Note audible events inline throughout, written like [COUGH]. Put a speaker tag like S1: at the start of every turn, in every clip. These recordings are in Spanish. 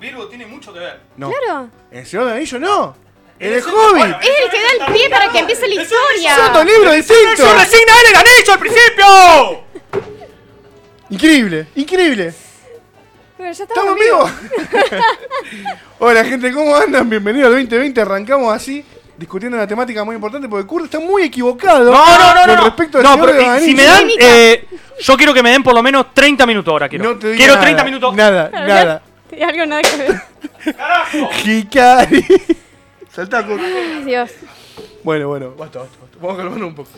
S1: Virgo tiene mucho que ver.
S2: No.
S3: Claro.
S2: ¿En el Señor del Anillo no? ¡En el
S1: Bueno,
S2: Hobbit!
S3: Es el que da el pie para que empiece la historia.
S2: ¡Es otro libro distinto!
S4: ¡Se resigna en el anillo al principio!
S2: Increíble, increíble.
S3: Bueno, ya
S2: ¿Estamos vivos? [LAUGHS] Hola gente, ¿cómo andan? Bienvenidos al 2020. Arrancamos así, discutiendo una temática muy importante porque Kurt está muy equivocado
S4: No, no, no, no.
S2: con
S4: no.
S2: respecto al
S4: No,
S2: Señor
S4: pero
S2: de los
S4: si- si
S2: Anillos.
S4: me dan.
S3: Polémica.
S4: eh, yo quiero que me den por lo menos 30 minutos ahora. Quiero,
S2: No te digo
S4: quiero
S2: nada,
S4: 30 minutos.
S2: Nada,
S3: Para
S2: nada.
S3: hablar [LAUGHS] de Algo nada que ver.
S1: ¡Carajo!
S2: Hikari. Saltá, Kurt.
S3: Ay, Dios.
S2: Bueno, bueno, basta, basta, basta. Vamos a calmarnos un poco.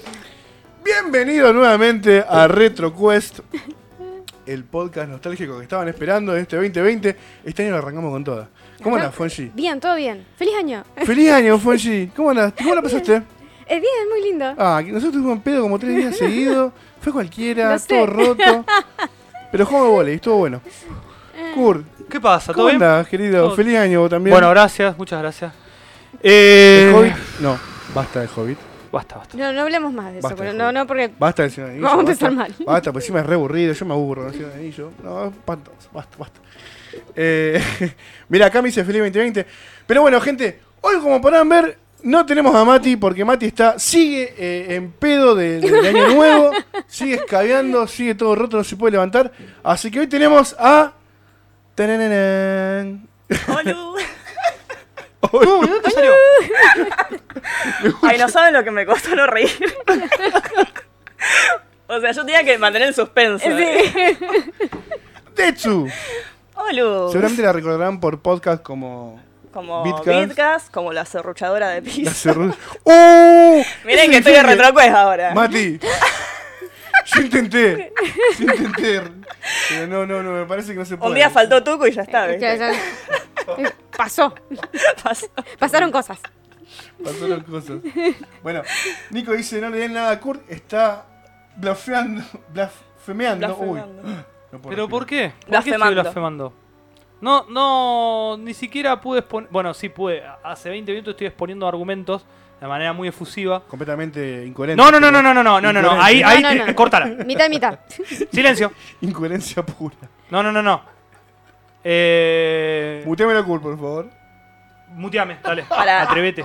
S2: Bienvenidos nuevamente a RetroQuest, el podcast nostálgico que estaban esperando de este 2020. Este año lo arrancamos con toda. ¿Cómo
S3: Ajá.
S2: andas, Fonji?
S3: Bien, todo bien. Feliz año.
S2: Feliz año, Fonji. ¿Cómo andas? ¿Cómo la pasaste?
S3: Es bien, muy lindo.
S2: Ah, que nosotros tuvimos un pedo como tres días seguidos. Fue cualquiera,
S3: Lo sé.
S2: todo roto. Pero jugamos volei, estuvo bueno.
S3: Eh.
S2: Kurt,
S4: ¿Qué pasa? ¿Todo
S2: ¿cómo
S4: bien?
S2: andas, querido?
S4: Todo-
S2: Feliz año vos también.
S4: Bueno, gracias, muchas gracias.
S2: ¿El
S4: Eh,
S2: Hobbit? No, basta de Hobbit.
S4: Basta, basta.
S3: No, no hablemos más de eso.
S2: Basta,
S3: porque-
S2: Juli.
S3: no, no, porque.
S2: Basta del Señor del Anillo.
S3: Vamos a
S2: basta,
S3: empezar mal.
S2: Basta, pues encima es re aburrido, yo me aburro del Señor del Anillo. No, espantoso, basta, basta. Eh, [LAUGHS] mira, acá me dice Feliz 2020. Pero bueno, gente, hoy como podrán ver, no tenemos a Mati porque Mati está, sigue eh, en pedo de- de- del año
S5: [LAUGHS]
S2: nuevo, sigue escabeando, sigue todo roto, no se puede levantar. Así que hoy tenemos a. Tarararán.
S4: ¿Dónde te salió?
S5: Ay, no saben lo que me costó no reír. o sea, yo tenía que mantener el suspenso. ¿eh?
S2: Tetsu.
S5: Olu.
S2: Seguramente la recordarán por podcast como.
S5: Como
S2: Bitcast.
S5: Bitcast, como la serruchadora de
S2: La
S5: piso.
S2: cerru- ¡Uh!
S5: Miren
S2: Es
S5: que estoy
S2: sensible.
S5: en retrocues ahora. [LAUGHS]
S2: Mati, yo intenté, yo intenté, pero no, no, no, me parece que no se puede.
S5: Un día faltó Tuco y ya está.
S3: Eh,
S5: ¿viste?
S3: ya- [LAUGHS] Pasó.
S5: Pasó.
S3: Pasaron cosas.
S2: Pasaron cosas. Bueno, Nico dice, no le den nada a Kurt, está blafeando, blasfemeando, uy.
S5: Blasfemando.
S2: No
S4: ¿Pero
S2: puedo respirar.
S4: por qué? ¿Por qué estoy
S5: Blasfemando.
S4: blasfemando? No, no, ni siquiera pude exponer. Bueno, sí pude. Hace 20 minutos estoy exponiendo argumentos de manera muy efusiva.
S2: Completamente incoherente.
S4: No, no, no, no, no, no, no, no, no, no. Ahí,
S2: Incoherente.
S4: ahí,
S3: No, no,
S4: te-
S3: no.
S4: córtala.
S3: Mitad y mitad. [LAUGHS]
S4: Silencio.
S2: Incoherencia pura.
S4: No, no, no, no. Eh.
S2: Muteame la Kurt, por favor.
S4: Muteame, dale.
S5: [LAUGHS] Pará.
S4: Atrévete.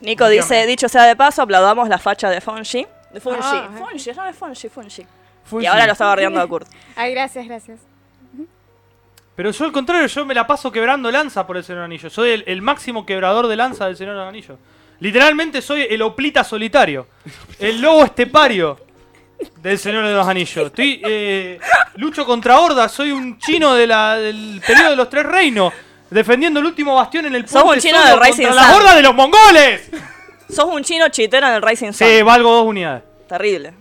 S5: Nico dice, dicho sea de paso, aplaudamos la facha de Fonji. De Fonji.
S3: Ah, eh.
S5: Fonji, no es Fonji, Fonji.
S2: Fue
S5: Y ahora
S2: sin-
S5: lo está bardeando a Kurt.
S3: Ay, gracias, gracias.
S4: Pero yo al contrario, yo me la paso quebrando lanza por el Señor Anillo. Soy el, el máximo quebrador de lanza del Señor Anillo. Literalmente soy el oplita solitario. El lobo estepario del Señor de los Anillos. Estoy, eh, lucho contra hordas, soy un chino de la- del periodo de los Tres Reinos. Defendiendo el último bastión en el
S5: Sos
S4: pueblo.
S5: un chino de Rising
S4: contra las
S5: Sun.
S4: hordas de los mongoles.
S5: Sos un chino chitero en el Rising Sun.
S4: Sí, valgo dos unidades.
S5: Terrible.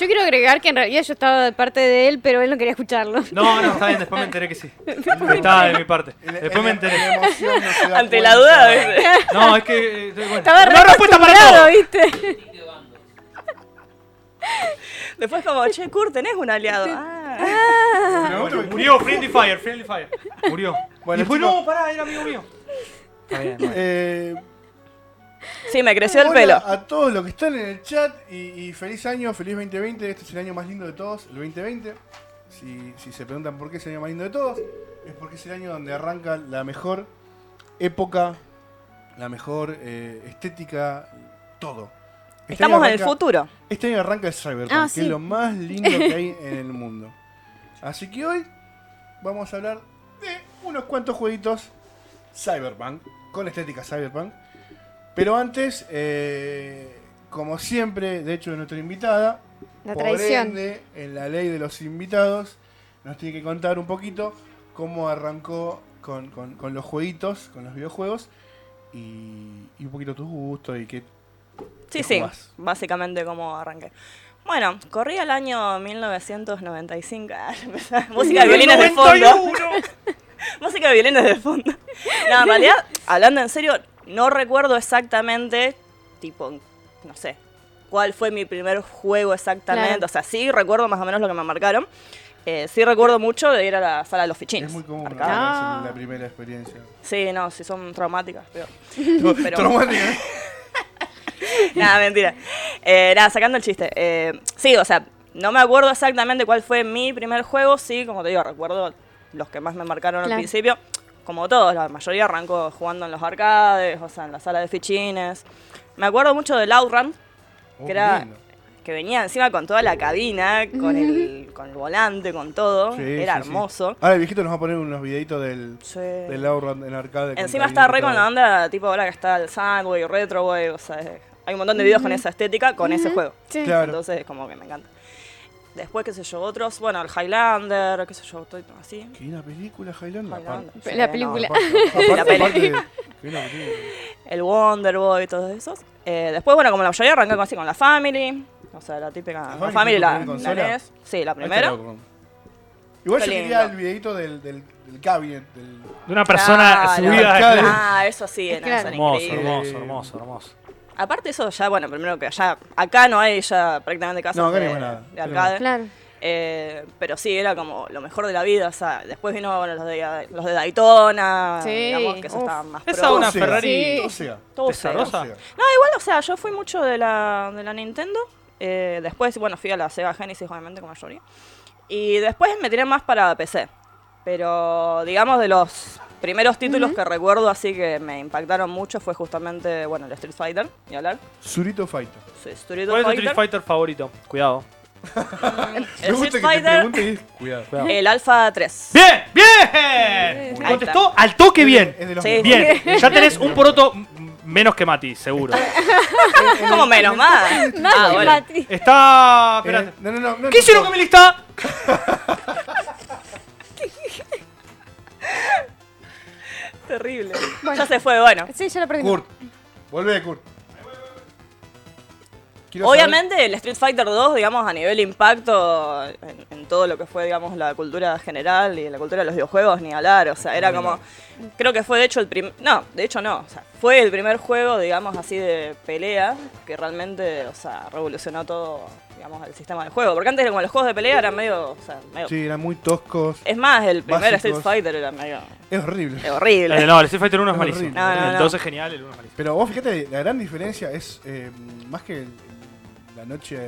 S3: Yo quiero agregar que en realidad yo estaba de parte de él, pero él no quería escucharlo.
S4: No, no, está bien, después me enteré que sí. Estaba de mi parte.
S2: en- en-
S4: Después me enteré.
S2: en emoción no se da
S5: Ante
S2: cuenta.
S5: la duda a veces.
S4: No, es que. eh, bueno.
S3: Estaba re
S4: Una respuesta para
S3: acostumbrado,
S4: todo.
S3: ¿viste?
S5: Después como, che, Kurt, tenés un aliado.
S4: Este-
S5: Ah.
S2: Pero otro-
S4: Murió, Friendly Fire, Friendly Fire. Murió.
S2: Bueno,
S4: y después,
S2: chicos.
S4: no, pará, era amigo mío. Está bien,
S2: Eh,
S5: Sí, me creció el
S2: Hola
S5: pelo.
S2: A todos los que están en el chat y, y feliz año, feliz 2020. Este es el año más lindo de todos, el 2020. Si, si se preguntan por qué es el año más lindo de todos, es porque es el año donde arranca la mejor época, la mejor eh, estética, todo. Este
S5: Estamos
S2: año
S5: en el
S2: arranca-
S5: futuro.
S2: Este año arranca el Cyberpunk,
S3: Ah,
S2: que
S3: sí.
S2: es lo más lindo que
S3: [LAUGHS]
S2: hay en el mundo. Así que hoy vamos a hablar de unos cuantos jueguitos Cyberpunk, con estética Cyberpunk. Pero antes, eh, como siempre, de hecho, nuestra invitada,
S3: La
S2: por
S3: traición.
S2: ende, en la ley de los invitados, nos tiene que contar un poquito cómo arrancó con, con- con los jueguitos, con los videojuegos, y, y un poquito tus gustos y qué.
S5: Sí,
S2: ¿Qué
S5: sí,
S2: jugás?
S5: básicamente como arranqué. Bueno, corría el año 1995. [LAUGHS] Ah, ya empezaba. Música de violines de fondo. [LAUGHS]
S4: 91.
S5: Música de violines de fondo. No, en realidad, hablando en serio, no recuerdo exactamente, tipo, no sé, cuál fue mi primer juego exactamente.
S3: Claro.
S5: O sea, sí recuerdo más o menos lo que me marcaron. Eh, sí recuerdo mucho de ir a la sala de los fichines.
S2: Es muy común ¿no?
S5: Arcade.
S3: Ah.
S2: la primera
S5: [LAUGHS]
S2: experiencia.
S5: Sí, no, si son traumáticas, peor.
S2: [LAUGHS]
S5: Pero-
S2: Traumática.
S5: [LAUGHS] Nada, mentira. Eh, nada, sacando el chiste. Eh, sí, o sea, No me acuerdo exactamente cuál fue mi primer juego, sí, como te digo, recuerdo los que más me marcaron al
S3: Claro.
S5: principio. Como todos, la mayoría arrancó jugando en los arcades, o sea, en la sala de fichines. Me acuerdo mucho del Outrun, que [LAUGHS]
S2: Oh,
S5: era- que venía encima con toda la cabina, con el, con el volante, con todo.
S2: Sí,
S5: oh, era
S2: sí, sí.
S5: hermoso.
S2: Ahora el viejito nos va a poner unos videitos del,
S5: Sí.
S2: del Outrun en arcade. con
S5: Encima
S2: cabina
S5: está re con
S2: controlada.
S5: la onda, tipo ahora que está el Soundwave, Retrowave, o sea, hay un montón de videos con esa estética, con ese juego.
S3: Sí.
S2: Claro.
S5: Entonces es como que me encanta. Después, qué sé yo, otros, bueno, el Highlander, qué sé yo, todo así.
S2: Qué buena película, Highlander.
S5: Highlander, [LAUGHS]
S2: aparte.
S5: sí,
S3: La
S5: no.
S3: película.
S2: Aparte-
S5: La peli.
S2: aparte de- qué buena película.
S5: El Wonder Boy, todos esos. Eh, después, bueno, como la mayoría arranqué con así, con la Family. O sea, la típica. La
S2: Family fue
S5: Family,
S2: tu
S5: la,
S2: primera
S5: la
S2: consola?
S5: NES. Sí, la
S2: Ahí
S5: primera.
S2: está, loco. Igual yo
S5: Qué
S2: quería
S5: lindo.
S2: el videito del, del, del cabinet. Del...
S4: De una persona
S5: Claro.
S4: subida.
S2: Arcade.
S4: de-
S5: Ah, eso sí, era
S3: Claro.
S4: Hermoso,
S5: increíble.
S4: hermoso, hermoso, hermoso.
S5: Aparte, eso ya, bueno, primero que allá. Acá no hay ya prácticamente casos
S2: No, acá no
S5: de,
S2: hay más nada.
S5: de arcade.
S3: Claro.
S5: Eh, pero sí, era como lo mejor de la vida. O sea, después vino bueno, los, de, los de Daytona.
S3: Sí.
S5: Digamos que eso
S3: Uf.
S5: estaban más
S4: Esa
S5: pro.
S4: una
S2: Sega,
S4: Ferrari.
S2: todo Sega,
S5: Todo cero.
S4: Rosa?
S2: Sega.
S5: No, igual, o sea, yo fui mucho de la, de la Nintendo. eh, después, bueno, fui a la Sega Genesis, obviamente, como mayoría. Y después me tiré más para PC. Pero, digamos, de los primeros títulos que recuerdo así que me impactaron mucho fue justamente, bueno, el Street Fighter, y hablar.
S2: Surito Fighter.
S5: Sí,
S4: ¿Cuál es
S5: Street
S4: tu
S5: Fighter.
S4: Street Fighter favorito? Cuidado.
S5: El
S2: Me
S5: Street
S2: gusta que te
S5: Fighter,
S2: pregunte y es- cuidado.
S4: cuidado.
S5: el Alpha 3.
S4: ¡Bien! ¡Bien!
S5: Muy
S4: Contestó al toque bien.
S2: Es de los
S5: Sí. [LAUGHS]
S2: mejores. Eh,
S4: Bien. Ya tenés un poroto m- menos que Mati, seguro.
S5: [LAUGHS] Como menos mal.
S3: No,
S5: Ah, bueno.
S3: Mati.
S4: Está.
S2: Eh,
S4: Espera.
S2: no, no, no, no.
S4: ¿Qué hicieron con mi lista?
S5: Terrible.
S3: Bueno.
S5: Ya se fue, bueno.
S3: Sí, ya lo perdí.
S2: Kurt. Volvé, Kurt. Quiero saber-
S5: Obviamente el Street Fighter 2, digamos, a nivel impacto en, en todo lo que fue, digamos, la cultura general y la cultura de los videojuegos, ni hablar, o sea, era como, creo que fue de hecho el primer, no, de hecho no, o sea, fue el primer juego, digamos, así de pelea que realmente, o sea, revolucionó todo, digamos, el sistema de juego, porque antes como los juegos de pelea eran medio, o sea, medio...
S2: Sí, eran muy toscos.
S5: Es más, el primer
S2: Básicos.
S5: Street Fighter era medio
S2: Es horrible.
S5: horrible.
S4: Eh, no, el Street Fighter 1 es
S2: Es
S4: malísimo.
S2: horrible.
S5: No, no,
S4: el
S5: no.
S4: 2 es genial, el 1 es malísimo.
S2: Pero vos fíjate, la gran diferencia es, eh, más que el- el- la noche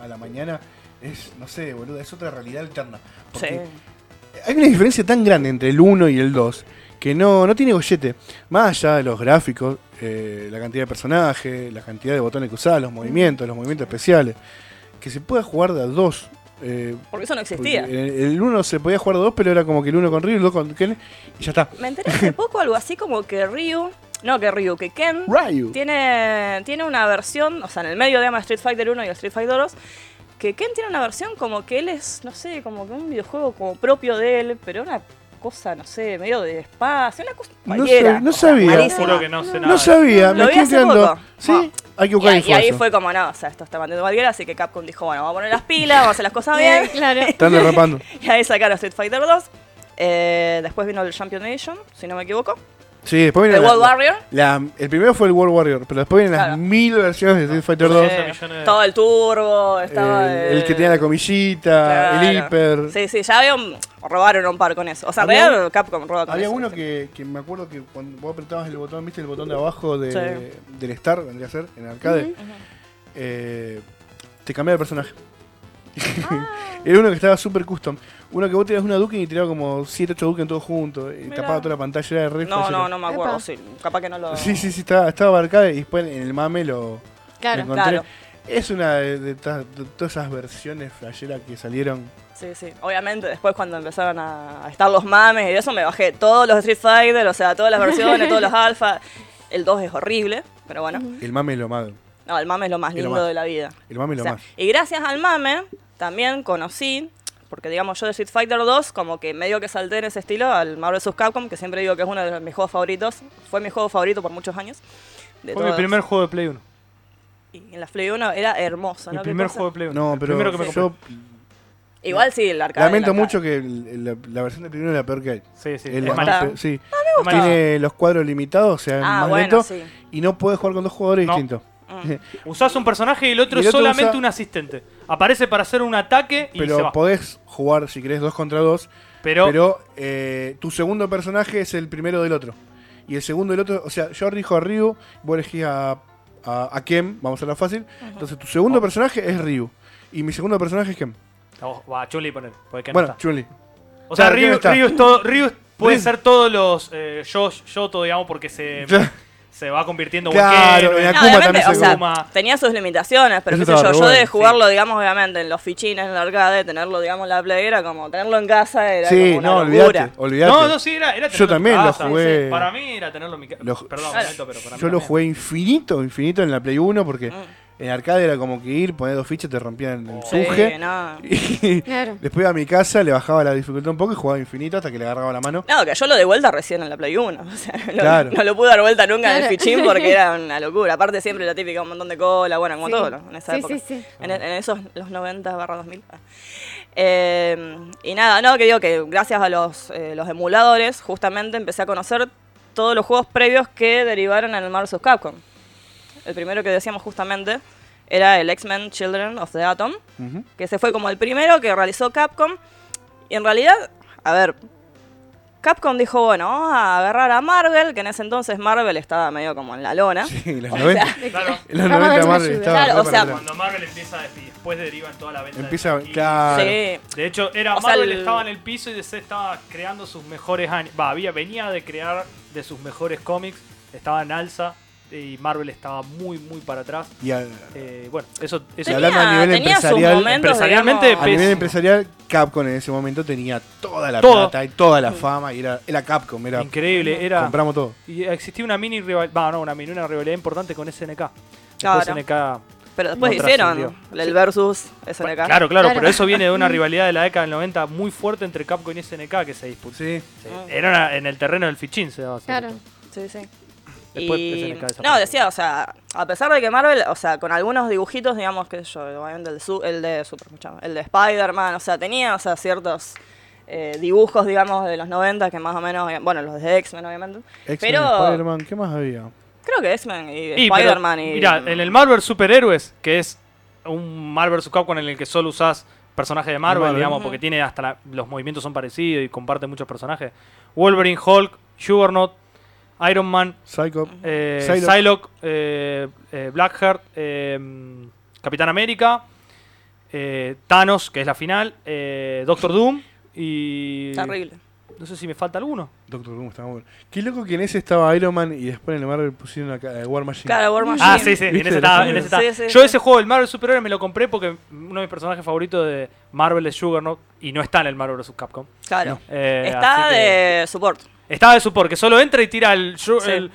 S2: a, a la mañana, es, no sé, boludo, es otra realidad alterna. Porque
S5: Sí.
S2: Hay una diferencia tan grande entre el 1 y el 2 que no, no tiene gollete. Más allá de los gráficos, eh, la cantidad de personajes, la cantidad de botones que usás, los movimientos, los movimientos especiales. Que se pueda jugar de a dos. eh,
S5: Porque eso no
S2: porque
S5: existía.
S2: el 1 se podía jugar de a dos, pero era como que el 1 con Ryu, el 2 con Ken, y ya está.
S5: Me enteré hace poco algo así como que Ryu, no que Ryu, que Ken
S2: Ryu.
S5: tiene, tiene una versión, o sea, en el medio de Street Fighter 1 y el Street Fighter 2, que Ken tiene una versión como que él es, no sé, como que un videojuego como propio de él, pero una cosa, no sé, medio de espacio, una cosa
S2: No
S5: cualquiera.
S2: sab- no
S5: o sea,
S2: sabía.
S5: malísima.
S4: Seguro que no sé nada.
S2: No sabía,
S5: Lo
S2: me
S5: vi
S2: estoy
S5: hace
S2: quedando.
S5: poco.
S2: Sí,
S5: Ah.
S2: hay que
S5: Y,
S2: buscar
S5: ahí- y ahí
S2: información.
S5: fue como, no, o sea, esto está mandando cualquiera, así que Capcom dijo, bueno, vamos a poner las pilas, vamos a hacer las cosas bien.
S3: Bien, claro.
S2: Están derrapando.
S5: [LAUGHS] Y ahí sacaron Street Fighter 2. Eh, después vino el Champion Edition, si no me equivoco.
S2: Sí, después viene
S5: El
S2: la-
S5: World Warrior.
S2: la- el primero fue el World Warrior, pero después vienen las
S5: Claro.
S2: mil versiones de Street Fighter 2.
S4: Sí. 12
S5: Eh,
S4: millones de-
S5: Estaba el turbo, estaba
S2: el, el que tenía la comillita,
S5: Claro.
S2: el hiper.
S5: Sí, sí, ya había un- robaron un par con eso. O sea, en
S2: Había
S5: realidad Capcom roba con
S2: Había
S5: eso,
S2: uno
S5: sí.
S2: que, que me acuerdo que cuando vos apretabas el botón, viste el botón de abajo de-
S5: Sí.
S2: del Star, vendría a ser, en arcade, eh, te cambiaba de personaje.
S5: Ah.
S2: [LAUGHS] Era uno que estaba super custom. Uno que vos tirabas una Duken y tiraba como 7, 8 Duken todos juntos. Y
S5: Mirá.
S2: tapaba toda la pantalla. Era re
S5: No,
S2: flashero.
S5: no, no me acuerdo.
S3: Epa.
S5: Sí, capaz que no
S2: [LAUGHS]
S5: lo.
S2: Sí, sí, sí, estaba, estaba arcade y después en el mame lo, lo
S3: Claro.
S2: encontré.
S5: claro.
S2: Es una de, de ta- de todas esas versiones flasheras que salieron.
S5: Sí, sí. Obviamente, después cuando empezaron a a estar los mames y eso, me bajé todos los Street Fighter, o sea, todas
S3: [LAUGHS]
S5: las versiones, todos los alfa. El 2 es horrible, pero bueno.
S2: El mame es lo más.
S5: No, el mame es lo más
S2: Y lo
S5: lindo
S2: más.
S5: de la vida.
S2: El mame es lo
S5: O sea,
S2: más.
S5: y gracias al mame también conocí, porque digamos yo de Street Fighter 2 como que medio que salté en ese estilo al Marvel vs. Capcom, que siempre digo que es uno de los- mis juegos favoritos, fue mi juego favorito por muchos años. De
S4: Fue mi
S5: todos.
S4: primer juego de Play 1.
S5: Y en la Play 1 era hermoso,
S4: Mi
S5: ¿no? ¿Qué
S4: primer
S5: cosa?
S4: juego de Play 1.
S2: No,
S4: El
S2: pero
S4: primero que me compré.
S2: yo
S5: Igual sí, el arcade.
S2: lamento
S5: el arcade.
S2: mucho que el- el- la, la versión de primero es la peor que hay.
S4: Sí, sí.
S2: El
S4: es
S2: más
S5: Está.
S2: pe- sí.
S4: es malísimo.
S2: Tiene los cuadros limitados, o sea,
S5: Ah,
S2: más
S5: bueno,
S2: lento, [LAUGHS]
S5: sí.
S2: y no puedes jugar con dos jugadores
S4: No.
S2: distintos. [LAUGHS]
S5: Mm.
S4: Usás un personaje y el otro
S2: Y el
S4: es
S2: otro
S4: solamente
S2: usa-
S4: un asistente. Aparece para hacer un ataque y se
S2: Pero
S4: va.
S2: podés jugar, si querés, dos contra dos,
S4: Pero,
S2: pero eh, tu segundo personaje es el primero del otro. Y el segundo del otro, o sea, yo rijo a Ryu,
S4: Oh.
S2: vos elegís a, a, a Kem, vamos a la fácil. Entonces tu segundo personaje es Ryu. Y mi segundo personaje es Ken.
S4: No, va, Chuli poner. Porque Ken
S2: bueno,
S4: no está.
S2: Chun-Li.
S4: O sea,
S2: claro, Ken
S4: Ryu,
S2: está.
S4: Ryu es todo- Ryu es- puede
S2: Ryu-
S4: ser todos los eh, Yosh- Yoto, digamos, porque
S2: [LAUGHS]
S4: se,
S2: Claro.
S4: se va convirtiendo en
S2: Claro, en
S5: No,
S2: Akuma
S5: obviamente,
S2: también
S5: o
S2: se
S5: sea,
S4: Akuma.
S5: tenía sus limitaciones, pero
S2: Eso
S5: qué sé
S2: estaba
S5: yo,
S2: re
S5: yo de
S2: bueno,
S5: jugarlo, digamos, obviamente, en los fichines, en la arcade, tenerlo, digamos, en la play, era como tenerlo en casa, era
S2: Sí,
S5: como una
S2: no,
S5: locura.
S2: olvídate. olvídate.
S4: No, no, sí, era, era tenerlo en tu
S2: también lo
S4: casa.
S2: jugué.
S4: Para mí era tenerlo en mi casa.
S2: Lo-
S4: Perdón,
S5: Claro.
S4: momento, pero para mí
S2: Yo lo
S4: también. Ah.
S2: jugué infinito, infinito en la Play 1 porque
S5: Mm.
S2: en arcade era como que ir, poner dos fichas, te rompían el
S4: Oh.
S5: Sí,
S2: suje.
S5: no.
S2: Y
S3: Claro.
S2: después iba a mi casa, le bajaba la dificultad un poco y jugaba infinito hasta que le agarraba la mano.
S5: No, que yo lo de vuelta recién en la Play 1. [LAUGHS] O sea, no,
S2: Claro.
S5: no lo pude dar vuelta nunca en
S3: Claro.
S5: el
S3: [LAUGHS]
S5: fichín porque era una locura. Aparte, siempre la típica, un montón de cola, bueno, como
S3: Sí.
S5: todo, ¿no? en esa
S3: Sí,
S5: época.
S3: sí, sí.
S5: En, e, en esos, los 90 barra 2000. Ah. Eh, y nada, no, que digo que gracias a los, eh, los emuladores, justamente empecé a conocer todos los juegos previos que derivaron en el Marvel Capcom. El primero que decíamos justamente era el X-Men Children of the Atom
S2: [LAUGHS] Ujú.
S5: que se fue como el primero que realizó Capcom. Y en realidad, a ver, Capcom dijo, bueno, vamos a agarrar a Marvel, que en ese entonces Marvel estaba medio como en la lona.
S2: Sí, en los 90.
S4: Claro.
S2: En los
S3: Vamos a
S2: 90
S3: ver si me
S2: Marvel
S3: ayuda.
S2: estaba
S5: Claro,
S2: re
S5: o sea,
S2: para atrás.
S4: Cuando Marvel empieza y después deriva en toda la venta. de
S2: Empieza,
S4: franquicias.
S2: claro.
S5: Sí.
S4: De hecho, era
S5: O sea,
S4: Marvel
S5: el-
S4: estaba en el piso y DC estaba creando sus mejores años. Va, había, venía de crear de sus mejores cómics, estaba en alza y Marvel estaba muy, muy para atrás.
S2: Y al-
S4: Eh, bueno, eso, eso
S2: Y hablando a nivel
S5: tenía sus
S2: empresarial,
S5: momentos,
S4: empresarialmente,
S2: a
S5: digamos,
S4: pe-
S2: nivel
S4: Pésimo.
S2: empresarial, Capcom en ese momento tenía toda la
S4: Todo.
S2: plata y toda la fama. Y era, era Capcom, era.
S4: increíble. Era,
S2: Compramos todo.
S4: y existía una mini rivalidad, no, una mini, una rivalidad importante con SNK. Después
S5: Claro.
S4: SNK
S5: pero después
S4: No
S5: hicieron
S4: trascendió.
S5: el versus SNK.
S4: Claro, claro,
S3: Claro.
S4: pero eso viene de
S5: [LAUGHS]
S4: una rivalidad de la década del 90 muy fuerte entre Capcom y SNK que se disputó.
S2: Sí.
S4: Sí,
S5: Ah.
S4: Era una- en el terreno del fichín, se daba.
S3: Claro.
S5: Sí, sí.
S4: Después
S5: Y-
S4: SNK desapareció.
S5: no, decía, o sea, a pesar de que Marvel, o sea, con algunos dibujitos, digamos, que yo, obviamente el, su- el de Super, escuchame, el de Spider-Man, o sea, tenía, o sea, ciertos eh, dibujos, digamos, de los 90 que más o menos, eh, bueno, los de X-Men, obviamente.
S2: X-Men,
S5: pero
S2: Spider-Man, ¿qué más había?
S5: creo que X-Men y, [LAUGHS]
S4: Y, pero,
S5: Spider-Man y...
S4: Mirá, en el Marvel Superhéroes, que es un Marvel vs. Capcom en el que solo usás personajes de Marvel,
S2: Marvel.
S4: digamos,
S5: Ujú.
S4: porque tiene hasta la- los movimientos son parecidos y comparte muchos personajes. Wolverine, Hulk, Juggernaut, Iron Man,
S2: Psycho.
S4: eh,
S2: Psylocke.
S4: Psylocke, eh, eh, Blackheart, eh, Capitán América, eh, Thanos, que es la final, eh, Doctor Doom y...
S5: Terrible.
S4: No sé si me falta alguno.
S2: Doctor Doom estaba bueno. Qué loco que en ese estaba Iron Man y después en el Marvel pusieron acá, eh, War Machine.
S5: Claro, War Machine.
S4: Ah, sí, sí, en
S2: ¿Viste?
S4: ese estaba.
S2: Los
S4: en ese
S5: primeros.
S4: estaba.
S5: Sí, sí,
S4: Yo
S5: sí.
S4: ese juego del Marvel Superhéroe me lo compré porque uno de mis personajes favoritos de Marvel es Juggernaut y no está en el Marvel vs. Capcom.
S5: Claro.
S4: Eh,
S5: Está
S4: así que-
S5: de support.
S4: Estaba de support, que solo entra y tira el, ju-
S5: Sí.
S4: el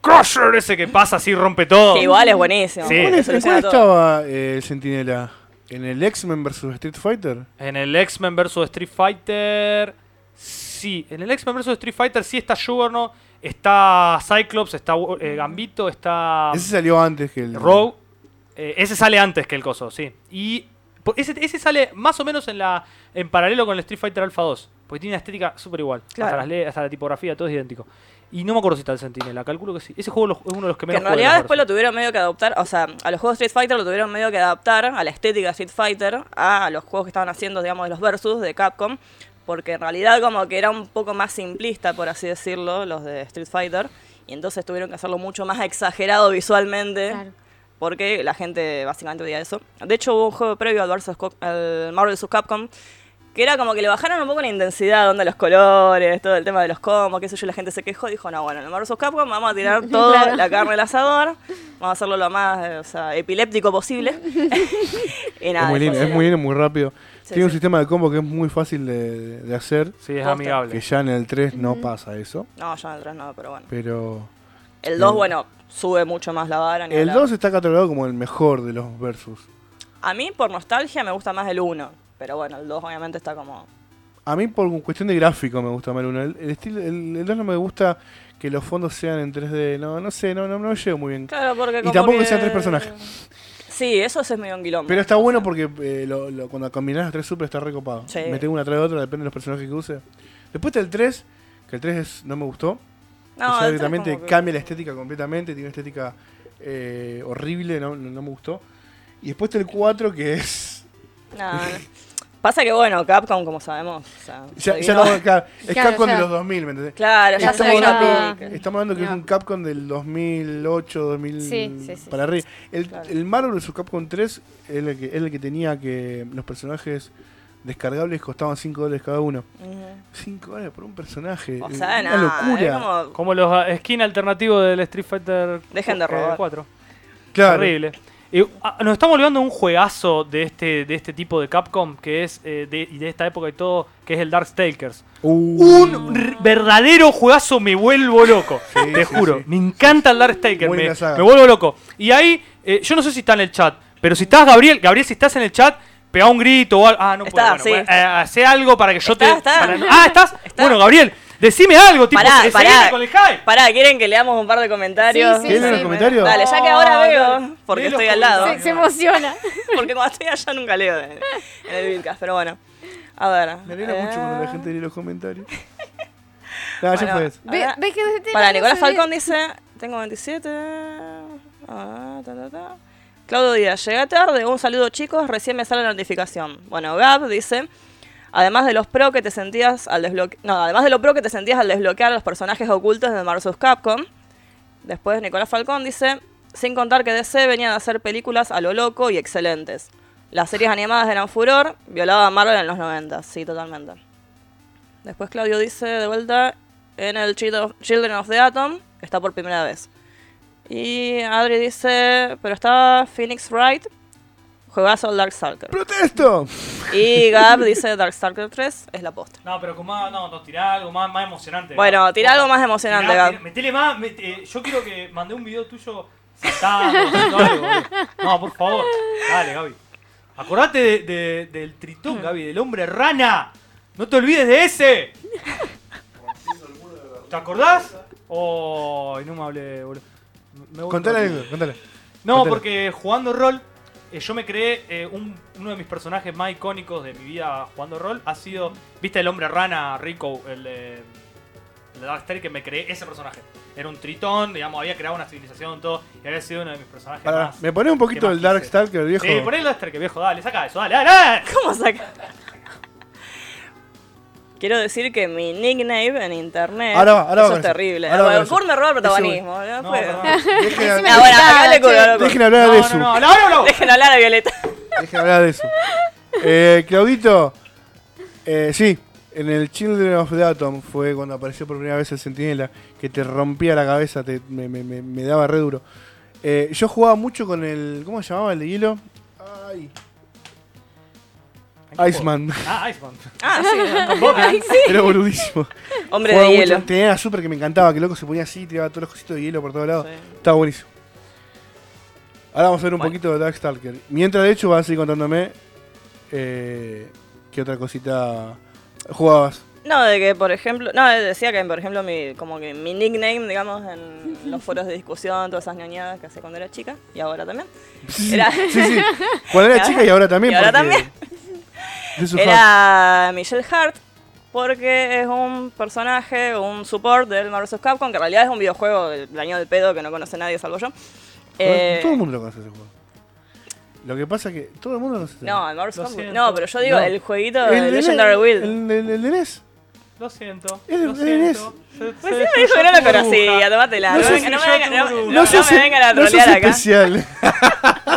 S4: Crusher ese que pasa así, rompe todo.
S5: Que igual es buenísimo.
S4: Sí.
S2: ¿Cuál, es- en cuál
S5: Soluciona Eh, todo.
S2: estaba eh, el Sentinela? ¿En el X-Men vs Street Fighter?
S4: En el X-Men vs. Street Fighter. Sí, en el X-Men vs. Street Fighter sí está Juggernaut, está Cyclops, está eh, Gambito, está.
S2: Ese salió antes que el.
S4: Rogue. eh, ese sale antes que el coso, sí. Y po- ese, ese sale más o menos en la en paralelo con el Street Fighter Alpha 2. Porque tiene una estética súper igual. Hasta,
S5: Claro.
S4: las le- hasta la tipografía, todo es idéntico. Y no me acuerdo si está el Sentinela, calculo que sí. Ese juego lo- es uno de los que
S5: Que
S4: menos
S5: en
S4: juego de
S5: realidad
S4: los
S5: después lo
S4: Marvel.
S5: tuvieron medio que adoptar, o sea, a los juegos de Street Fighter lo tuvieron medio que adaptar a la estética de Street Fighter, a los juegos que estaban haciendo, digamos, de los versus de Capcom, porque en realidad como que era un poco más simplista, por así decirlo, los de Street Fighter, y entonces tuvieron que hacerlo mucho más exagerado visualmente,
S3: Claro.
S5: porque la gente básicamente veía eso. De hecho hubo un juego previo al, versus Cop- al Marvel vs. Capcom, que era como que le bajaron un poco la intensidad, onda los colores, todo el tema de los combos, qué sé yo, la gente se quejó, dijo, no, bueno, en el Marvel vs. Capcom vamos a tirar toda
S3: Claro.
S5: la carne al asador, vamos a hacerlo lo más eh, o sea, epiléptico posible. y nada,
S2: es muy lindo,
S5: Ah, después
S2: es muy lindo, muy rápido.
S5: Sí,
S2: Tiene un
S5: sí.
S2: sistema de combo que es muy fácil de, de hacer.
S4: Sí, es
S5: Posta.
S2: Que
S4: amigable.
S2: ya en el 3 no pasa eso.
S5: No, yo en el 3 no, pero bueno.
S2: Pero.
S5: El 2,
S2: No.
S5: bueno, sube mucho más la vara. ni
S2: El
S5: hablar.
S2: 2 está catalogado como el mejor de los versus.
S5: A mí, por nostalgia, me gusta más el 1, pero bueno, el 2 obviamente está como...
S2: A mí, por cuestión de gráfico, me gusta más el 1. El, el estilo, el, 2 no me gusta que los fondos sean en 3D. No, no sé, no, no, no llego muy bien.
S5: Claro, porque
S2: Y tampoco que sean tres personajes.
S5: Sí, eso sí es medio un quilombo.
S2: Pero está bueno porque eh, lo- lo- cuando combinás los tres super está recopado.
S5: Sí.
S2: Metés una atrás de otra, depende de los personajes que use. Después está el 3, que el 3 es- no me gustó. o
S5: No,
S2: sea,
S5: el tres
S2: directamente
S5: como que-
S2: cambia la estética completamente, tiene una estética eh, horrible, no, no, no me gustó. Y después está el 4, que es. [LAUGHS]
S5: No, no. Pasa que, bueno, Capcom, como sabemos, o sea,
S2: Ya,
S5: se
S2: ya
S5: vino-
S2: no- claro, es
S3: Claro,
S2: Capcom
S3: ya.
S2: de los 2000, ¿me entendés?
S5: Claro, ya
S2: Estamos
S5: se vino
S3: hablando-
S5: a pique.
S2: Estamos hablando que es
S3: No.
S2: un Capcom del 2008, 2000
S3: Sí, sí, sí,
S2: para arriba. El,
S5: Claro.
S2: el Marvel vs. Capcom 3 es el que, es el que tenía que los personajes descargables costaban 5 dólares cada uno.
S5: Ujú.
S2: 5 dólares por un personaje.
S5: Mm. O
S2: eh,
S5: sea,
S2: una
S5: nada, es
S2: locura.
S5: como-
S4: Como los ah, skin alternativos del Street Fighter
S5: Dejen de
S4: eh,
S5: robar.
S4: 4.
S2: Claro.
S4: Horrible. Y, ah, nos estamos olvidando de un juegazo de este, de este tipo de Capcom, que es eh, de, y de esta época y todo, que es el Darkstalkers.
S2: Uh,
S4: Un r- verdadero juegazo, me vuelvo loco.
S2: Sí,
S4: te
S2: sí,
S4: juro.
S2: sí.
S4: Me encanta el Darkstalkers.
S2: Buena
S4: Me,
S2: saga.
S4: me vuelvo loco. Y ahí, eh, yo no sé si está en el chat, pero si estás, Gabriel, Gabriel, si estás en el chat, pega un grito o algo. Ah, no puedo.
S5: Está,
S4: bueno,
S5: sí,
S4: bueno,
S5: está.
S4: eh, hacé algo para que yo
S5: Está,
S4: te.
S5: está.
S4: para- ah, ¿estás? Bueno, Gabriel, decime algo, tipo,
S5: Pará,
S4: se- se
S5: pará.
S4: viene con el hype.
S5: Pará, ¿quieren que leamos un par de comentarios?
S3: Sí, sí,
S2: ¿Quieren
S3: sí,
S2: los
S3: me-
S2: comentarios?
S5: Dale, ya que ahora
S4: Oh,
S5: veo,
S4: dale.
S5: porque
S4: Lee los
S5: estoy al lado.
S3: Se, se emociona.
S5: [LAUGHS] Porque cuando estoy allá nunca leo en, en el Vilcas, pero bueno. A ver.
S2: Me alegra
S5: eh,
S2: mucho cuando la gente lee los comentarios. [LAUGHS] Nah, ya
S5: Bueno,
S2: fue eso.
S3: Ve,
S5: Ahora-
S3: ve que este tema
S5: Para
S3: no
S5: Nicolás
S3: se ve.
S5: Falcón dice, tengo 27. Ah, ta, ta, ta. Claudio Díaz, llega tarde, un saludo chicos, recién me sale la notificación. Bueno, Gab dice, además de los pro que te sentías al desbloquear, no, además de lo pro que te sentías al desbloquear los personajes ocultos de Marvel's Capcom. Después Nicolás Falcón dice, sin contar que DC venían a hacer películas a lo loco y excelentes. Las series animadas eran furor, violaba a Marvel en los 90, sí, totalmente. Después Claudio dice de vuelta en el Child of- Children of the Atom, está por primera vez. Y Adri dice, pero estaba Phoenix Wright, juegazo al Darkstalker.
S2: ¡Protesto! [LAUGHS]
S5: Y Gab dice Darkstalker 3 es la posta.
S4: No, pero con más, no, no, tirá algo más, más emocionante.
S5: Bueno, tira algo más
S4: Tirá,
S5: emocionante,
S4: tirá,
S5: Gab.
S4: metele más, met- eh, yo quiero que mandé un video tuyo saltando, haciendo algo, boludo. No, por favor. Dale, Gaby. Acordate de- de- del tritón, Gaby, del hombre rana. No te olvides de ese. ¿Te acordás? Oh, no me hablé, boludo. Me- me voy
S2: Contale
S4: todo.
S2: algo, contale.
S4: No,
S2: Contale.
S4: porque jugando rol, eh, yo me creé eh, un- uno de mis personajes más icónicos de mi vida jugando rol. Ha sido, viste, el hombre rana rico, el de, el de Darkstalker, que me creé ese personaje. Era un tritón, digamos, había creado una civilización, todo, y había sido uno de mis personajes
S2: Pará,
S4: más.
S2: ¿Me pones un poquito
S4: ¿Qué
S2: del
S4: más
S2: Dark Stalker, viejo?
S4: Sí, poné el Darkstalker, viejo, dale, saca eso, dale, dale, dale.
S5: ¿Cómo saca? Quiero decir que mi nickname en internet.
S2: Ahora va, ahora va
S5: eso
S2: con
S5: es
S2: eso.
S5: terrible.
S2: Ahora va
S5: Bueno,
S2: con eso.
S5: Kurt me roba el
S2: Eso voy.
S5: protagonismo. ¿no?
S4: No,
S5: Fue- [LAUGHS]
S4: perdón.
S2: Dejen,
S3: Encima-
S5: Ahora, acá le
S3: Che.
S5: cuelgo, loco.
S2: dejen hablar
S4: No,
S2: a
S4: no,
S2: Desu.
S4: no, no, no, no.
S5: Dejen hablar a Violeta.
S2: Dejen hablar de eso. Eh, Claudito, eh, sí, en el Children of the Atom fue cuando apareció por primera vez el Sentinela, que te rompía la cabeza, te, me, me- me- me daba re duro. Eh, yo jugaba mucho con el. ¿Cómo se llamaba el de hielo? Ay, Iceman. [LAUGHS]
S4: Ah, Iceman.
S5: Ah, [LAUGHS] sí.
S2: Era boludísimo.
S5: Hombre
S2: Jugaba
S5: de
S2: mucho,
S5: hielo.
S2: Tenía la super que me encantaba, que loco se ponía así, tiraba todos los cositos de hielo por todos lados.
S5: Sí.
S2: Estaba buenísimo. Ahora vamos a ver un
S5: Bueno.
S2: poquito de Darkstalker. Mientras, de hecho, vas a seguir contándome eh, qué otra cosita jugabas.
S5: No, de que por ejemplo, no, eh, decía que por ejemplo mi, como que mi nickname, digamos, en los foros de discusión, todas esas ñoñadas que hacía cuando era chica y ahora también. Era-
S2: Sí, sí. Cuando
S5: [LAUGHS]
S2: era chica y ahora también.
S5: Y ahora
S2: porque-
S5: también.
S2: De su fan.
S5: Era Michelle Hart, porque es un personaje, un support del Marvel vs. Capcom, que en realidad es un videojuego del año del pedo que no conoce nadie salvo yo. Eh,
S2: Todo el mundo lo conoce ese juego. Lo que pasa es que todo el mundo lo conoce.
S5: no, el Marvel vs.
S4: Lo
S5: Capcom-
S4: siento.
S5: No, pero yo digo
S2: No.
S5: el jueguito
S2: el
S5: de
S2: de
S5: Legendary
S2: NES,
S5: Wild.
S2: El, el- el de E NES.
S4: Lo siento.
S2: Es-
S4: Lo
S2: es-
S4: siento. Se- se
S5: Pues sí, me dijo que no lo
S4: destruyó tu
S5: conocía,
S4: burbuja.
S5: tómatela.
S4: No
S5: No,
S4: sé
S5: me-
S4: si
S5: no
S4: yo
S5: me vengan-
S4: tu
S5: no-
S4: burbuja.
S5: no
S4: No
S2: sos-
S5: me vengan a
S2: no sos
S5: trolear acá.
S2: especial.
S5: Pero no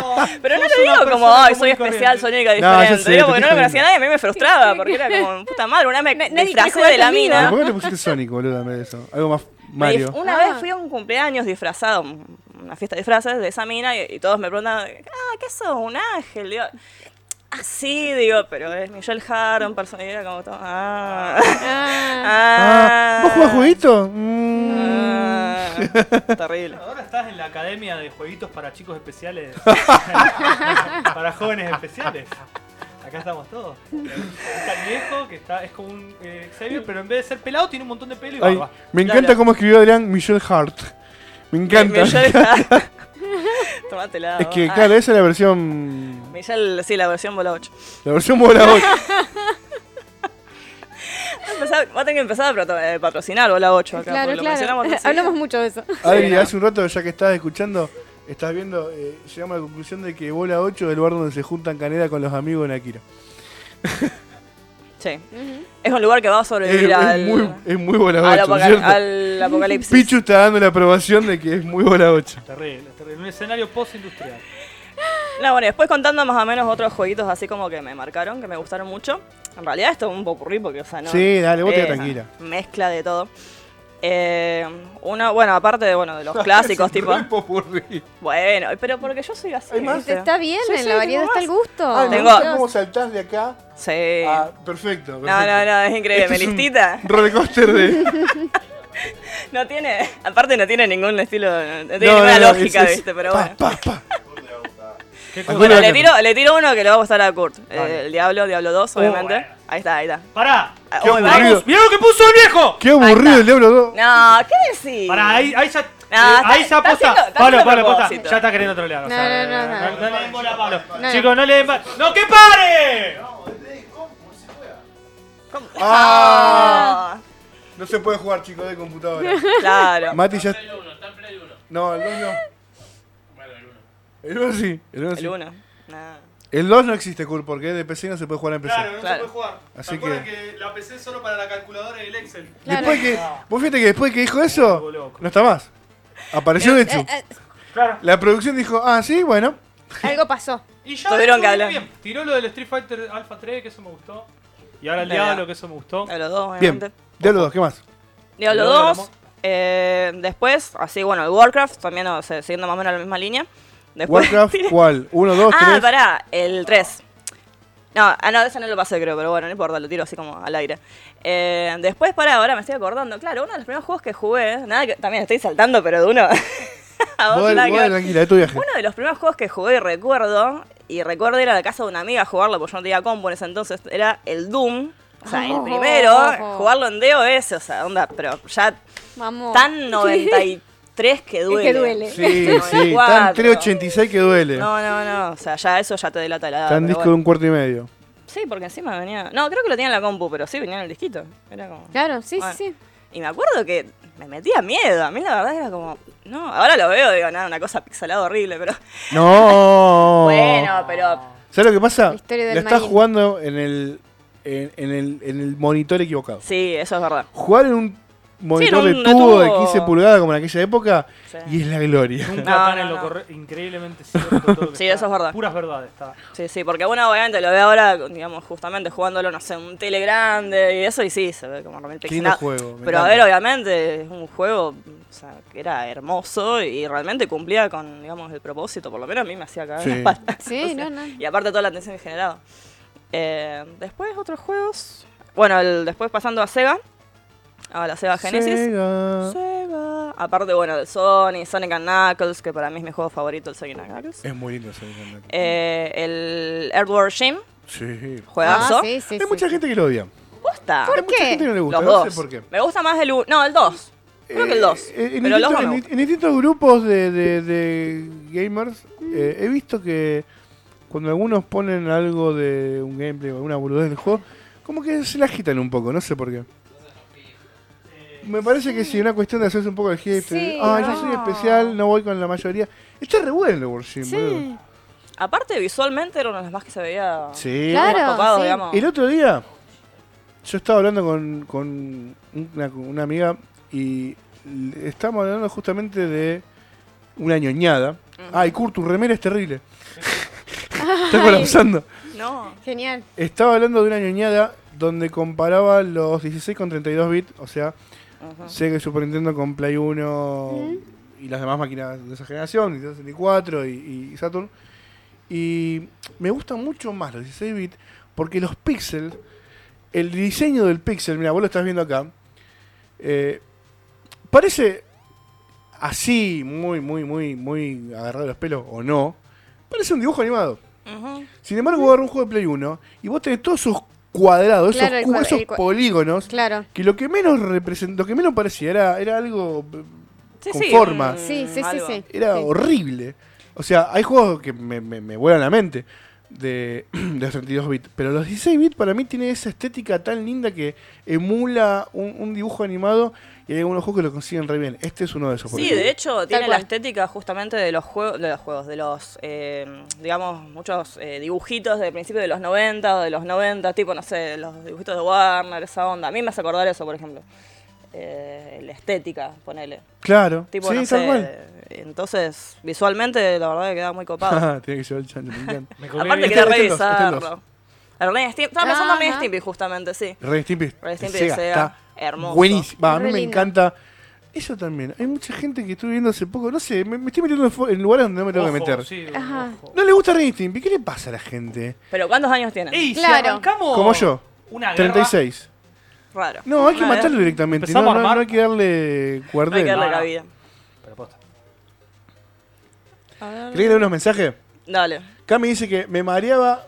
S4: Sos
S5: lo
S4: una
S5: digo como,
S4: persona
S5: ay,
S4: común
S5: soy
S4: y
S5: especial, soy única y
S2: No, yo
S5: diferente.
S2: sé,
S5: digo,
S2: te
S5: porque no
S2: estoy
S5: lo conocía
S2: jodiendo.
S5: nadie, a mí me frustraba, porque era
S4: [LAUGHS]
S5: como, puta madre, una vez me
S3: Nadie quiere
S5: disfracé
S3: saber
S5: de la
S3: de mí, ¿no?
S5: mina.
S2: Ah, ¿Por qué no te pusiste Sonic, boludo, en vez de eso? Algo más
S5: Me dif-
S2: Mario.
S5: Una
S3: Ah.
S5: vez fui a un cumpleaños disfrazado, un- una fiesta de disfraces de esa mina y, y todos me preguntan, ah, ¿qué sos? ¿Un ángel? Digo, ah, sí, digo, pero es Michelle Hart, un personaje era como todo, ah,
S3: Ah,
S5: ah.
S2: Ah, ¿Vos jugás jueguito? Mm.
S5: Ah, terrible.
S4: Ahora estás en la academia de jueguitos para chicos especiales. para jóvenes especiales. Acá estamos todos. Está el viejo que está, es como un eh, Xavier, pero en vez de ser pelado tiene un montón de pelo y
S2: Ay,
S4: barba.
S2: me encanta
S5: Claro.
S2: cómo escribió Adrián Michelle Hart. Me encanta.
S5: Michelle Hart. Tómatela.
S2: [LAUGHS] Es que,
S5: vos. Ah,
S2: claro, esa es la versión.
S5: Michelle, sí, la versión bola 8.
S2: La versión bola
S5: [LAUGHS]
S2: 8.
S5: Va a tener que empezar a proto- eh, patrocinar bola 8 acá.
S3: claro,
S5: porque lo mencionamos
S3: [LAUGHS] claro.
S5: recién.
S3: Hablamos mucho de eso.
S2: Adri,
S5: no.
S2: hace un rato, ya que estás escuchando, estás viendo, eh, llegamos a la conclusión de que bola 8 es el lugar donde se juntan Caneda con los amigos en Akira.
S5: Sí. Es un lugar que va a
S2: Es,
S5: sobrevivir
S2: es
S5: al,
S2: muy, es muy bola
S5: al
S2: 8,
S5: apoca-
S2: ¿cierto?
S5: al apocalipsis.
S2: Pichu está dando la aprobación de que es muy bola 8.
S4: Terrible, terrible. Un escenario post-industrial.
S5: No, bueno, y después contando más o menos otros jueguitos así como que me marcaron, que me gustaron mucho. En realidad esto es un popurrí porque, o sea, no...
S2: Sí, dale, vos te
S5: es
S2: tranquila.
S5: Mezcla de todo. Eh, uno, bueno, aparte de, bueno,
S2: [LAUGHS]
S5: de los clásicos, tipo... Bueno, pero porque yo soy así.
S2: ¿Hay más?
S5: ¿viste?
S3: Está bien,
S5: Sí,
S3: en
S5: sí,
S3: la variedad está
S5: tengo
S3: el gusto.
S2: Ah, me
S5: Tengo-
S2: gusta cómo saltás de acá.
S5: Sí.
S2: Ah, perfecto, perfecto.
S5: no, no, no, es increíble.
S2: Este es
S5: Mi
S2: un
S5: listita
S2: Rollercoaster de.
S5: no tiene... Aparte no tiene ningún estilo... No tiene
S2: No,
S5: ninguna
S2: no, no,
S5: lógica,
S2: es- es-
S5: ¿viste? Pero
S2: pa,
S5: bueno.
S2: pa, pa.
S4: ¿Qué
S2: Alguna
S5: Bueno,
S2: que-
S5: le
S2: Uh,
S5: tiro, le tiro uno que le va a gustar a Kurt. Eh,
S4: Dale.
S5: el Diablo, Diablo 2, obviamente.
S4: bueno.
S5: Ahí está, ahí está.
S4: ¡Pará!
S5: Ah,
S2: Qué
S5: oh,
S2: aburrido.
S5: vamos.
S4: ¡Vamos! ¡Mirá lo que puso el viejo!
S2: Qué aburrido el Diablo 2.
S5: No, ¿qué decís?
S4: Pará, ahí, ahí ya.
S5: No,
S4: eh,
S5: está-
S4: ahí ya
S5: está
S4: aposta.
S5: haciendo- está
S4: Pablo,
S5: haciendo
S4: Pablo, aposta.
S5: propósito.
S4: Ya está queriendo trolear. o
S3: No,
S4: sea,
S3: no, no, no.
S4: no, le den bola a Pablo.
S3: No.
S4: Chicos, no le den bola. ¡No, que pare!
S5: Ah,
S2: No se puede jugar, chicos, de computadora. [LAUGHS]
S5: claro.
S2: Mati ya.
S1: Play 1, está en Play 1.
S2: No, el 2 no.
S1: Bueno, el 1.
S2: El 1 sí. El 1 sí.
S5: El 1. Nah.
S2: El 2 no existe, Kurt, porque de PC no se puede jugar en PC.
S1: Claro, no
S5: Claro.
S1: se puede jugar.
S2: Así
S1: ¿Se acuerdan que... la PC es solo para la calculadora y el Excel?
S3: Claro.
S2: Después que. Vos fíjate que después que dijo eso, no está más. Apareció de hecho.
S3: Eh, eh,
S4: Claro.
S2: La producción dijo, ah, sí, bueno.
S3: algo pasó.
S4: Y ya
S5: Tuvieron
S4: estuvo
S5: que hablar.
S4: bien. Tiró lo del Street Fighter Alpha 3, que eso me gustó. Y ahora el
S5: Verdad.
S4: Diablo, que eso me gustó.
S5: Diablo 2,
S2: Bien.
S5: obviamente.
S2: Diablo 2, ¿qué más?
S5: Diablo
S4: Diablo
S5: 2.
S4: dos.
S5: Eh, después, así, bueno, el Warcraft también, o sea, siguiendo más o menos la misma línea. Después, [LAUGHS]
S2: Warcraft, ¿cuál? 1, 2,
S5: Ah,
S2: 3.
S5: pará, el 3. No, ah, no, ese no lo pasé, creo, pero bueno, no importa, lo tiro así como al aire. Eh, después, pará, ahora me estoy acordando. Claro, uno de los primeros juegos que jugué, nada que, también estoy saltando, pero de uno. [LAUGHS] a otro,
S2: Vos,
S5: nada que
S2: vos
S5: ver.
S2: tranquila, es tu viaje.
S5: Uno de los primeros juegos que jugué y recuerdo, y recuerdo ir a la casa de una amiga a jugarlo, porque yo no tenía combo en ese entonces, era el Doom. O sea, el primero,
S3: Oh.
S5: jugarlo en DOS, o sea, onda, pero ya
S3: Vamos. [LAUGHS]
S5: tan 93 que duele.
S3: que duele.
S2: Sí, sí,
S5: 94.
S2: tan 386 que duele.
S5: No, no, no, o sea, ya eso ya te delata la edad.
S2: Tan
S5: pero
S2: disco de
S5: bueno.
S2: un cuarto y medio.
S5: Sí, porque encima venía... No, creo que lo tenía en la compu, pero sí, venía en el disquito. Era como...
S3: Claro, sí,
S5: Bueno.
S3: sí, sí.
S5: Y me acuerdo que me metía miedo, a mí la verdad era como... No, ahora lo veo, digo, nada, una cosa pixelada horrible, pero...
S2: No.
S5: [LAUGHS] Bueno, pero...
S2: ¿Sabes lo que pasa?
S3: La historia del
S2: La estás
S3: Marín.
S2: jugando en el, en, en el, en el monitor equivocado.
S5: Sí, eso es verdad.
S2: Jugar en un monitor
S5: un-
S2: de
S5: de
S2: tubo de
S5: tubo.
S2: 15 pulgadas como en aquella época
S5: Sí.
S2: y es la gloria.
S4: Nunca
S5: No,
S4: tan
S5: no,
S4: en lo
S5: no.
S4: correcto. Increíblemente cierto. todo lo que
S5: [LAUGHS] Sí,
S4: está.
S5: eso es verdad.
S4: Puras verdades. Está.
S5: Sí, sí, porque bueno, obviamente lo veo ahora, digamos, justamente jugándolo, no sé, un tele grande y eso, y sí, se ve como
S2: [LAUGHS]
S5: realmente
S2: Qué lindo
S5: pixelado.
S2: juego. me
S5: Pero a
S2: encanta.
S5: ver, obviamente es un juego, o sea, que era hermoso y realmente cumplía con, digamos, el propósito, por lo menos a mí me hacía cagar en
S2: Sí.
S5: las patas. [LAUGHS]
S3: Sí, no, no.
S5: Y aparte toda la atención que generaba. Eh, después otros juegos. Bueno, el- después pasando a Sega. A la Sega Genesis.
S2: Sega.
S5: Sega. Aparte, bueno, del Sony, Sonic and Knuckles, que para mí es mi juego favorito, el Sonic and Knuckles.
S2: Es muy lindo Sega.
S5: Eh, el Earthworm Jim,
S2: Sí.
S5: juegazo.
S3: Ah, sí, sí,
S2: Hay
S3: sí.
S2: mucha gente que lo odia.
S5: Posta.
S3: ¿Por
S2: Hay mucha
S3: qué?
S2: gente que no le gusta.
S5: Los
S2: no
S5: dos.
S2: sé por qué.
S5: Me gusta más el 1. No, el 2. Creo que el 2.
S2: Eh, en,
S5: pero el 2
S2: distintos,
S5: no me
S2: en-
S5: gusta.
S2: en distintos grupos de, de- de gamers eh, he visto que cuando algunos ponen algo de un gameplay o alguna boludez del juego, como que se la agitan un poco, no sé por qué. Me parece que si una cuestión de hacerse un poco el hate,
S3: Sí,
S2: ah, yo
S3: no.
S2: soy especial, no voy con la mayoría. Está re bueno el Warship,
S3: Sí,
S5: Aparte, visualmente era uno de los más que se veía.
S2: Sí.
S3: Claro.
S5: más copado,
S3: sí.
S5: digamos.
S2: El otro día, yo estaba hablando con, con una, con una amiga y l- estábamos hablando justamente de una ñoñada. Ay, Kurt, tu remera es terrible. Está colapsando.
S5: No.
S3: genial.
S2: Estaba hablando de una ñoñada donde comparaba los 16 con 32 bits, o sea,
S5: Ujú.
S2: Sega y Super Nintendo con Play 1 y las demás máquinas de esa generación, Nintendo 64 y, y Saturn. Y me gustan mucho más los 16 bits porque los píxeles, el diseño del píxel, mira, vos lo estás viendo acá, eh, parece así, muy, muy, muy, muy agarrado de los pelos o no, parece un dibujo animado.
S5: Ujú.
S2: Sin embargo, vos agarrás un juego de Play 1 y vos tenés todos esos cuadrados,
S3: Claro,
S2: esos,
S3: el
S2: cu-
S3: cuadra-
S2: esos
S3: el cua-
S2: polígonos
S3: Claro.
S2: que lo que menos represent- lo que menos parecía era, era algo eh,
S5: Sí,
S2: con
S5: sí,
S2: forma,
S5: mm,
S3: Sí, sí, sí,
S5: algo.
S3: sí.
S2: era
S3: Sí.
S2: horrible. O sea, hay juegos que me, me, me vuelan la mente, de, [CLEARS THROAT] de los 32 bits. Pero los 16 bits para mí tiene esa estética tan linda que emula un, un dibujo animado y hay algunos juegos que lo consiguen re bien. Este es uno de esos. por
S5: Sí,
S2: ejemplo.
S5: de hecho, tiene la
S3: cual.
S5: estética justamente de los juegos, de los juegos, de los, eh, digamos, muchos eh, dibujitos de principios de los 90 o de los 90, tipo, no sé, los dibujitos de Warner, esa onda. A mí me hace acordar eso, por ejemplo. Eh, la estética, ponele.
S2: Claro.
S5: Tipo,
S2: sí,
S5: no
S2: tal
S5: sé.
S2: cual.
S5: Entonces, visualmente, la verdad que queda muy copado.
S2: [LAUGHS] Tiene que llevar el chancho, me encanta.
S4: Me colgué.
S5: [LAUGHS] Aparte,
S2: Este-
S5: quería
S2: este es dos, este es dos.
S5: revisarlo. Ernest Stimpy- Estaba pensando en
S3: Ajá.
S5: Ernest Stimpy, justamente, sí.
S2: Red Stimpy.
S5: Ren y Stimpy
S2: Sega,
S5: de Sega,
S2: está
S5: hermoso.
S2: Buenísimo. Va, a mí
S3: Re
S2: me
S3: lindo.
S2: encanta. Eso también. Hay mucha gente que estuve viendo hace poco. No sé, me, me estoy metiendo en fo- en lugares donde no me tengo que
S4: Ojo,
S2: meter.
S4: sí,
S3: Ajá.
S4: ojo.
S2: No le gusta Ren y Stimpy. ¿Qué le pasa a la gente?
S5: Pero ¿cuántos años tiene?
S4: Ey, si
S3: Claro.
S4: arrancamos
S2: Como yo.
S4: Una guerra,
S2: 36.
S5: Raro.
S2: No, hay que
S5: Ah,
S2: matarlo directamente. No,
S4: Empezamos a
S2: no-
S4: armar.
S2: no hay que darle
S5: No hay que
S2: cuartel.
S5: darle
S4: No, no.
S5: cabida.
S4: Pero posta.
S2: ¿Querés leer unos mensajes?
S5: Dale.
S2: Cami dice que me mareaba,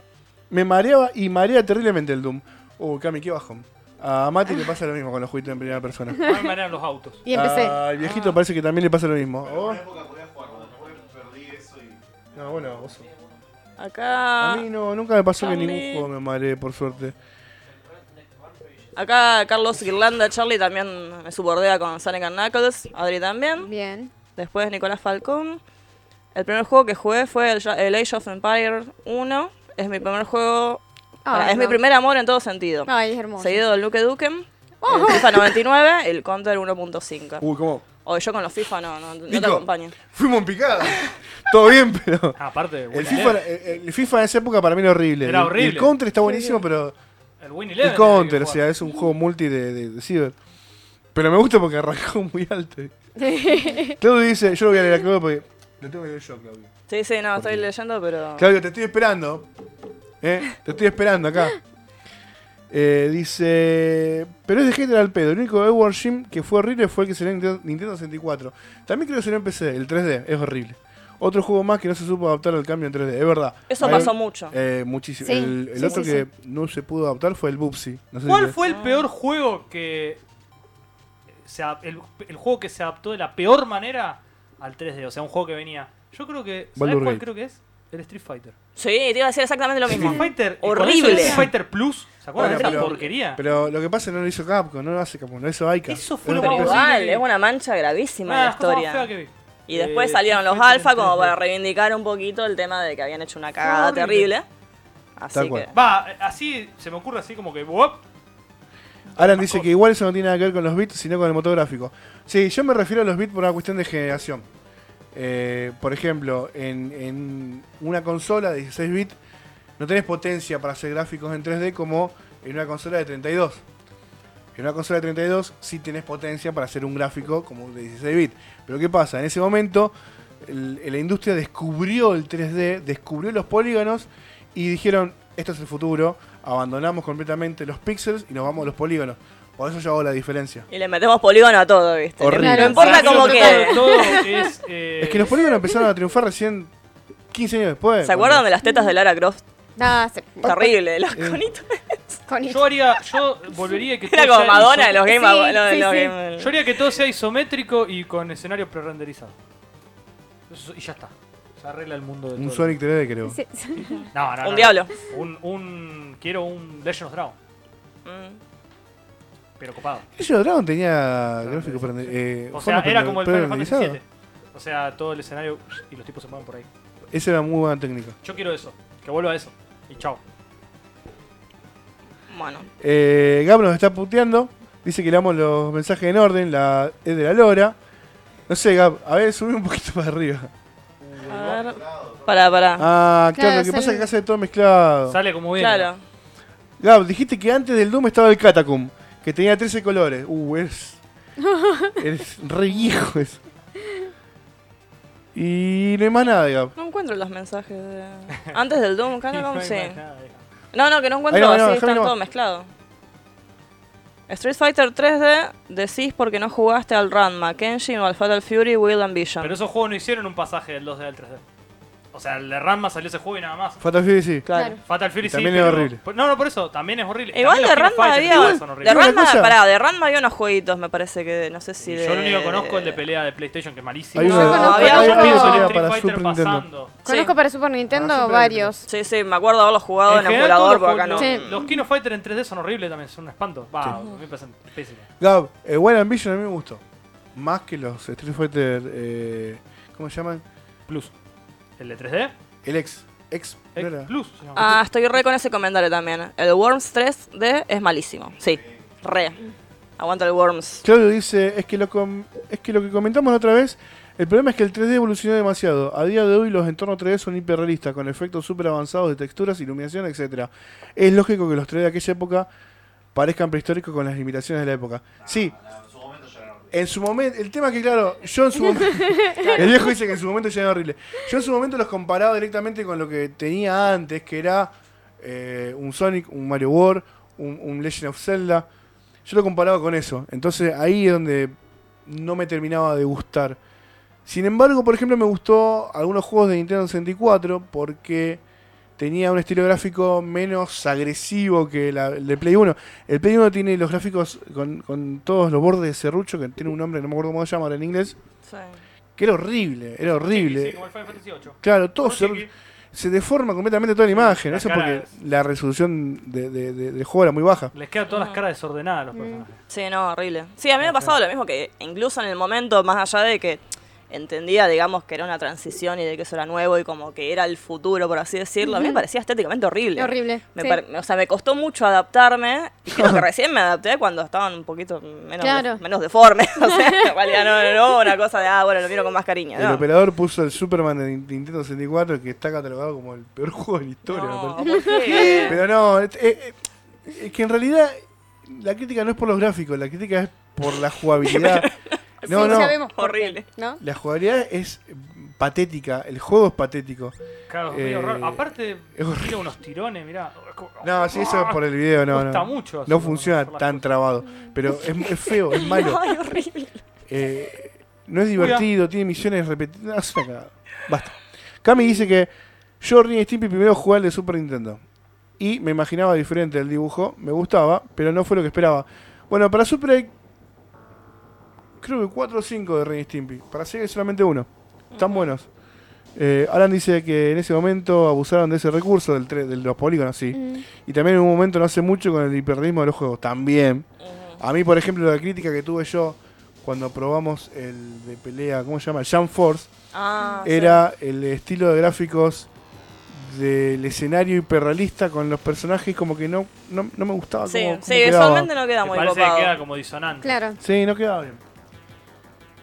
S2: me mareaba y marea terriblemente el Doom. Uy, Cami, qué bajón. A Mati le pasa lo mismo con los jueguitos en primera
S5: [LAUGHS]
S2: persona.
S4: A mí me marean los autos.
S3: Y empecé.
S2: Al viejito parece que también le pasa lo mismo. Oh,
S6: época podía jugar, después perdí eso y.
S2: no, bueno, vos-
S5: Acá,
S2: A mí no, nunca me pasó que
S5: Ah. a
S2: ningún
S5: mí-
S2: juego me mareé, por suerte.
S5: acá Carlos Irlanda, Charlie también me subordea con Sonic and Knuckles, Adri también.
S3: Bien.
S5: Después Nicolás Falcón. El primer juego que jugué fue el, el Age of Empire 1. Es mi primer juego.
S3: Ah,
S5: es mi
S3: no.
S5: primer amor en todo sentido.
S3: Ay, es hermoso. [LAUGHS] Oh.
S5: Seguido del Duke Dukem. El FIFA 99, el Counter 1.5.
S2: Uy, ¿cómo?
S5: O yo con los FIFA no, no, no te
S2: Uh. Nico.
S5: acompaño.
S2: Fuimos en picada. [LAUGHS] Todo bien, pero.
S4: Ah, aparte,
S2: El
S4: buena, eh.
S2: FIFA, era- el, el FIFA en esa época para mí era horrible.
S4: Era
S2: El- El
S4: horrible.
S2: Counter está buenísimo, pero.
S4: el Win
S2: El
S4: Eleven.
S2: Counter, o
S4: tenés que
S2: sea, es un juego multi de, de, de Ciber. Pero me gusta porque arrancó [LAUGHS] muy alto. Claudio dice, yo lo voy a leer a Claudio porque. Lo tengo que leer yo, Claudio.
S5: Sí, sí, no, estoy leyendo, pero.
S2: Claudio, te estoy esperando. ¿eh? Te estoy esperando acá. Eh, dice. Pero es de hater al pedo. El único Edward Jim que fue horrible fue el que salió en Nintendo- Nintendo 64. También creo que salió en PC, el 3D. Es horrible. Otro juego más que no se supo adaptar al cambio en 3D. Es verdad.
S5: Eso
S2: Hay-
S5: pasó mucho.
S2: eh, muchísimo.
S3: Sí,
S2: el el
S3: sí,
S2: otro
S3: sí,
S2: que no se pudo adaptar fue el Bubsy. No sé si
S4: ¿Cuál
S2: lo-
S4: fue el
S5: Ah.
S4: peor juego que. se a- el, el juego que se adaptó de la peor manera al 3D? O sea, un juego que venía. Yo creo que. ¿Sabes
S2: Baldur's
S4: cuál
S2: Gate.
S4: creo que es? El Street Fighter.
S5: Sí, te iba a decir exactamente lo mismo.
S4: Street Fighter. y con
S5: Horrible.
S4: eso el Street Fighter Plus. ¿Se acuerdan
S2: Bueno,
S4: de esa
S2: pero-
S4: porquería?
S2: Pero lo que pasa es que no lo hizo Capcom, no lo hace Capcom, lo hizo Aika.
S4: Eso fue lo
S5: Pero
S4: más
S2: empezó.
S4: horrible.
S5: igual, es una mancha gravísima
S4: Una
S3: Ah,
S5: en
S4: de
S5: la
S4: las cosas Ah, más feas
S5: historia.
S4: que vi.
S5: Y después
S4: Eh,
S5: salieron los
S4: Street Fighter
S5: alfa como
S4: 3D.
S5: para reivindicar un poquito el tema de que habían hecho una cagada
S4: Horrible.
S5: terrible.
S2: Tal
S5: Así
S2: cual.
S5: que.
S4: Va, eh, así se me ocurre así como que. ¡wop!
S2: Alan dice que igual eso no tiene nada que ver con los bits, sino con el motográfico. Sí, yo me refiero a los bits por una cuestión de generación. Eh, por ejemplo, en, en una consola de 16 bits no tenés potencia para hacer gráficos en 3D como en una consola de 32. En una consola de 32 sí tenés potencia para hacer un gráfico como de 16 bits. Pero ¿qué pasa? En ese momento el- la industria descubrió el 3D, descubrió los polígonos y dijeron, esto es el futuro, abandonamos completamente los píxeles y nos vamos a los polígonos. Por eso yo hago la diferencia.
S5: Y le metemos polígono a todo, ¿viste?
S2: Horrible.
S5: No
S3: Claro,
S5: importa
S3: sí,
S5: cómo
S3: sí,
S5: quede.
S4: Todo, todo es. eh,
S2: Es que los polígonos empezaron a triunfar recién 15 años después.
S5: ¿Se acuerdan de las tetas de Lara Croft?
S3: Ah, se-
S5: Terrible, los
S2: Eh.
S5: conitos.
S3: con
S4: Yo haría. Yo volvería que.
S5: Era
S4: todo
S5: como
S4: sea
S5: Madonna
S4: iso-
S5: de los Game
S3: Sí,
S5: Awards, lo-
S3: sí,
S5: los
S3: sí.
S5: Game-
S4: Yo haría que todo sea isométrico y con escenario prerenderizado. Eso- Y ya está. Se arregla el mundo de
S2: Un
S4: todo.
S2: Sonic 3D creo.
S3: Sí, sí.
S4: No, no, no,
S5: Un
S4: no.
S5: diablo.
S4: Un, un- Quiero un Legend of Dragon,
S5: Mm.
S4: pero copado.
S2: Ellos Dragon tenía gráficos prende- eh,
S4: O sea,
S2: fondos
S4: era como el
S2: pre-
S4: Final Fantasy
S2: pre-renderizados.
S4: VII. O sea, todo el escenario y los tipos se mueven por ahí.
S2: Esa era muy buena técnica.
S4: Yo quiero eso. Que vuelva a eso. Y chao.
S5: Bueno,
S2: Eh, Gab nos está puteando. Dice que le damos los mensajes en orden. La es de la Lora. No sé, Gab. A ver, subí un poquito [LAUGHS] para arriba.
S5: a ver. Pará, pará.
S2: Ah, claro.
S3: Claro,
S2: lo que
S3: sale-
S2: pasa es que acá sale todo mezclado.
S4: Sale como bien. [LAUGHS]
S5: Claro.
S2: Gab, dijiste que antes del Doom estaba el Catacomb. Que tenía 13 colores. Uh, eres. eres re viejo eso. Y no hay más nada, de Gab.
S5: No encuentro los mensajes de... Antes del
S4: [LAUGHS]
S5: Doom, Canacom, sí.
S4: Yo
S5: No, no, que no
S2: Ahí
S5: encuentro,
S2: nomás,
S5: así
S2: ahí
S5: están
S2: nomás.
S5: todo mezclado. Street Fighter 3D decís porque no jugaste al Ranma, Kenshin o al Fatal Fury, Will and Vision.
S4: Pero esos juegos no hicieron un pasaje del 2D al 3D. O sea, el de Ranma salió ese juego y nada más.
S2: Fatal Fury sí.
S5: Claro.
S4: Fatal Fury
S2: Y
S4: sí.
S2: también es
S4: pero-
S2: horrible.
S4: por- No, no, por eso, también es horrible.
S5: Igual de
S4: También los King of
S5: Ranma
S4: Fighters
S5: había. [LAUGHS]
S4: son
S5: De
S4: horribles.
S2: Igual,
S5: Ranma,
S2: cosa-
S5: pará, de Ranma había unos jueguitos, me parece que. No sé si.
S4: Y
S5: de-
S4: Yo lo único que conozco es el de pelea de PlayStation, que es malísimo.
S2: Hay
S3: uno- No, hay-
S4: había
S3: hay
S4: un de
S3: uno
S2: que era
S4: Street
S2: para
S4: Fighter
S2: Super Nintendo.
S4: pasando.
S3: Conozco
S5: Sí.
S3: para Super Nintendo
S2: Ah, Super
S3: varios.
S5: Sí, sí, me acuerdo haberlo jugado en,
S4: En general,
S5: emulador,
S4: todos
S5: porque
S4: los
S5: acá no.
S4: juegos-
S3: no.
S4: Los King of Fighter en 3D son horribles también, son un espanto. Va, me parecen pésimos.
S2: Gab, el Wild Ambition a mí me gustó. Más que los Street Fighter. Eh, ¿Cómo se llaman?
S4: Plus. ¿El de 3D?
S2: El ex. Ex. ¿no
S4: Eh,
S2: era?
S4: Plus. se llama.
S5: Ah, estoy re con ese comentario también. El Worms 3D es malísimo. Sí, re. Aguanta el Worms.
S2: Claudio dice: es que, lo com- es que lo que comentamos la otra vez. El problema es que el 3D evolucionó demasiado. A día de hoy los entornos 3D son hiperrealistas, con efectos súper avanzados de texturas, iluminación, etc. Es lógico que los 3D de aquella época parezcan prehistóricos con las limitaciones de la época. Sí,
S6: En su momento ya era horrible.
S2: En su momento, el tema es que, claro, yo en su momento. el viejo dice que en su momento ya era horrible. Yo en su momento los comparaba directamente con lo que tenía antes, que era eh, un Sonic, un Mario World, un, un Legend of Zelda. Yo lo comparaba con eso. Entonces ahí es donde no me terminaba de gustar. Sin embargo, por ejemplo, me gustó algunos juegos de Nintendo 64 porque tenía un estilo gráfico menos agresivo que la- el de Play 1. El Play 1 tiene los gráficos con, con todos los bordes de serrucho, que tiene un nombre, no me acuerdo cómo se llama ahora en inglés,
S5: Sí.
S2: que era horrible, era
S4: Sí,
S2: horrible.
S4: como el Final Fantasy VIII.
S2: Claro, todo
S4: Como
S2: se,
S4: Chiqui.
S2: se deforma completamente toda la imagen.
S4: La
S2: Eso
S4: cara
S2: porque
S4: es-
S2: la resolución de- de- de- del juego era muy baja.
S4: Les quedan
S5: Ah.
S4: todas las caras desordenadas a los personajes.
S5: Sí, no, horrible. Sí, a mí me ha pasado lo mismo que incluso en el momento, más allá de que entendía, digamos, que era una transición y de que eso era nuevo y como que era el futuro, por así decirlo, a mí me parecía estéticamente horrible.
S3: Horrible,
S5: Me
S3: sí.
S5: pare- O sea, me costó mucho adaptarme.
S2: [LAUGHS]
S5: Y creo que recién me adapté cuando estaban un poquito menos,
S3: Claro.
S5: menos deformes. [LAUGHS] O sea, en realidad no, no, una cosa de, ah, bueno, lo miro con más cariño.
S2: El
S5: no.
S2: operador puso el Superman de Nintendo 64, que está catalogado como el peor [LAUGHS] juego de la historia. me
S5: No,
S2: parece.
S5: ¿por
S2: [LAUGHS]
S5: qué?
S2: Pero no, es, es- es que en realidad la crítica no es por los gráficos, la crítica es por la
S5: [LAUGHS]
S2: jugabilidad. No,
S3: sí,
S2: no,
S3: sabemos. por qué,
S5: Horrible.
S3: ¿No?
S2: la jugabilidad es patética, el juego es patético.
S4: Claro,
S2: Eh,
S4: medio horror. Aparte,
S2: es horrible.
S4: tiene unos tirones, mirá. Es como-
S2: No, sí, eso es por el video, no,
S4: Cuesta
S2: no.
S4: mucho
S2: no
S4: hacerlo,
S2: funciona
S4: hacer las
S2: tan
S4: cosas.
S2: trabado, pero es, es feo, es
S3: [LAUGHS]
S5: [LAUGHS]
S2: malo.
S5: Ay, horrible.
S2: Eh, no es divertido, tiene misiones repetidas. es una cagada. Basta. Cami dice que yo, Rin y Stimpy, primero jugué al de Super Nintendo. Y me imaginaba diferente el dibujo. Me gustaba, pero no fue lo que esperaba. Bueno, para Super hay. Creo que 4 o 5 de Rin y Stimpy. Para Sega hay solamente uno. Están buenos. Eh, Alan dice que en ese momento abusaron de ese recurso del tre- de los polígonos, sí.
S3: Mm.
S2: Y también en un momento no hace mucho con el hiperrealismo de los juegos. También. A mí, por ejemplo, la crítica que tuve yo cuando probamos el de pelea, ¿cómo se llama? El Jump Force,
S5: Ah, sí.
S2: era el estilo de gráficos del escenario hiperrealista con los personajes como que no, no, no me gustaba
S5: Sí,
S2: cómo- cómo
S5: sí,
S2: quedaba.
S5: visualmente no queda
S4: Me
S5: muy
S4: parece
S5: copado.
S4: que queda como disonante.
S3: Claro.
S2: Sí, no quedaba bien.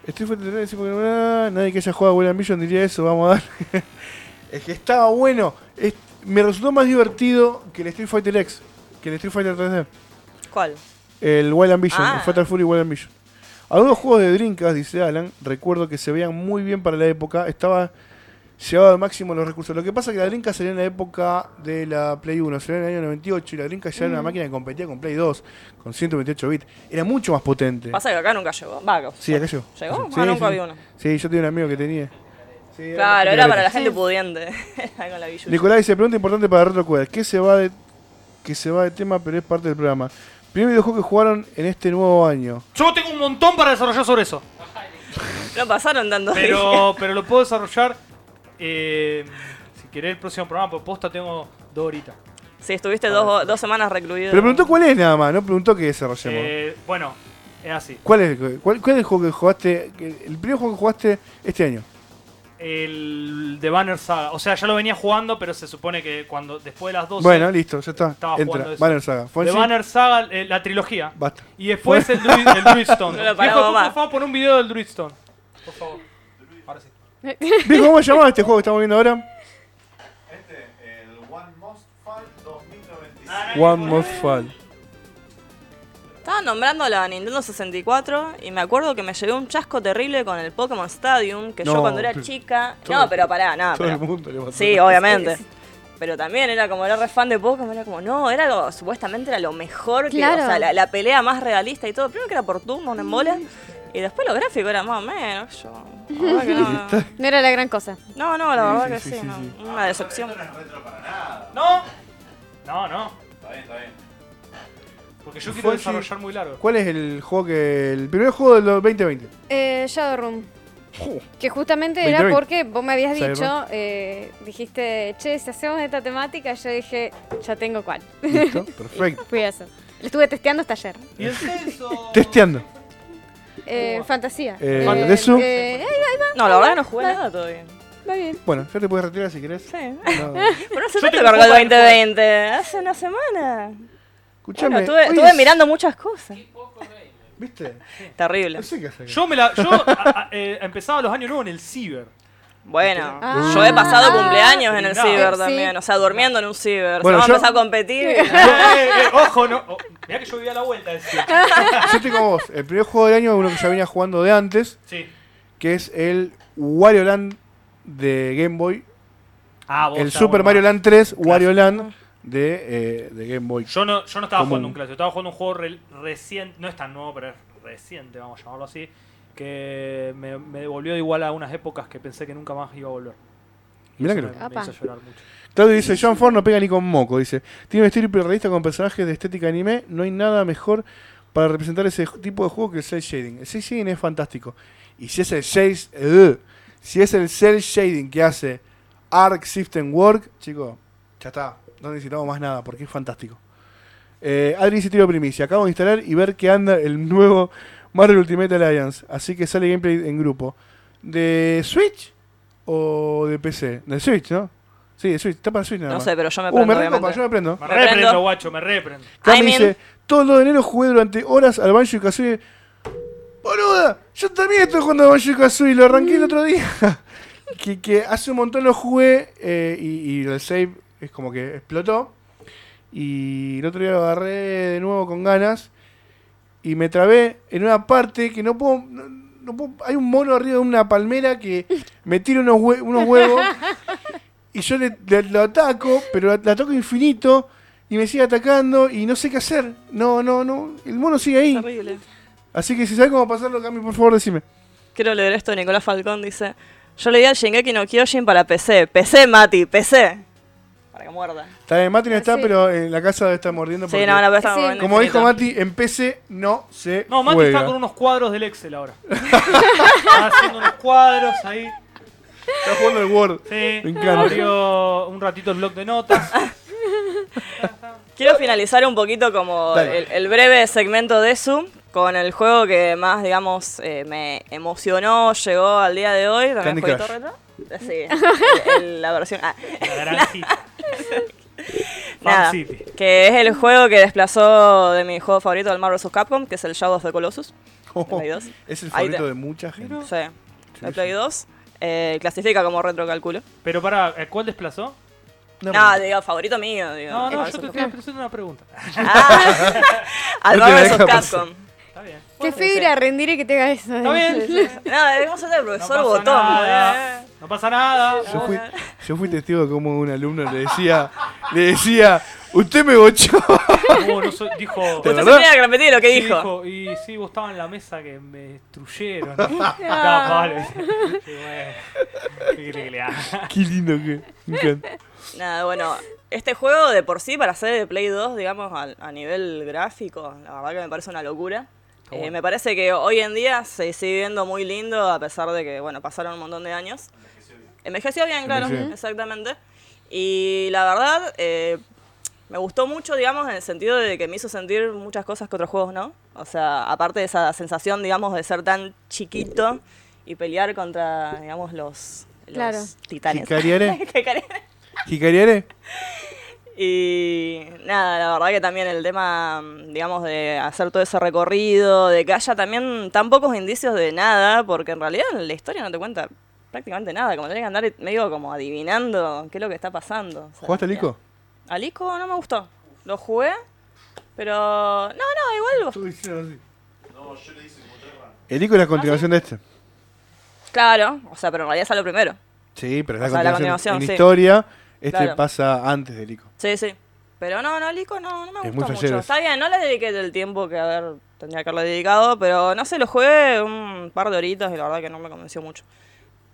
S2: Street Fighter 3 sí, porque, ah, nadie que haya jugado a William Mission diría eso, vamos a dar. [LAUGHS] es que estaba bueno. Es- me resultó más divertido que el Street Fighter X, que el Street Fighter 3D.
S5: ¿Cuál?
S2: El Wild Ambition,
S5: Ah.
S2: el Fatal Fury Wild Ambition. Algunos juegos de Dreamcast, dice Alan, recuerdo que se veían muy bien para la época, estaba llevado al máximo los recursos. Lo que pasa es que la Dreamcast salió en la época de la Play 1, salió en el año 98 y la Dreamcast ya era
S5: Mm.
S2: una máquina que competía con Play 2, con 128 bits. Era mucho más potente.
S5: Pasa que acá nunca llegó. Va, acá-
S2: Sí, acá llegó.
S5: ¿Llegó?
S2: Sí,
S5: ah, nunca
S2: sí.
S5: vi uno.
S2: Sí, yo tenía un amigo que tenía. Sí, era bastante
S5: Claro, era para
S2: careta.
S5: la gente pudiente. [LAUGHS] Era con la billulla.
S2: Nicolás dice, pregunta importante para Retro Cuerda. ¿Qué se va de que se va de tema, pero es parte del programa? Primer videojuego que jugaron en este nuevo año.
S4: Yo tengo un montón para desarrollar sobre eso.
S5: No pasaron tanto.
S4: Pero, pero lo puedo desarrollar. eh, si querés el próximo programa, por posta tengo dos horitas.
S5: Sí, estuviste dos, dos semanas recluido.
S2: Pero preguntó cuál es nada más, no preguntó qué desarrollemos.
S4: Eh, bueno, es así.
S2: ¿Cuál es, el- cuál, cuál es el juego que jugaste, que- el primer juego que jugaste este año?
S4: El de Banner Saga. O sea, ya lo venía jugando, pero se supone que cuando después de las 12.
S2: bueno, listo, ya está.
S4: Estaba jugando
S2: Entra,
S4: eso.
S2: Banner Saga.
S4: de
S2: Fonsi,
S4: Banner Saga, eh, la trilogía.
S2: Basta.
S4: Y después el, Druid- el Druidstone.
S2: [LAUGHS]
S5: No lo paramos
S4: Viejo,
S5: más.
S4: por favor, pon un video del Druidstone. Por favor. Ahora sí.
S2: Viejo, ¿Cómo se llamaba este juego que estamos viendo ahora?
S6: Este, el One Most Fall 2095.
S2: One Most Fall.
S5: Estaba nombrando la Nintendo 64 y me acuerdo que me llegó un chasco terrible con el Pokémon Stadium, que
S2: No,
S5: yo cuando era
S2: pero-
S5: chica...
S2: todo-
S5: No, pero pará, nada.
S2: Todo
S5: pero-
S2: el mundo le pasó.
S5: Ah, Sí, obviamente. Pero también era como, era re fan de Pokémon, era como, no, era lo, supuestamente era lo mejor, que,
S3: Claro.
S5: o sea, la, la pelea más realista y todo. Primero que era por turno, en bola, y después lo gráfico era más o menos, yo... La
S2: [LAUGHS]
S5: verdad que no, no.
S3: No era la gran cosa.
S5: No, no, la verdad
S2: Sí,
S5: que
S2: sí,
S5: sí,
S2: sí,
S5: no.
S2: sí, sí.
S5: Una decepción.
S6: Esto no es retro para nada.
S4: No, no, no.
S6: Está bien, está bien.
S4: Porque yo quiero
S2: Fue, sí.
S4: desarrollar muy largo.
S2: [LAUGHS] ¿Cuál es el juego que. el primer juego del 2020?
S3: Eh, Shadowroom.
S2: Ju,
S3: Que justamente
S2: 20,
S3: era
S2: 20.
S3: porque vos me habías
S2: Cyberpunk.
S3: dicho, eh, dijiste, che, si hacemos esta temática, yo dije, ya tengo cuál.
S5: [LAUGHS]
S2: listo,
S3: Y
S2: perfecto.
S3: Fui a eso. Lo estuve testeando hasta ayer.
S4: ¿Y el censo?
S2: Testeando.
S3: Eh, fantasía.
S2: Eh, ¿de eso?
S3: eh, ahí
S5: No, la verdad que no jugué nada todavía.
S3: va bien.
S2: Bueno, ya te puedes retirar si
S5: [LAUGHS]
S2: querés.
S5: Sí.
S2: No.
S5: Pero no se
S4: Yo
S5: tanto
S4: tengo
S5: cargó el
S4: poco de
S5: 2020. Hace una semana.
S2: Escuchame.
S5: Bueno, estuve,
S2: hoy
S5: estuve
S2: es-
S5: mirando muchas cosas.
S2: ¿Viste?
S5: Terrible.
S2: No sé qué hacer.
S4: Yo me la. Yo a- a- eh, empezaba los años nuevos en el ciber.
S5: Bueno,
S3: Ah.
S5: yo he pasado
S3: Ah.
S5: cumpleaños en el
S4: Sí.
S5: ciber
S3: Sí.
S5: también. O sea, durmiendo en un ciber.
S2: eh, Bueno,
S5: Bueno,
S2: yo-
S5: vamos a empezar a competir.
S4: Eh,
S2: [LAUGHS]
S4: eh, eh, ojo, no. oh, mirá que yo vivía a la vuelta eh, del ciber.
S2: Yo estoy con vos. El primer juego del año, uno que ya venía jugando de antes,
S4: Sí.
S2: que es el Wario Land de Game Boy.
S4: Ah, vos
S2: el
S4: ya,
S2: Super
S4: vos,
S2: Mario
S4: no.
S2: Land 3, Wario Land de, eh, de Game Boy.
S4: Yo no, yo no estaba
S2: Común.
S4: jugando un clásico, estaba jugando un juego re- reciente, no es tan nuevo, pero es reciente, vamos a llamarlo así, que me, me devolvió igual a unas épocas que pensé que nunca más iba a volver. Y
S2: Mirá
S4: eso
S2: que
S4: me,
S2: no.
S4: me
S3: Apa.
S4: hizo llorar mucho.
S2: Claudio dice, John Ford no pega ni con moco, dice. Tiene un estilo hiperrealista con personajes de estética anime, no hay nada mejor para representar ese ju- tipo de juego que el cel shading. El cel shading es fantástico. Y si es el cel, si es el cel shading que hace Arc System Work, chicos, ya está. No necesitamos más nada porque es fantástico. Eh, Adri dice tiro primicia. Acabo de instalar y ver que anda el nuevo Marvel Ultimate Alliance. Así que sale gameplay en grupo. ¿De Switch o de PC? De Switch, ¿no? Sí, de Switch. Está para Switch nada
S5: No
S2: más.
S5: sé, pero yo me
S2: Uh, me
S5: prendo,
S2: recopa,
S5: obviamente.
S2: yo me prendo.
S4: Me
S5: ¿Me
S4: reprendo,
S5: prendo?
S4: guacho, me reprendo.
S2: Cami
S5: I mean-
S2: dice, todo lo de enero jugué durante horas al Banjo y Kazooie. Boluda, yo también estoy jugando al Banjo y Kazooie, lo arranqué el otro día. [LAUGHS] que, que hace un montón lo jugué eh, y, y el save es como que explotó. Y el otro día lo agarré de nuevo con ganas y me trabé en una parte que no puedo... no- no puedo- hay un mono arriba de una palmera que me tira unos, hue- unos huevos y yo le, le- lo ataco, pero la ataco infinito y me sigue atacando y no sé qué hacer. No, no, no. El mono sigue ahí.
S5: Terrible.
S2: Así que si sabes cómo pasarlo, Cami, por favor, decime.
S5: Quiero leer esto de Nicolás Falcón, dice... Yo leí al Shingeki no Kyojin para PC. PC, Mati, PC. Para que muerda.
S2: Está bien, Mati no está,
S3: Sí.
S2: pero en la casa está mordiendo.
S5: Sí,
S2: porque,
S5: no, no, pero está
S3: Sí.
S5: bueno,
S2: como dijo
S5: infinito.
S2: Mati, en PC no se
S4: No, Mati
S2: juega.
S4: está con unos cuadros del Excel ahora. [LAUGHS] está haciendo unos cuadros ahí.
S2: Está jugando el Word.
S4: Sí.
S2: Me encanta.
S4: Abrió un ratito el blog de notas.
S5: Quiero finalizar un poquito como
S2: Dale.
S5: el, el breve segmento de Zoom con el juego que más, digamos, eh, me emocionó, llegó al día de hoy.
S2: Candy
S5: También jueguito
S2: Crush.
S5: retro.
S4: [LAUGHS]
S5: Sí, el- el- la versión... ah,
S4: La gran cita. Fan
S5: nada,
S4: City.
S5: que es el juego que desplazó de mi juego favorito del Marvel vs. Capcom, que es el Shadow of the Colossus. Play dos.
S2: es el
S5: Ahí
S2: favorito
S5: te-
S2: de mucha gente.
S4: Ah.
S5: Sí, de Play 2. Eh, clasifica como retro calculo.
S4: Pero para, ¿cuál desplazó?
S2: No,
S5: Nada, digo, favorito mío. Digo,
S4: No, no,
S5: Marvel
S4: yo te
S5: vs.
S4: estoy haciendo una pregunta.
S2: [LAUGHS]
S5: Ah, al
S2: No te
S5: Marvel vs.
S2: deja pasar.
S5: Capcom.
S4: Está bien.
S3: Qué
S5: Bueno,
S3: feo ir
S5: sí.
S3: a rendir y que te haga eso.
S4: Está bien.
S5: No, debemos ser el
S4: No
S5: profesor
S4: pasa
S5: Botón.
S4: nada.
S5: Pues ¿eh?
S4: No pasa nada.
S2: yo, fui, yo fui testigo de cómo un alumno le decía, le decía, usted me bochó. [LAUGHS]
S4: Oh, no soy- dijo,
S5: [LAUGHS]
S2: ¿De
S5: Usted se
S2: verdad?
S5: tenía que repetir lo que
S4: sí,
S5: dijo.
S4: dijo, Y sí, vos estabas en la mesa que me
S5: [LAUGHS]
S4: destruyeron.
S5: Ah.
S4: Estaba mal. Sí, bueno. ¿Qué querés que le haga?
S2: Qué lindo que. Me encanta.
S5: Nada, bueno, este juego de por sí, para ser de Play 2, digamos, al- a, nivel gráfico, la verdad que me parece una locura.
S4: Está
S5: Eh,
S4: bueno.
S5: me parece que hoy en día se sigue viendo muy lindo, a pesar de que, bueno, pasaron un montón de años. Envejeció bien, claro,
S2: Envejeció bien.
S5: exactamente. Y la verdad, eh, me gustó mucho, digamos, en el sentido de que me hizo sentir muchas cosas que otros juegos no. O sea, aparte de esa sensación, digamos, de ser tan chiquito y pelear contra, digamos, los, los
S3: Claro.
S5: titanes. [LAUGHS]
S2: Jicariere.
S5: Jicaria.
S2: Jicariere.
S5: Y nada, la verdad que también el tema, digamos, de hacer todo ese recorrido, de que haya también tan pocos indicios de nada, porque en realidad la historia no te cuenta prácticamente nada, como tenés que andar medio como adivinando qué es lo que está pasando. O sea,
S2: ¿Jugaste al Ico?
S5: Al Ico no me gustó, lo jugué, pero no, no, igual vos-
S2: El Ico es la continuación de
S5: ¿Ah,
S2: este.
S5: Claro, o sea, pero en realidad es lo primero.
S2: Sí, pero es la
S5: O sea, la
S2: continuación.
S5: continuación,
S2: en
S5: sí.
S2: historia, este
S5: Claro.
S2: pasa antes del Ico.
S5: Sí, sí. Pero no, no, Lico no, no me
S2: Es muy
S5: gustó mucho.
S2: flashero.
S5: Está bien, no le dediqué el tiempo que haber, tendría que haberle dedicado, pero no sé, lo jugué un par de horitas y la verdad que no me convenció mucho.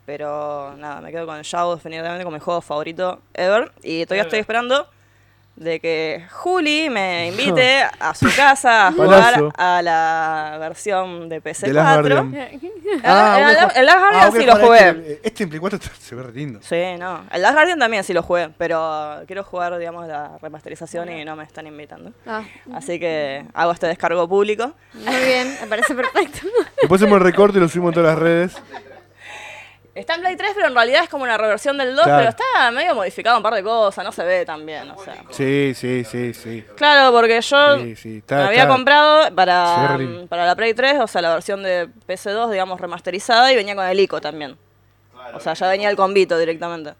S5: Pero nada, me quedo con Shadow definitivamente como mi juego favorito ever. Y todavía estoy esperando de que Juli
S2: [LAUGHS]
S5: me invite a su casa a jugar
S2: Palazo.
S5: a la versión de
S2: De Last
S5: PC4.
S2: Guardian.
S5: Ah, el-
S2: ok,
S5: el-
S2: Juan.
S5: el Last Guardian
S2: ok,
S5: sí lo
S2: Juan,
S5: jugué.
S2: Este, este en Play 4 está- se ve re lindo.
S5: Sí, no. El Last Guardian también sí lo jugué, pero quiero jugar, digamos, la remasterización y no me están invitando.
S3: [LAUGHS] Ah,
S5: Así que hago este descargo público.
S3: muy bien, me
S2: [LAUGHS]
S3: parece perfecto.
S2: Después hacemos el recorte y lo subimos en todas las redes.
S5: Está en Play 3, pero en realidad es como una reversión del 2,
S2: Claro.
S5: pero está medio modificado un par de cosas, no se ve tan bien, o sea.
S2: Sí, sí, sí, sí.
S5: Claro, porque yo
S2: Sí, sí, está-
S5: me había
S2: está-
S5: comprado
S2: Se ve re
S5: para, mm,
S2: lindo.
S5: para la Play 3, o sea, la versión de PC2, digamos, remasterizada, y venía con el ICO también. O sea, ya venía el convito directamente.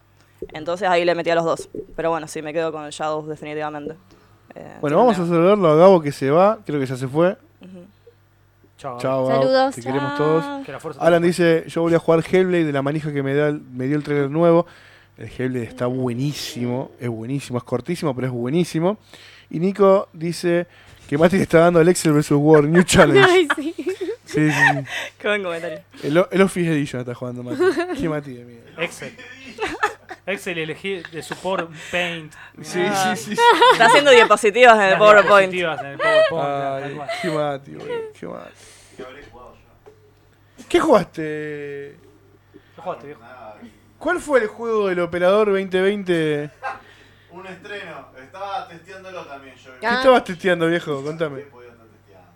S5: Entonces ahí le metí a los dos. Pero bueno, sí, me quedo con el Shadows definitivamente. Eh,
S2: Bueno, vamos a
S5: tiene
S2: saludarlo a Gabo que se va. Creo que ya se fue.
S4: Chao.
S2: Chao, Gabo.
S3: Saludos.
S2: Te queremos
S3: chao.
S2: todos.
S4: Que la fuerza te
S2: Alan
S4: acompañe.
S2: dice, yo volví a jugar Hellblade de la manija que me, da el- me dio el trailer nuevo. El Hellblade está buenísimo, es buenísimo, es cortísimo, pero es buenísimo. Y Nico dice que Mati le está dando el Excel vs. War New
S3: [LAUGHS]
S2: Challenge.
S3: Ay, sí.
S2: Sí, sí, sí.
S5: una- Qué buen comentario.
S2: El, o- el Office Edition está jugando Mati. Qué Mati de mierda.
S4: Excel. Excel elegí de support paint.
S2: Sí,
S5: Ah.
S2: sí, sí. sí.
S5: Está haciendo diapositivas en el
S4: Las
S5: PowerPoint.
S4: diapositivas en el PowerPoint, tal
S2: Ay,
S4: cual.
S2: qué Mati, boludo, qué Mati. ¿Qué jugaste?
S4: ¿Qué jugaste, viejo?
S2: ¿Cuál fue el juego del Operador 2020?
S6: Un estreno. Estaba testeándolo también yo.
S4: Ah.
S2: ¿Qué estabas testeando, viejo? Contame.
S6: Yo podía estar testeando,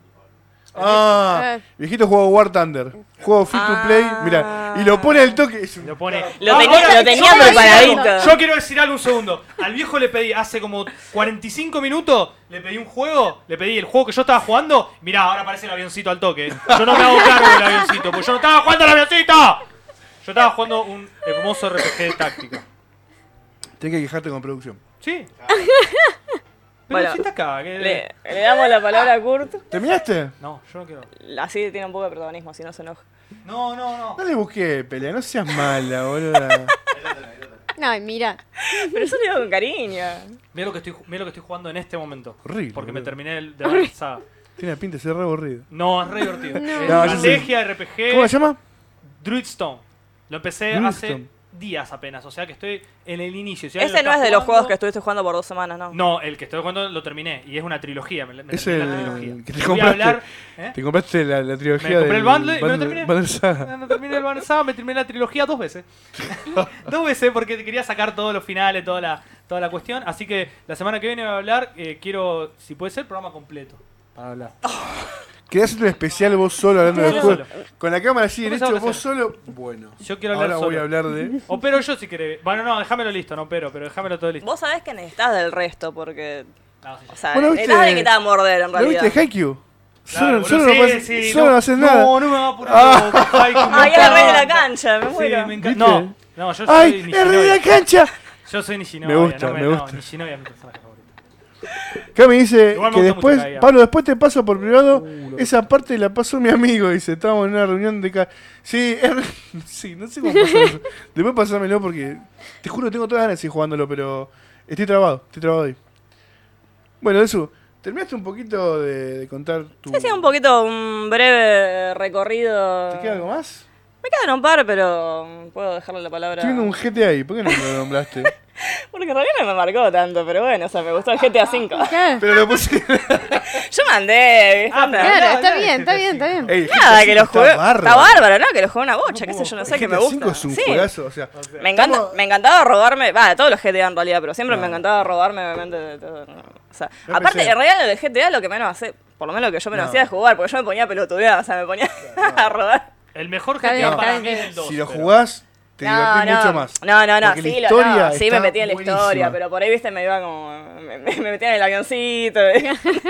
S6: Pablo.
S2: Ah,
S3: Eh.
S2: viejito jugó War Thunder. Juego free to play.
S4: Ah.
S2: Mira, y lo pone al toque. Es un-
S4: Lo pone.
S5: Lo
S4: Ah,
S5: tenía-
S4: ahora,
S5: lo tenía
S4: yo quiero decir
S5: preparadito.
S4: algo, Yo quiero decir algo un segundo. Al viejo le pedí hace como 45 minutos, le pedí un juego, le pedí el juego que yo estaba jugando. Mirá, ahora aparece el avioncito al toque. Yo no me hago cargo del avioncito, porque yo no estaba jugando al avioncito. Yo estaba jugando un hermoso RPG de táctica.
S2: Tenés que quejarte con producción.
S4: Sí. Pero
S5: Bueno,
S4: si está acá, que-
S5: Le, le damos la palabra a Kurt.
S2: ¿Terminaste?
S4: No, yo no quiero.
S5: Así tiene un poco de protagonismo, si no se enoja.
S4: No, no, no.
S2: No le busqué pelea, no seas mala, [LAUGHS] boludo.
S3: No, mira.
S5: Pero eso le digo con cariño.
S4: Mira lo que estoy, mirá lo que estoy jugando en este momento.
S2: Horrible,
S4: Porque me
S2: boludo.
S4: terminé el de la saga.
S2: Tiene pinta de ser re aburrido.
S4: No, es re divertido. Es
S2: No, yo sé.
S4: estrategia, RPG.
S2: ¿Cómo se llama?
S4: Druidstone. Lo empecé
S2: Druidstone.
S4: hace días apenas, o sea que estoy en el inicio. Si alguien
S5: Ese
S4: lo
S5: no es
S4: está
S5: de
S4: jugando-
S5: los juegos que estuviste jugando por dos semanas, ¿no?
S4: No, el que estoy jugando lo terminé y es una trilogía. Me, me
S2: Es
S4: terminé la
S2: el
S4: trilogía.
S2: que te
S4: Voy a
S2: compraste.
S4: hablar- ¿eh?
S2: Te compraste la, la trilogía
S4: Me compré
S2: del
S4: el bundle y me lo
S2: Bundle-
S4: terminé.
S2: Bundle Saga.
S4: Cuando terminé el Banner Saga, Ah, me terminé la trilogía dos
S2: [LAUGHS]
S4: veces. dos veces porque quería sacar todos los finales, toda la, toda la cuestión. Así que la semana que viene voy a hablar, eh, quiero, si puede ser, programa completo. Para
S2: [LAUGHS]
S4: hablar.
S2: Querías hacer un especial vos solo hablando del
S4: Ah, Yo
S2: juego. Con la cámara así
S4: Yo
S2: derecho,
S4: pensaba
S2: vos solo. Bueno.
S4: Yo quiero hablar
S2: Ahora voy
S4: solo.
S2: a hablar
S4: [LAUGHS]
S2: de.
S4: Opero yo si querés. Bueno, no, déjamelo listo, no pero, pero déjamelo todo listo.
S5: Vos sabés que necesitas del resto, porque.
S4: No, sí,
S5: O sea,
S2: Bueno,
S5: necesitas
S2: viste-
S5: alguien que te va a morder en
S2: ¿Lo
S5: realidad.
S2: viste Haikyuu?
S4: Claro,
S2: solo solo
S4: boludo,
S2: no,
S4: sí,
S2: haces-
S4: sí,
S2: solo no haces nada.
S4: No, Ah. no me va a poner [LAUGHS]
S5: Ay, era el rey de la cancha, me
S4: Sí,
S5: muero.
S4: me encanta.
S2: ¿Viste?
S4: No, no, [LAUGHS] yo soy
S2: ¡Ay! ¡Es re de la
S4: Nishinovia.
S2: cancha!
S4: Yo soy Nishinovia.
S2: Me gusta,
S4: no
S2: me
S4: no,
S2: gusta.
S4: Nishinovia es mi personaje favorito.
S2: Cami dice
S4: Igual me
S2: que
S4: gusta mucho
S2: después,
S4: la idea.
S2: Pablo, después te paso por privado. esa parte la pasó mi amigo, dice. Estábamos en una reunión de. ca- Sí, es re- [LAUGHS] sí, no sé cómo pasó eso. Después pasármelo porque te juro tengo todas las ganas de seguir jugándolo, pero estoy trabado, estoy trabado ahí. Bueno, eso. ¿Terminaste un poquito de, de contar tu.
S5: Hacía un poquito un breve recorrido.
S2: ¿Te queda algo más?
S5: Me quedan un par, pero puedo dejarle la palabra.
S2: Estoy viendo un GTA ahí, ¿por qué no lo
S5: [LAUGHS]
S2: nombraste?
S5: Porque en realidad no me marcó tanto, pero bueno, o sea, me
S4: Ah,
S5: gustó el GTA V.
S3: Claro,
S2: pero lo puse.
S5: Yo mandé, ¿viste?
S4: Ah,
S5: Onda.
S4: pero-
S3: claro,
S4: no,
S3: está
S4: no,
S3: bien,
S4: no,
S3: está
S4: no,
S3: bien,
S4: sí,
S3: está bien.
S2: Ey,
S5: Nada,
S2: GTA
S5: que lo
S2: está
S5: jugué.
S2: bárbaro.
S5: Está bárbaro, ¿no? Que lo jugué una bocha, qué sé yo, no sé, que me
S2: GTA
S5: gusta.
S2: V es un
S5: Sí.
S2: juegazo, o sea.
S5: Me, encanta,
S2: Estamos-
S5: me encantaba robarme, va, de todos los GTA en realidad, pero siempre me encantaba robarme obviamente de todo. ¿no? O sea,
S2: Yo
S5: aparte,
S2: empecé-
S5: en realidad lo del GTA lo que menos hace, por lo menos lo que yo menos
S2: No.
S5: hacía es jugar, porque yo me ponía pelotudeada, o sea, me ponía [LAUGHS] a robar.
S4: El mejor
S3: Está
S4: GTA
S3: bien,
S4: para
S3: está
S4: mí es
S3: bien.
S4: el 2.
S2: Si lo jugás, te divertís
S5: no.
S2: mucho más.
S5: No, no, no,
S2: Porque
S5: sí,
S2: la
S5: lo- no,
S2: historia
S5: sí me
S2: está
S5: metía en la historia,
S2: buenísima.
S5: pero por ahí, viste, me iba como. Me, me- me metía en el avioncito. [LAUGHS]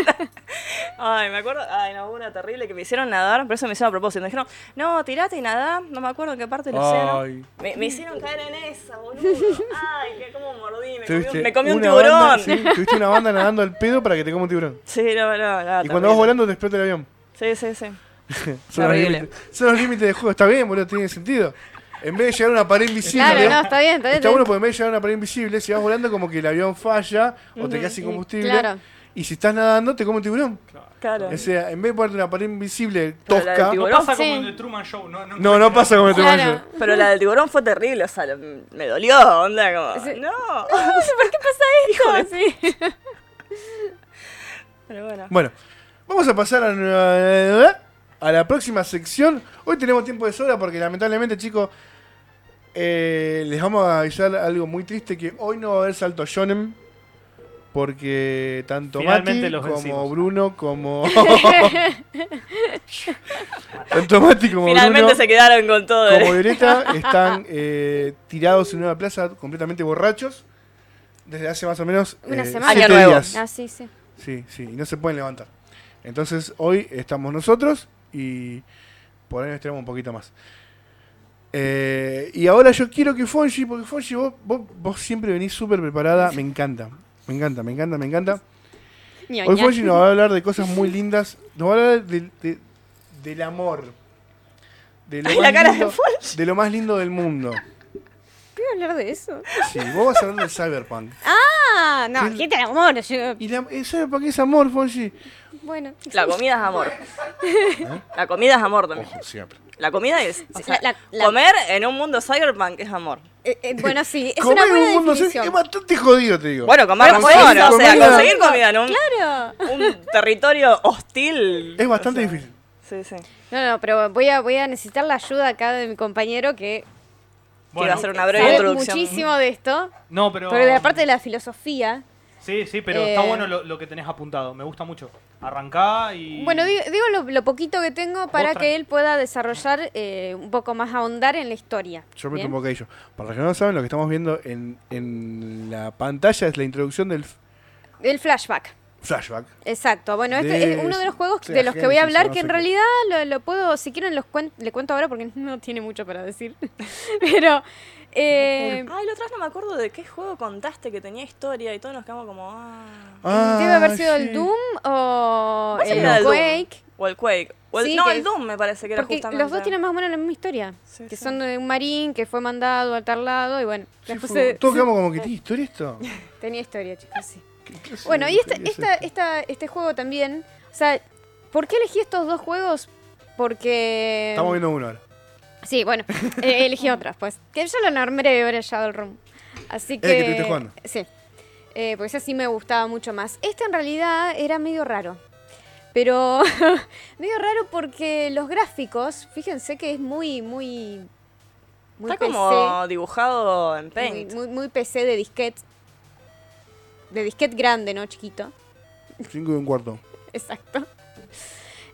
S5: ay, me acuerdo, ay, no, hubo una terrible que me hicieron nadar, pero eso me hicieron a propósito. Me dijeron, no, tirate y nadá, no me acuerdo en qué parte del océano.
S2: Ay.
S5: Me, me hicieron caer en esa, boludo. Ay, que como mordí, me comí,
S2: Tuviste
S5: un, me comí un
S2: una
S5: tiburón.
S2: banda- sí,
S5: [LAUGHS] sí.
S2: tuviste una banda nadando al pedo para que te coma un tiburón.
S5: no, no, no.
S2: Y cuando vas volando te explota el avión.
S5: Sí, sí, sí.
S2: Son los,
S5: Terrible.
S2: límites, son los límites del juego. Está bien, boludo, tiene sentido. En vez de llegar a una pared invisible.
S3: Claro, no, está bien, está bien.
S2: bueno porque en vez de llegar a una pared invisible, si vas volando, como que el avión falla o te quedas sin
S3: y-
S2: combustible.
S3: claro.
S2: Y si estás nadando, te come un tiburón.
S5: Claro.
S2: O sea, en vez de ponerte una pared invisible
S5: Pero la del
S2: tosca.
S4: No
S5: tiburón
S4: pasa como
S3: Sí.
S4: en el Truman Show, no, no,
S2: No, no pasa como te
S3: Claro.
S2: claro.
S5: Pero la del tiburón fue terrible, o sea, lo- me dolió, onda, como,
S3: Sí.
S5: no.
S3: ¿Por qué pasa esto? Sí.
S5: Pero bueno.
S2: Bueno, vamos a pasar a, a la próxima sección. Hoy tenemos tiempo de sobra porque lamentablemente, chicos, eh, les vamos a avisar algo muy triste que hoy no va a haber salto shonen. Porque tanto
S4: Finalmente
S2: Mati
S4: los
S2: como
S4: vencimos.
S2: Bruno
S5: [LAUGHS]
S2: como... tanto Mati como
S5: Finalmente
S2: Bruno
S5: se quedaron con todo. ¿eh?
S2: como
S5: [LAUGHS]
S2: Violeta están eh, tirados en una plaza completamente borrachos desde hace más o menos
S3: Una
S2: eh,
S3: semana.
S2: siete
S5: Año nuevo.
S2: días.
S3: Ah, sí, sí.
S2: Sí, sí, y no se pueden levantar. Entonces hoy estamos nosotros y por ahí nos tenemos un poquito más. Eh, y ahora yo quiero que Fonji, porque Fonji vos, vos, vos siempre venís súper preparada, me encanta, me encanta, me encanta, me encanta. Hoy
S3: Ñoña.
S2: Fonji nos va a hablar de cosas muy lindas, nos va a hablar del- de- del amor. De lo,
S5: Ay,
S2: más
S5: la cara de
S2: lindo, de lo más lindo del mundo.
S3: ¿Qué voy a hablar de eso?
S2: Sí, vos vas a hablar del cyberpunk.
S3: Ah, no,
S2: Sí.
S3: aquí te amor. Yo...
S2: Y la, el cyberpunk es amor, Fonji.
S3: Bueno,
S5: La comida es amor. La comida es amor también.
S2: ¿Eh? Ojo, siempre.
S5: La comida es. o
S3: Sí,
S5: sea,
S3: la- la-
S5: Comer en un mundo cyberpunk es amor.
S3: eh, eh, bueno, sí, es
S2: Comer
S3: una
S2: en
S3: buena
S2: un mundo zen
S3: definición.
S2: es bastante jodido, te digo.
S5: Bueno, comer
S3: Pero
S5: razón,
S3: por eso,
S5: o sea,
S2: comida-
S5: conseguir comida en un,
S3: Claro.
S5: un territorio hostil.
S2: es bastante difícil.
S5: Sí, sí.
S3: No, no, pero voy a, voy a necesitar la ayuda acá de mi compañero que
S5: Que iba a hacer una breve
S3: sabe
S5: introducción.
S3: muchísimo de esto.
S4: No, pero.
S3: Pero de la parte de la filosofía.
S4: Sí, sí, pero
S3: Eh,
S4: está bueno lo, lo que tenés apuntado. Me gusta mucho. Arrancá y.
S3: Bueno, di- digo, lo, lo poquito que tengo para
S4: Otra.
S3: que él pueda desarrollar eh, un poco más, ahondar en la historia.
S2: Yo me
S3: ¿Bien?
S2: tomo un bocadillo. Para los que no saben, lo que estamos viendo en, en la pantalla es la introducción del f-
S3: El flashback.
S2: flashback.
S3: Exacto. Bueno, este
S2: De-
S3: es uno de los juegos
S2: sea
S3: de los que voy a
S2: Génesis o
S3: hablar
S2: no
S3: que en
S2: sé qué.
S3: realidad lo, lo puedo, si quieren los cuen- le cuento ahora porque no tiene mucho para decir. [LAUGHS] Pero eh,
S5: Ay, la otra vez no me acuerdo de qué juego contaste que tenía historia y todos nos quedamos como. Ah.
S3: debe haber sido
S2: sí.
S3: el Doom o
S5: ¿Vos
S3: el
S5: sabés del Doom?
S3: Quake.
S5: O el Quake. O el-
S3: Sí,
S5: no,
S3: que-
S5: el Doom me parece que era
S3: Porque
S5: justamente.
S3: los dos tienen más o menos la misma historia.
S5: Sí,
S3: que
S5: sí.
S3: son de un marín que fue mandado a tal lado y bueno,
S2: Sí,
S3: después
S2: fue-
S3: se-
S2: Todos quedamos como que tiene historia
S3: [LAUGHS]
S2: esto.
S3: tenía historia, chicos, sí.
S2: ¿Qué clase
S3: Bueno,
S2: de
S3: y este,
S2: historia es
S3: esta-
S2: esta?
S3: esta- este juego también. O sea, ¿por qué elegí estos dos juegos? Porque.
S2: Estamos viendo uno ahora. [LAUGHS]
S3: Sí, bueno, eh, elegí otras, pues. Que yo lo nombré ver Shadowrun. Así
S2: Eh, que
S3: que.
S2: estuviste jugando.
S3: Sí. Eh, porque ese sí me gustaba mucho más. Este en realidad era medio raro. Pero. [LAUGHS] medio raro porque los gráficos, fíjense que es muy, muy. Muy
S5: Está
S3: PC.
S5: como dibujado en
S3: Muy,
S5: Paint.
S3: muy, muy PC de disquete. De disquete grande, ¿no? Chiquito.
S2: Cinco y un cuarto.
S3: [LAUGHS] Exacto.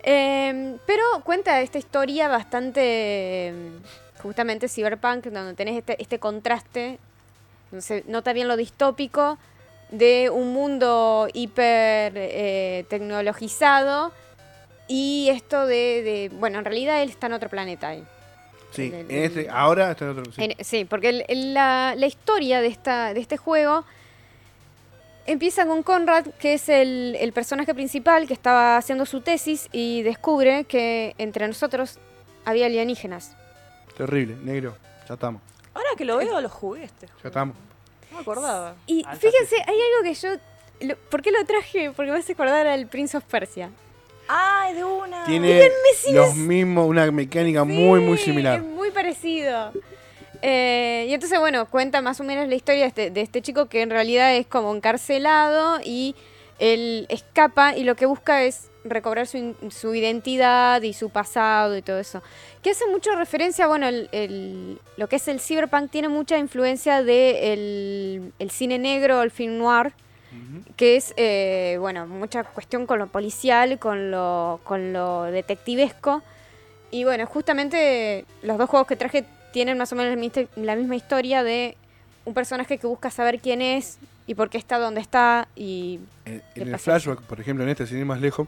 S3: Em, pero cuenta esta historia bastante, em, justamente cyberpunk, donde tenés este, este contraste, donde se nota bien lo distópico de un mundo hiper eh, tecnologizado y esto de, de- bueno, en realidad él está en otro planeta. él.
S2: Sí,
S3: El- el-
S2: en este, ahora está en otro. Sí.
S3: En- Sí, porque el- el- la, la historia de, esta, de este juego empieza con Conrad, que es el, el personaje principal que estaba haciendo su tesis y descubre que entre nosotros había alienígenas.
S2: Terrible, negro. Ya estamos.
S5: Ahora que lo veo, lo jugué este.
S2: Ya estamos.
S5: No me acordaba.
S3: Y
S4: Alta
S3: fíjense, hay algo que yo... lo- ¿Por qué lo traje? Porque me hace acordar al Prince of Persia.
S5: Ay, Ah, de
S3: Ah,
S5: una.
S2: Tiene los mismos, una mecánica muy, muy
S3: Sí,
S2: similar.
S3: es muy parecido. Eh, y entonces, bueno, cuenta más o menos la historia de este, de este chico que en realidad es como encarcelado y él escapa y lo que busca es recobrar su, in- su identidad y su pasado y todo eso. Que hace mucha referencia, bueno, el, el- lo que es el cyberpunk tiene mucha influencia de el, el cine negro, el film noir, que es, eh, bueno, mucha cuestión con lo policial, con lo, con lo detectivesco. Y bueno, justamente los dos juegos que traje tienen más o menos la miste- la misma historia de un personaje que busca saber quién es y por qué está donde está y
S2: En,
S3: ¿Qué
S2: Eh, en el
S3: pasa?
S2: flashback, por ejemplo, en este, sin ir más lejos,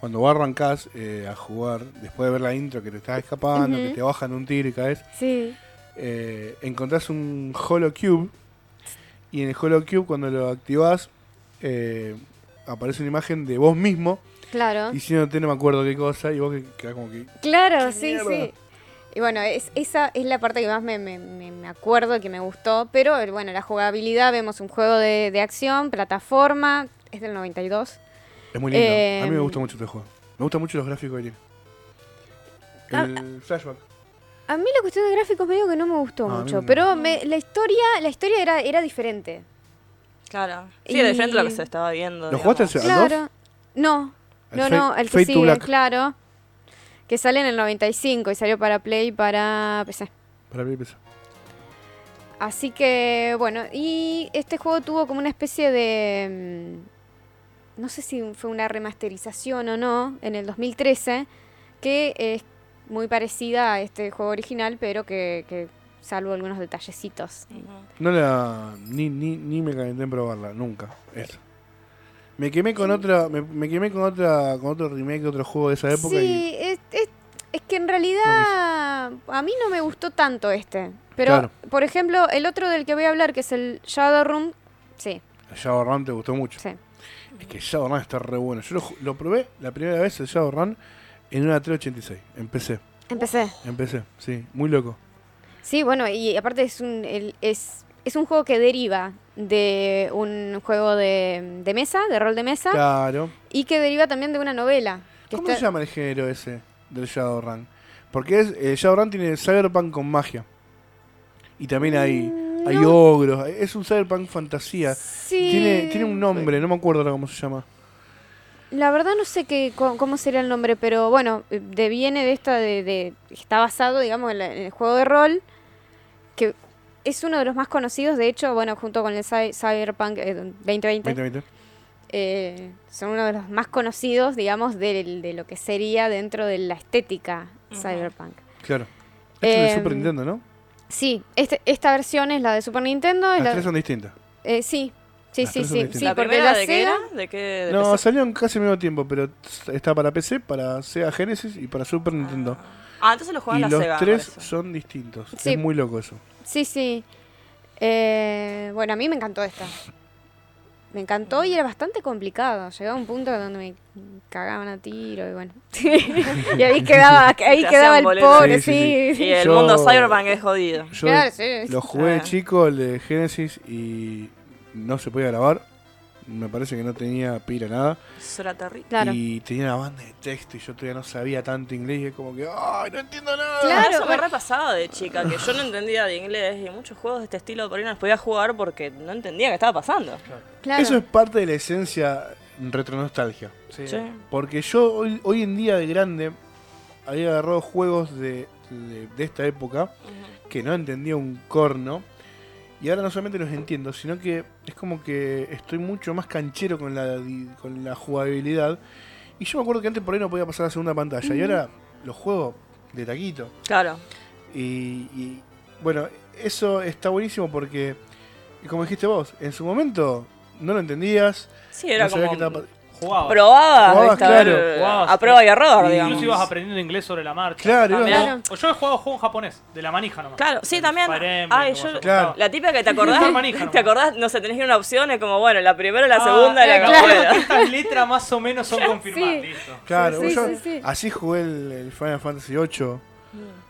S2: cuando vos arrancás eh, a jugar, después de ver la intro que te estás escapando, que
S3: Ujú.
S2: te bajan un tiro y caes,
S3: sí,
S2: eh, encontrás un Holo Cube y en el Holo Cube cuando lo activás eh, aparece una imagen de vos mismo
S3: claro.
S2: diciéndote no me acuerdo qué cosa y vos que- quedás como que
S3: Claro,
S2: ¡Qué
S3: sí,
S2: mierda!
S3: sí. Y bueno, es, esa es la parte que más me, me, me- me acuerdo que me gustó. Pero eh, bueno, la jugabilidad, vemos un juego de, de acción, plataforma, es del 92.
S2: Es muy lindo.
S3: Eh,
S2: a mí me gusta mucho este juego. Me gustan mucho los gráficos que
S3: Ah.
S2: tiene. El flashback.
S3: A mí la cuestión de gráficos medio que no me gustó
S2: No, a mí
S3: mucho,
S2: no.
S3: pero me- la historia, la historia era, era diferente.
S5: Claro.
S3: Y-
S5: Sí, de frente a lo que se estaba viendo.
S2: ¿Lo
S5: digamos.
S2: jugaste al- al 2?
S3: Claro. No, no, no, al que
S2: Fate to
S3: sigue,
S2: Black.
S3: claro. Que sale en el 95 y salió para Play y para PC.
S2: Para mí empezó.
S3: Así que, bueno, y este juego tuvo como una especie de... mm, No sé si fue una remasterización o no, en el 2013, que es muy parecida a este juego original, pero que, que salvo algunos detallecitos.
S5: Ujú.
S2: No la. Ni, ni, ni me calenté en probarla, nunca. Eso. Me quemé con otra. Me, me quemé con otra. con otro remake de otro juego de esa época y.
S3: Sí, es, es- es que en realidad a mí no me gustó tanto este. Pero,
S2: Claro.
S3: por ejemplo, el otro del que voy a hablar, que es el Shadowroom, sí,
S2: Shadowrun te gustó mucho.
S3: sí.
S2: Es que Shadowrun está re bueno. Yo lo, ju- lo probé la primera vez el Shadowrun en una 386. Empecé.
S3: Empecé.
S2: Empecé. Sí. Muy loco.
S3: Sí, bueno, y aparte es un, el- es, es un juego que deriva de un juego de, de mesa, de rol de mesa,
S2: Claro.
S3: y que deriva también de una novela. que
S2: ¿Cómo
S3: está-
S2: se llama el género ese del Shadowrun? Porque es, eh, Shadowrun tiene Cyberpunk con magia. Y también hay,
S3: Mm,
S2: hay
S3: no.
S2: ogros. Es un Cyberpunk fantasía.
S3: Sí.
S2: Tiene, tiene un nombre, no me acuerdo ahora cómo se llama.
S3: La verdad no sé qué, cómo, cómo sería el nombre, pero bueno, eh, de, viene de esta de, de- está basado, digamos, en, la- en el juego de rol, que es uno de los más conocidos, de hecho, bueno, junto con el Cy- Cyberpunk eh, 2020,
S2: Vente, vente.
S3: eh, son uno de los más conocidos, digamos, del- de, lo que sería dentro de la estética
S5: Ujú.
S3: Cyberpunk.
S2: Claro. Este es el
S3: Em,
S2: Super Nintendo, ¿no?
S3: Sí, este- esta versión es la de Super Nintendo, es
S2: Las
S3: la-
S2: tres son distintas.
S3: eh, sí, sí,
S2: Las tres son
S3: sí, sí,
S2: distintas.
S3: sí,
S5: ¿La
S3: porque
S5: primera
S3: la
S5: de qué
S3: Sega,
S5: era? ¿De qué? de
S2: No,
S5: PC?
S2: salieron casi al mismo tiempo, pero t- está para PC, para Sega Genesis y para Super Nintendo.
S5: Ah, entonces lo
S2: y
S5: juegan la
S2: los
S5: Sega. me
S2: tres
S5: parece.
S2: son distintos.
S3: Sí.
S2: Es muy loco eso.
S3: Sí, sí. Eh, bueno, a mí me encantó esta. Me encantó y era bastante complicado. Llegaba un punto donde me cagaban a tiro y bueno. [LAUGHS] y
S5: [LAUGHS]
S3: ahí quedaba, ahí
S5: Te
S3: quedaba
S5: hacían
S3: el
S5: boludo.
S3: pobre,
S2: Sí, sí,
S3: sí.
S5: Y el
S2: Yo-
S5: mundo Cyberpunk es jodido.
S2: Yo
S3: Claro, sí.
S2: lo jugué de
S5: Ah.
S2: chico, el de Genesis, y no se podía grabar. Me parece que no tenía pila nada.
S5: Eso era terrible.
S3: Claro.
S2: Y tenía una banda de texto y yo todavía no sabía tanto inglés. Y es como que, ¡ay, no entiendo nada!
S3: Claro,
S5: eso me
S3: bueno.
S5: repasaba de chica, que yo no entendía de inglés y muchos juegos de este estilo por ahí no los podía jugar porque no entendía qué estaba pasando.
S3: Claro.
S2: Eso es parte de la esencia retronostalgia.
S5: Sí.
S2: Porque yo hoy, hoy en día de grande había agarrado juegos de, de- de esta época que no entendía un corno. Y ahora no solamente los entiendo, sino que es como que estoy mucho más canchero con la, di- con la jugabilidad. Y yo me acuerdo que antes por ahí no podía pasar a la segunda pantalla. Y ahora los juego de taquito.
S5: Claro.
S2: Y, y, bueno, eso está buenísimo porque, como dijiste vos, en su momento no lo entendías.
S5: Sí, era
S2: no sabías qué estaba
S5: como
S2: pas-
S4: Jugaba.
S5: probabas,
S2: Jugabas,
S5: ¿viste?
S2: claro.
S5: A ver,
S4: Jugabas,
S5: a prueba y error,
S2: Y-
S5: digamos.
S4: Incluso ibas aprendiendo inglés sobre la marcha.
S2: Claro,
S4: También-
S3: Claro.
S4: O yo he jugado juegos japonés, de la manija nomás.
S5: Claro, sí, también.
S4: Fire Emblem,
S5: Ay,
S4: como
S5: yo-
S4: se
S2: Claro.
S4: gustaba.
S5: La típica que te acordás,
S4: Estar manija nomás.
S5: [LAUGHS] te acordás, no sé, tenés que ir a una opción, es como, bueno, la primera o la
S4: Ah,
S5: segunda,
S4: eh,
S5: la que
S4: claro,
S5: pueda.
S4: que Estas letras más o menos
S5: [LAUGHS]
S4: son confirmadas,
S3: Sí.
S4: listo.
S2: Claro,
S3: Sí, sí,
S2: yo
S3: sí, sí. Mm.
S2: así jugué el, el Final Fantasy VIII,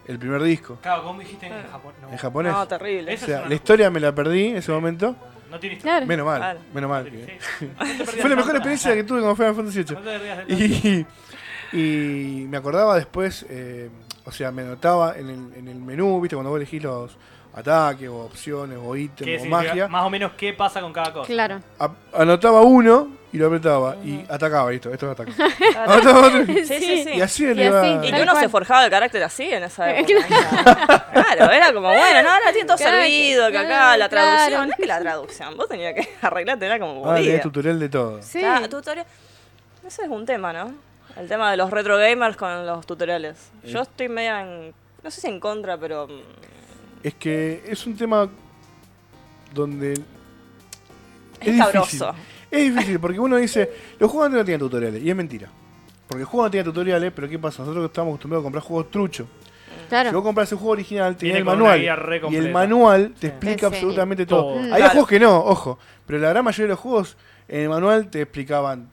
S2: el primer disco,
S4: Claro, como dijiste en japonés. No,
S2: en japonés.
S5: No,
S2: o
S5: terrible.
S4: Eso es
S2: sea,
S4: una
S2: la
S4: locura.
S2: historia me la perdí en ese momento.
S4: no tiene historia.
S3: Claro.
S2: Menos mal,
S5: Claro.
S2: menos mal.
S4: Sí,
S2: que-
S4: sí.
S2: [LAUGHS]
S4: No te perdías
S2: Fue la mejor
S4: tanto.
S2: experiencia que tuve con Final Fantasy
S4: No
S2: VIII.
S4: te perdías de tanto.
S2: Y, y me acordaba después, eh, o sea, me anotaba en el, en el menú, viste, cuando vos elegís los ataques o opciones o
S4: ¿Qué
S2: ítems o
S4: significa?
S2: magia,
S4: Más o menos qué pasa con cada cosa.
S3: Claro.
S2: a- anotaba uno y lo apretaba y atacaba, listo, esto es
S3: [LAUGHS]
S2: ataque. [LAUGHS] Anotaba otro y-
S5: Sí, sí, sí.
S2: y así
S3: Y
S2: le iba-
S3: así,
S5: Y
S3: Tal
S5: que uno
S3: cual. Eh,
S5: se forjaba el carácter así en esa época. claro, era como, bueno, no, ahora tiene todo
S3: Claro,
S5: servido, que acá
S3: claro,
S5: la traducción.
S3: claro.
S5: No es que la traducción, vos tenías que [LAUGHS] arreglarte, era como
S2: Ah, leía
S5: bodida.
S2: tutorial de todo.
S3: Sí.
S5: Claro, tutorial. Eso es un tema, ¿no? El tema de los retro gamers con los tutoriales. Yo estoy media en. No sé si en contra, pero. mm,
S2: Es que es un tema donde.
S5: Es cabroso.
S2: Difícil. Es difícil porque uno dice, los juegos antes no tenían tutoriales, y es mentira. Porque el juego no tenía tutoriales, pero ¿qué pasa? Nosotros estamos acostumbrados a comprar juegos trucho. Si vos
S3: Claro.
S2: compras el juego original, tenía
S4: Viene
S2: el
S4: con una
S2: manual.
S4: guía re
S2: Y el
S4: completa.
S2: manual te
S4: Sí.
S2: explica
S3: Sí, Mm. sí.
S2: absolutamente todo.
S4: Todo.
S2: Hay
S5: Claro.
S2: juegos que no, ojo. Pero la gran mayoría de los juegos, en el manual te explicaban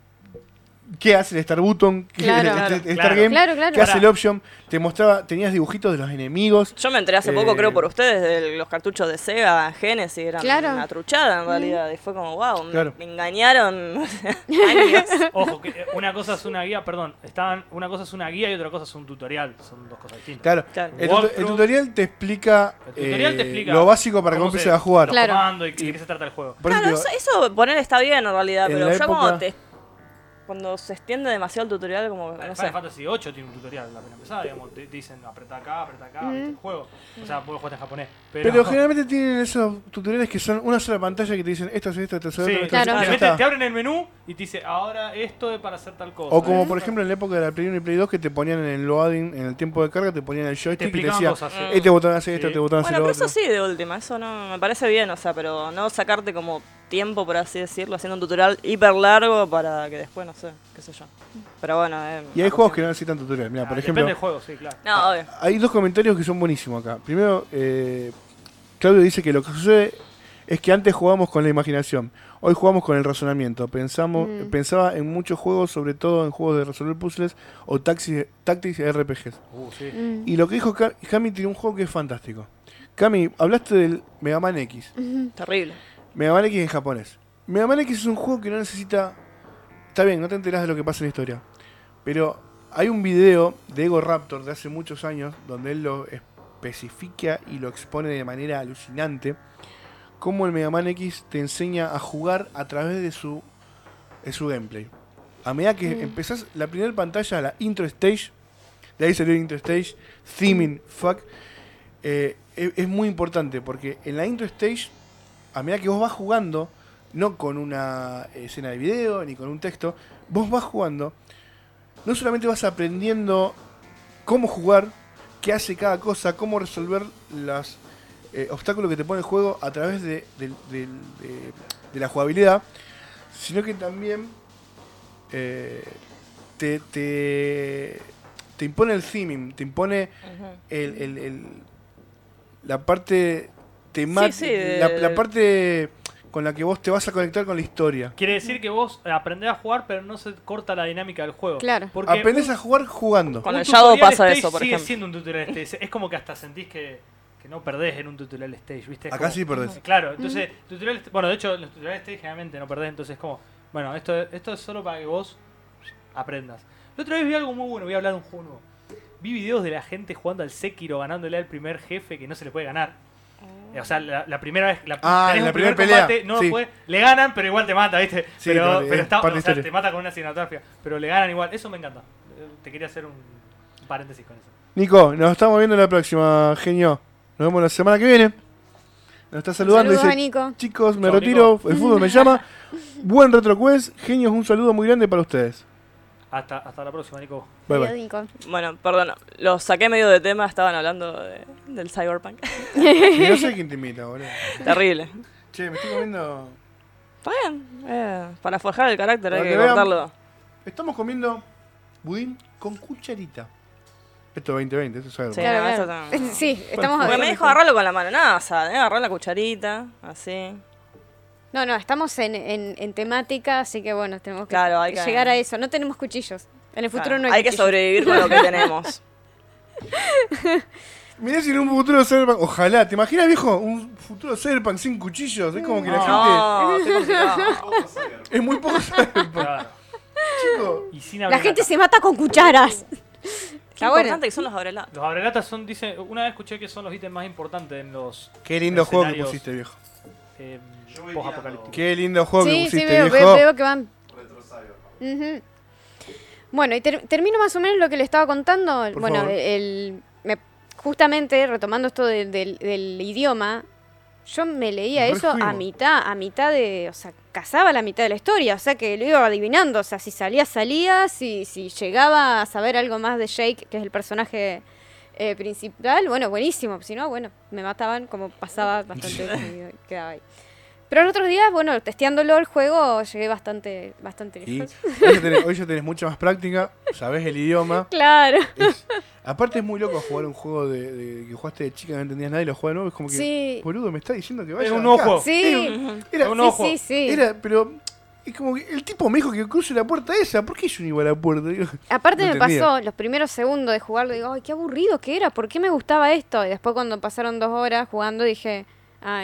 S2: qué hace el Star Button, qué el-
S3: Claro.
S2: el- el
S4: Claro,
S2: Star
S4: claro.
S2: Game,
S3: Claro, claro.
S2: qué hace el
S4: Pará.
S2: Option, te mostraba, tenías dibujitos de los enemigos.
S5: Yo me enteré hace poco,
S2: Eh,
S5: creo, por ustedes, de los cartuchos de Sega, Genesis, eran
S3: Claro.
S5: una truchada en realidad. Y fue como, wow, me-
S2: Claro.
S5: me, engañaron [LAUGHS] años.
S4: Ojo, que eh, una cosa es una guía, perdón, estaban, una cosa es una guía y otra cosa es un tutorial, son dos cosas distintas.
S2: Claro,
S5: Claro.
S2: El, tuto- el
S4: Walkthrough.
S2: tutorial te explica,
S4: El tutorial te
S2: eh,
S4: explica
S2: lo básico para que
S4: cómo
S2: vos
S4: se-
S2: empieces a jugar.
S4: Los
S3: Claro.
S4: comandos y, y de qué se trata el juego.
S2: Por eso
S5: Claro,
S2: te
S5: eso,
S2: digo,
S5: eso poner está bien en realidad,
S2: En
S5: pero
S2: la
S5: ya cuando,
S2: época-
S5: te- cuando se extiende demasiado el tutorial, como, que, no
S4: Final
S5: sé.
S4: Fantasy VIII tiene un tutorial la pena empezada, digamos, te te dicen apretá acá, apretá acá,
S5: Mm.
S4: viste el juego. O sea, puedes jugar en japonés. Pero,
S2: pero, generalmente tienen esos tutoriales que son una sola pantalla que te dicen esto es esto, esto es
S4: Sí,
S2: otro, esto es
S4: te,
S3: Claro.
S2: esto,
S4: meten-
S2: ya está.
S4: te abren el menú y te dice, ahora esto es para hacer tal cosa. Ah,
S2: O como por ejemplo en la época de la Play 1 y Play 2 que te ponían en el loading, en el tiempo de carga, te ponían el
S4: te
S2: joystick y te
S4: explicaban
S2: decía,
S4: cosas. sí.
S2: este botón hace
S4: Sí.
S2: esto, este botón hace
S5: Bueno,
S2: lo
S5: pero
S2: otro.
S5: eso sí, de última, eso no me parece bien, o sea, pero no sacarte como tiempo, por así decirlo, haciendo un tutorial hiper largo para que después, no sé, qué sé yo. Pero bueno, eh,
S2: Y hay juegos que no necesitan tutorial. Mira,
S4: Ah,
S2: por
S4: Depende
S2: ejemplo,
S4: del juego, sí, claro.
S5: No, obvio.
S2: hay dos comentarios que son buenísimos acá. Primero, eh, Claudio dice que lo que sucede es que antes jugábamos con la imaginación, hoy jugamos con el razonamiento. Pensamos,
S3: Mm.
S2: Pensaba en muchos juegos, sobre todo en juegos de resolver puzzles o taxi, tactics y RPGs.
S4: Uh, sí.
S3: Mm.
S2: Y lo que dijo Ca- Cami tiene un juego que es fantástico. Cami, hablaste del Mega Man X.
S5: Terrible.
S2: Mega Man X en japonés. Mega Man X es un juego que no necesita. Está bien, no te enterás de lo que pasa en la historia. Pero hay un video de Ego Raptor de hace muchos años donde él lo especifica y lo expone de manera alucinante. Cómo el Mega Man X te enseña a jugar a través de su, de su gameplay. A medida que empezás la primera pantalla, la intro stage, de ahí salió el intro stage, theming, fuck, eh, es- es muy importante porque en la intro stage a medida que vos vas jugando, no con una escena de video ni con un texto, vos vas jugando, no solamente vas aprendiendo cómo jugar, qué hace cada cosa, cómo resolver los obstáculos que te pone el juego a través de, del- del- de- de la jugabilidad, sino que también eh, te, te, te impone el theming, te impone el, el- el- la parte temática,
S5: Sí, sí, de-
S2: la, la parte con la que vos te vas a conectar con la historia.
S4: Quiere decir que vos eh, aprendés a jugar, pero no se corta la dinámica del juego.
S3: Claro.
S4: Porque
S2: Aprendés
S4: un-
S2: a jugar jugando.
S5: Con
S4: un
S5: el Shadow
S4: tutorial
S5: pasa
S4: stage
S5: eso, por
S4: sigue
S5: ejemplo.
S4: siendo un tutorial stage. Es como que hasta sentís que, que no perdés en un tutorial stage, ¿viste? Es
S2: Acá
S4: como-
S2: sí perdés.
S5: Mm.
S4: Claro, entonces, tutorial st- bueno, de hecho, los tutoriales stage generalmente no perdés, entonces es como, bueno, esto, esto es solo para que vos aprendas. La otra vez vi algo muy bueno, voy a hablar de un juego nuevo. Vi videos de la gente jugando al Sekiro, ganándole al primer jefe que no se le puede ganar. Eh,
S5: Oh.
S4: O sea, la, la primera vez, la,
S2: Ah,
S4: tenés
S2: la
S4: un primer
S2: primera pelea,
S4: combate, no lo
S2: sí.
S4: podés- le ganan, pero igual te mata, ¿viste?
S2: Sí,
S4: pero
S2: pero, eh,
S4: pero está,
S2: parte de
S4: o sea,
S2: historia.
S4: te mata con una cinematografía, pero le ganan igual. Eso me encanta. Eh, Te quería hacer un paréntesis con eso.
S2: Nico, nos estamos viendo la próxima, genio. Nos vemos la semana que viene. Nos está saludando.
S3: Saludos a
S2: dice,
S3: Nico.
S2: chicos, me
S4: Chau,
S2: retiro, el fútbol me
S3: [LAUGHS]
S2: llama. Buen RetroQuest, genios, un saludo muy grande para ustedes.
S4: Hasta, hasta la próxima,
S2: [LAUGHS]
S4: Nico.
S2: Bye
S3: Adiós,
S2: bye.
S3: Nico.
S5: Bueno, perdón, lo saqué medio de tema, estaban hablando de- del cyberpunk.
S2: [LAUGHS] Y no sé quién te invita, boludo.
S5: Terrible.
S2: Che, me estoy comiendo.
S5: Está bien, eh, para forjar el carácter
S2: Para
S5: hay
S2: que
S5: que
S2: vean.
S5: cortarlo.
S2: Estamos comiendo budín con cucharita. Esto 2020, eso es algo.
S5: Sí.
S3: Claro,
S5: no, eso
S3: claro. [LAUGHS]
S5: no.
S3: Sí, estamos
S5: Porque me
S3: hablando-
S5: dijo agarrarlo con la mano, nada, o sea, eh, agarrar la cucharita, así.
S3: No, no, estamos en, en, en temática, así que bueno, tenemos que,
S5: Claro, hay que-
S3: llegar a eso. No tenemos cuchillos. En el futuro
S5: Claro,
S3: no hay,
S5: hay que
S3: cuchillos.
S5: sobrevivir con
S3: [LAUGHS]
S5: lo que tenemos.
S2: Mirá si en un futuro Cyberpunk. Ojalá, ¿te imaginas, viejo? Un futuro Cyberpunk sin cuchillos. Es como que la gente.
S5: No, qué complicado.
S6: Vamos a hacer.
S2: Es muy poco
S3: [LAUGHS]
S2: Cyberpunk,
S4: Claro.
S2: chico.
S4: Y sin
S3: La
S4: abrelatas.
S3: gente se mata con cucharas.
S5: Qué
S3: Está bueno.
S5: importante que son los abrelatas.
S3: [LAUGHS]
S4: Los abrelatas son, dice, una vez escuché que son los ítems más importantes en los
S2: Qué lindo juego que
S4: Escenarios.
S2: pusiste, viejo.
S4: eh,
S6: Yo voy
S4: post-apocalípticos.
S2: Qué lindo juego que
S3: Sí,
S2: pusiste,
S3: sí, veo,
S2: viejo.
S3: veo, veo que van.
S6: Retro Cyberpunk.
S3: Ujú. Bueno, y ter- termino más o menos lo que le estaba contando.
S2: Por
S3: bueno,
S2: favor.
S3: el- me- justamente retomando esto de- del- del idioma, yo me leía
S2: Re
S3: eso a
S2: fuimos.
S3: mitad, a mitad de, o sea, cazaba la mitad de la historia, o sea que lo iba adivinando, o sea, si salía, salía, si, si llegaba a saber algo más de Jake, que es el personaje eh, principal, bueno, buenísimo, si no, bueno, me mataban como pasaba bastante
S2: [LAUGHS]
S3: y quedaba ahí. Pero los otros días, bueno, testeándolo el juego, llegué bastante, bastante
S2: Y hoy
S3: lejos.
S2: ya, tenés, hoy ya tenés mucha más práctica, sabés el idioma.
S3: Claro.
S2: Es- aparte es muy loco jugar un juego de, de- que jugaste de chica, no entendías nada y lo juegas de nuevo. Es como que,
S3: Sí.
S2: boludo, me está diciendo que vaya
S4: un nuevo
S2: acá.
S4: juego.
S3: Sí.
S2: Era,
S4: un nuevo
S3: sí, sí, sí.
S2: era, pero Es como que el tipo me dijo que cruce la puerta esa. ¿Por qué yo no iba a la
S3: [LAUGHS]
S2: puerta? Digo,
S3: Aparte
S2: No
S3: me
S2: entendía.
S3: pasó los primeros segundos de jugarlo, digo, ay, qué aburrido que era, ¿por qué me gustaba esto? Y después cuando pasaron dos horas jugando dije, ah,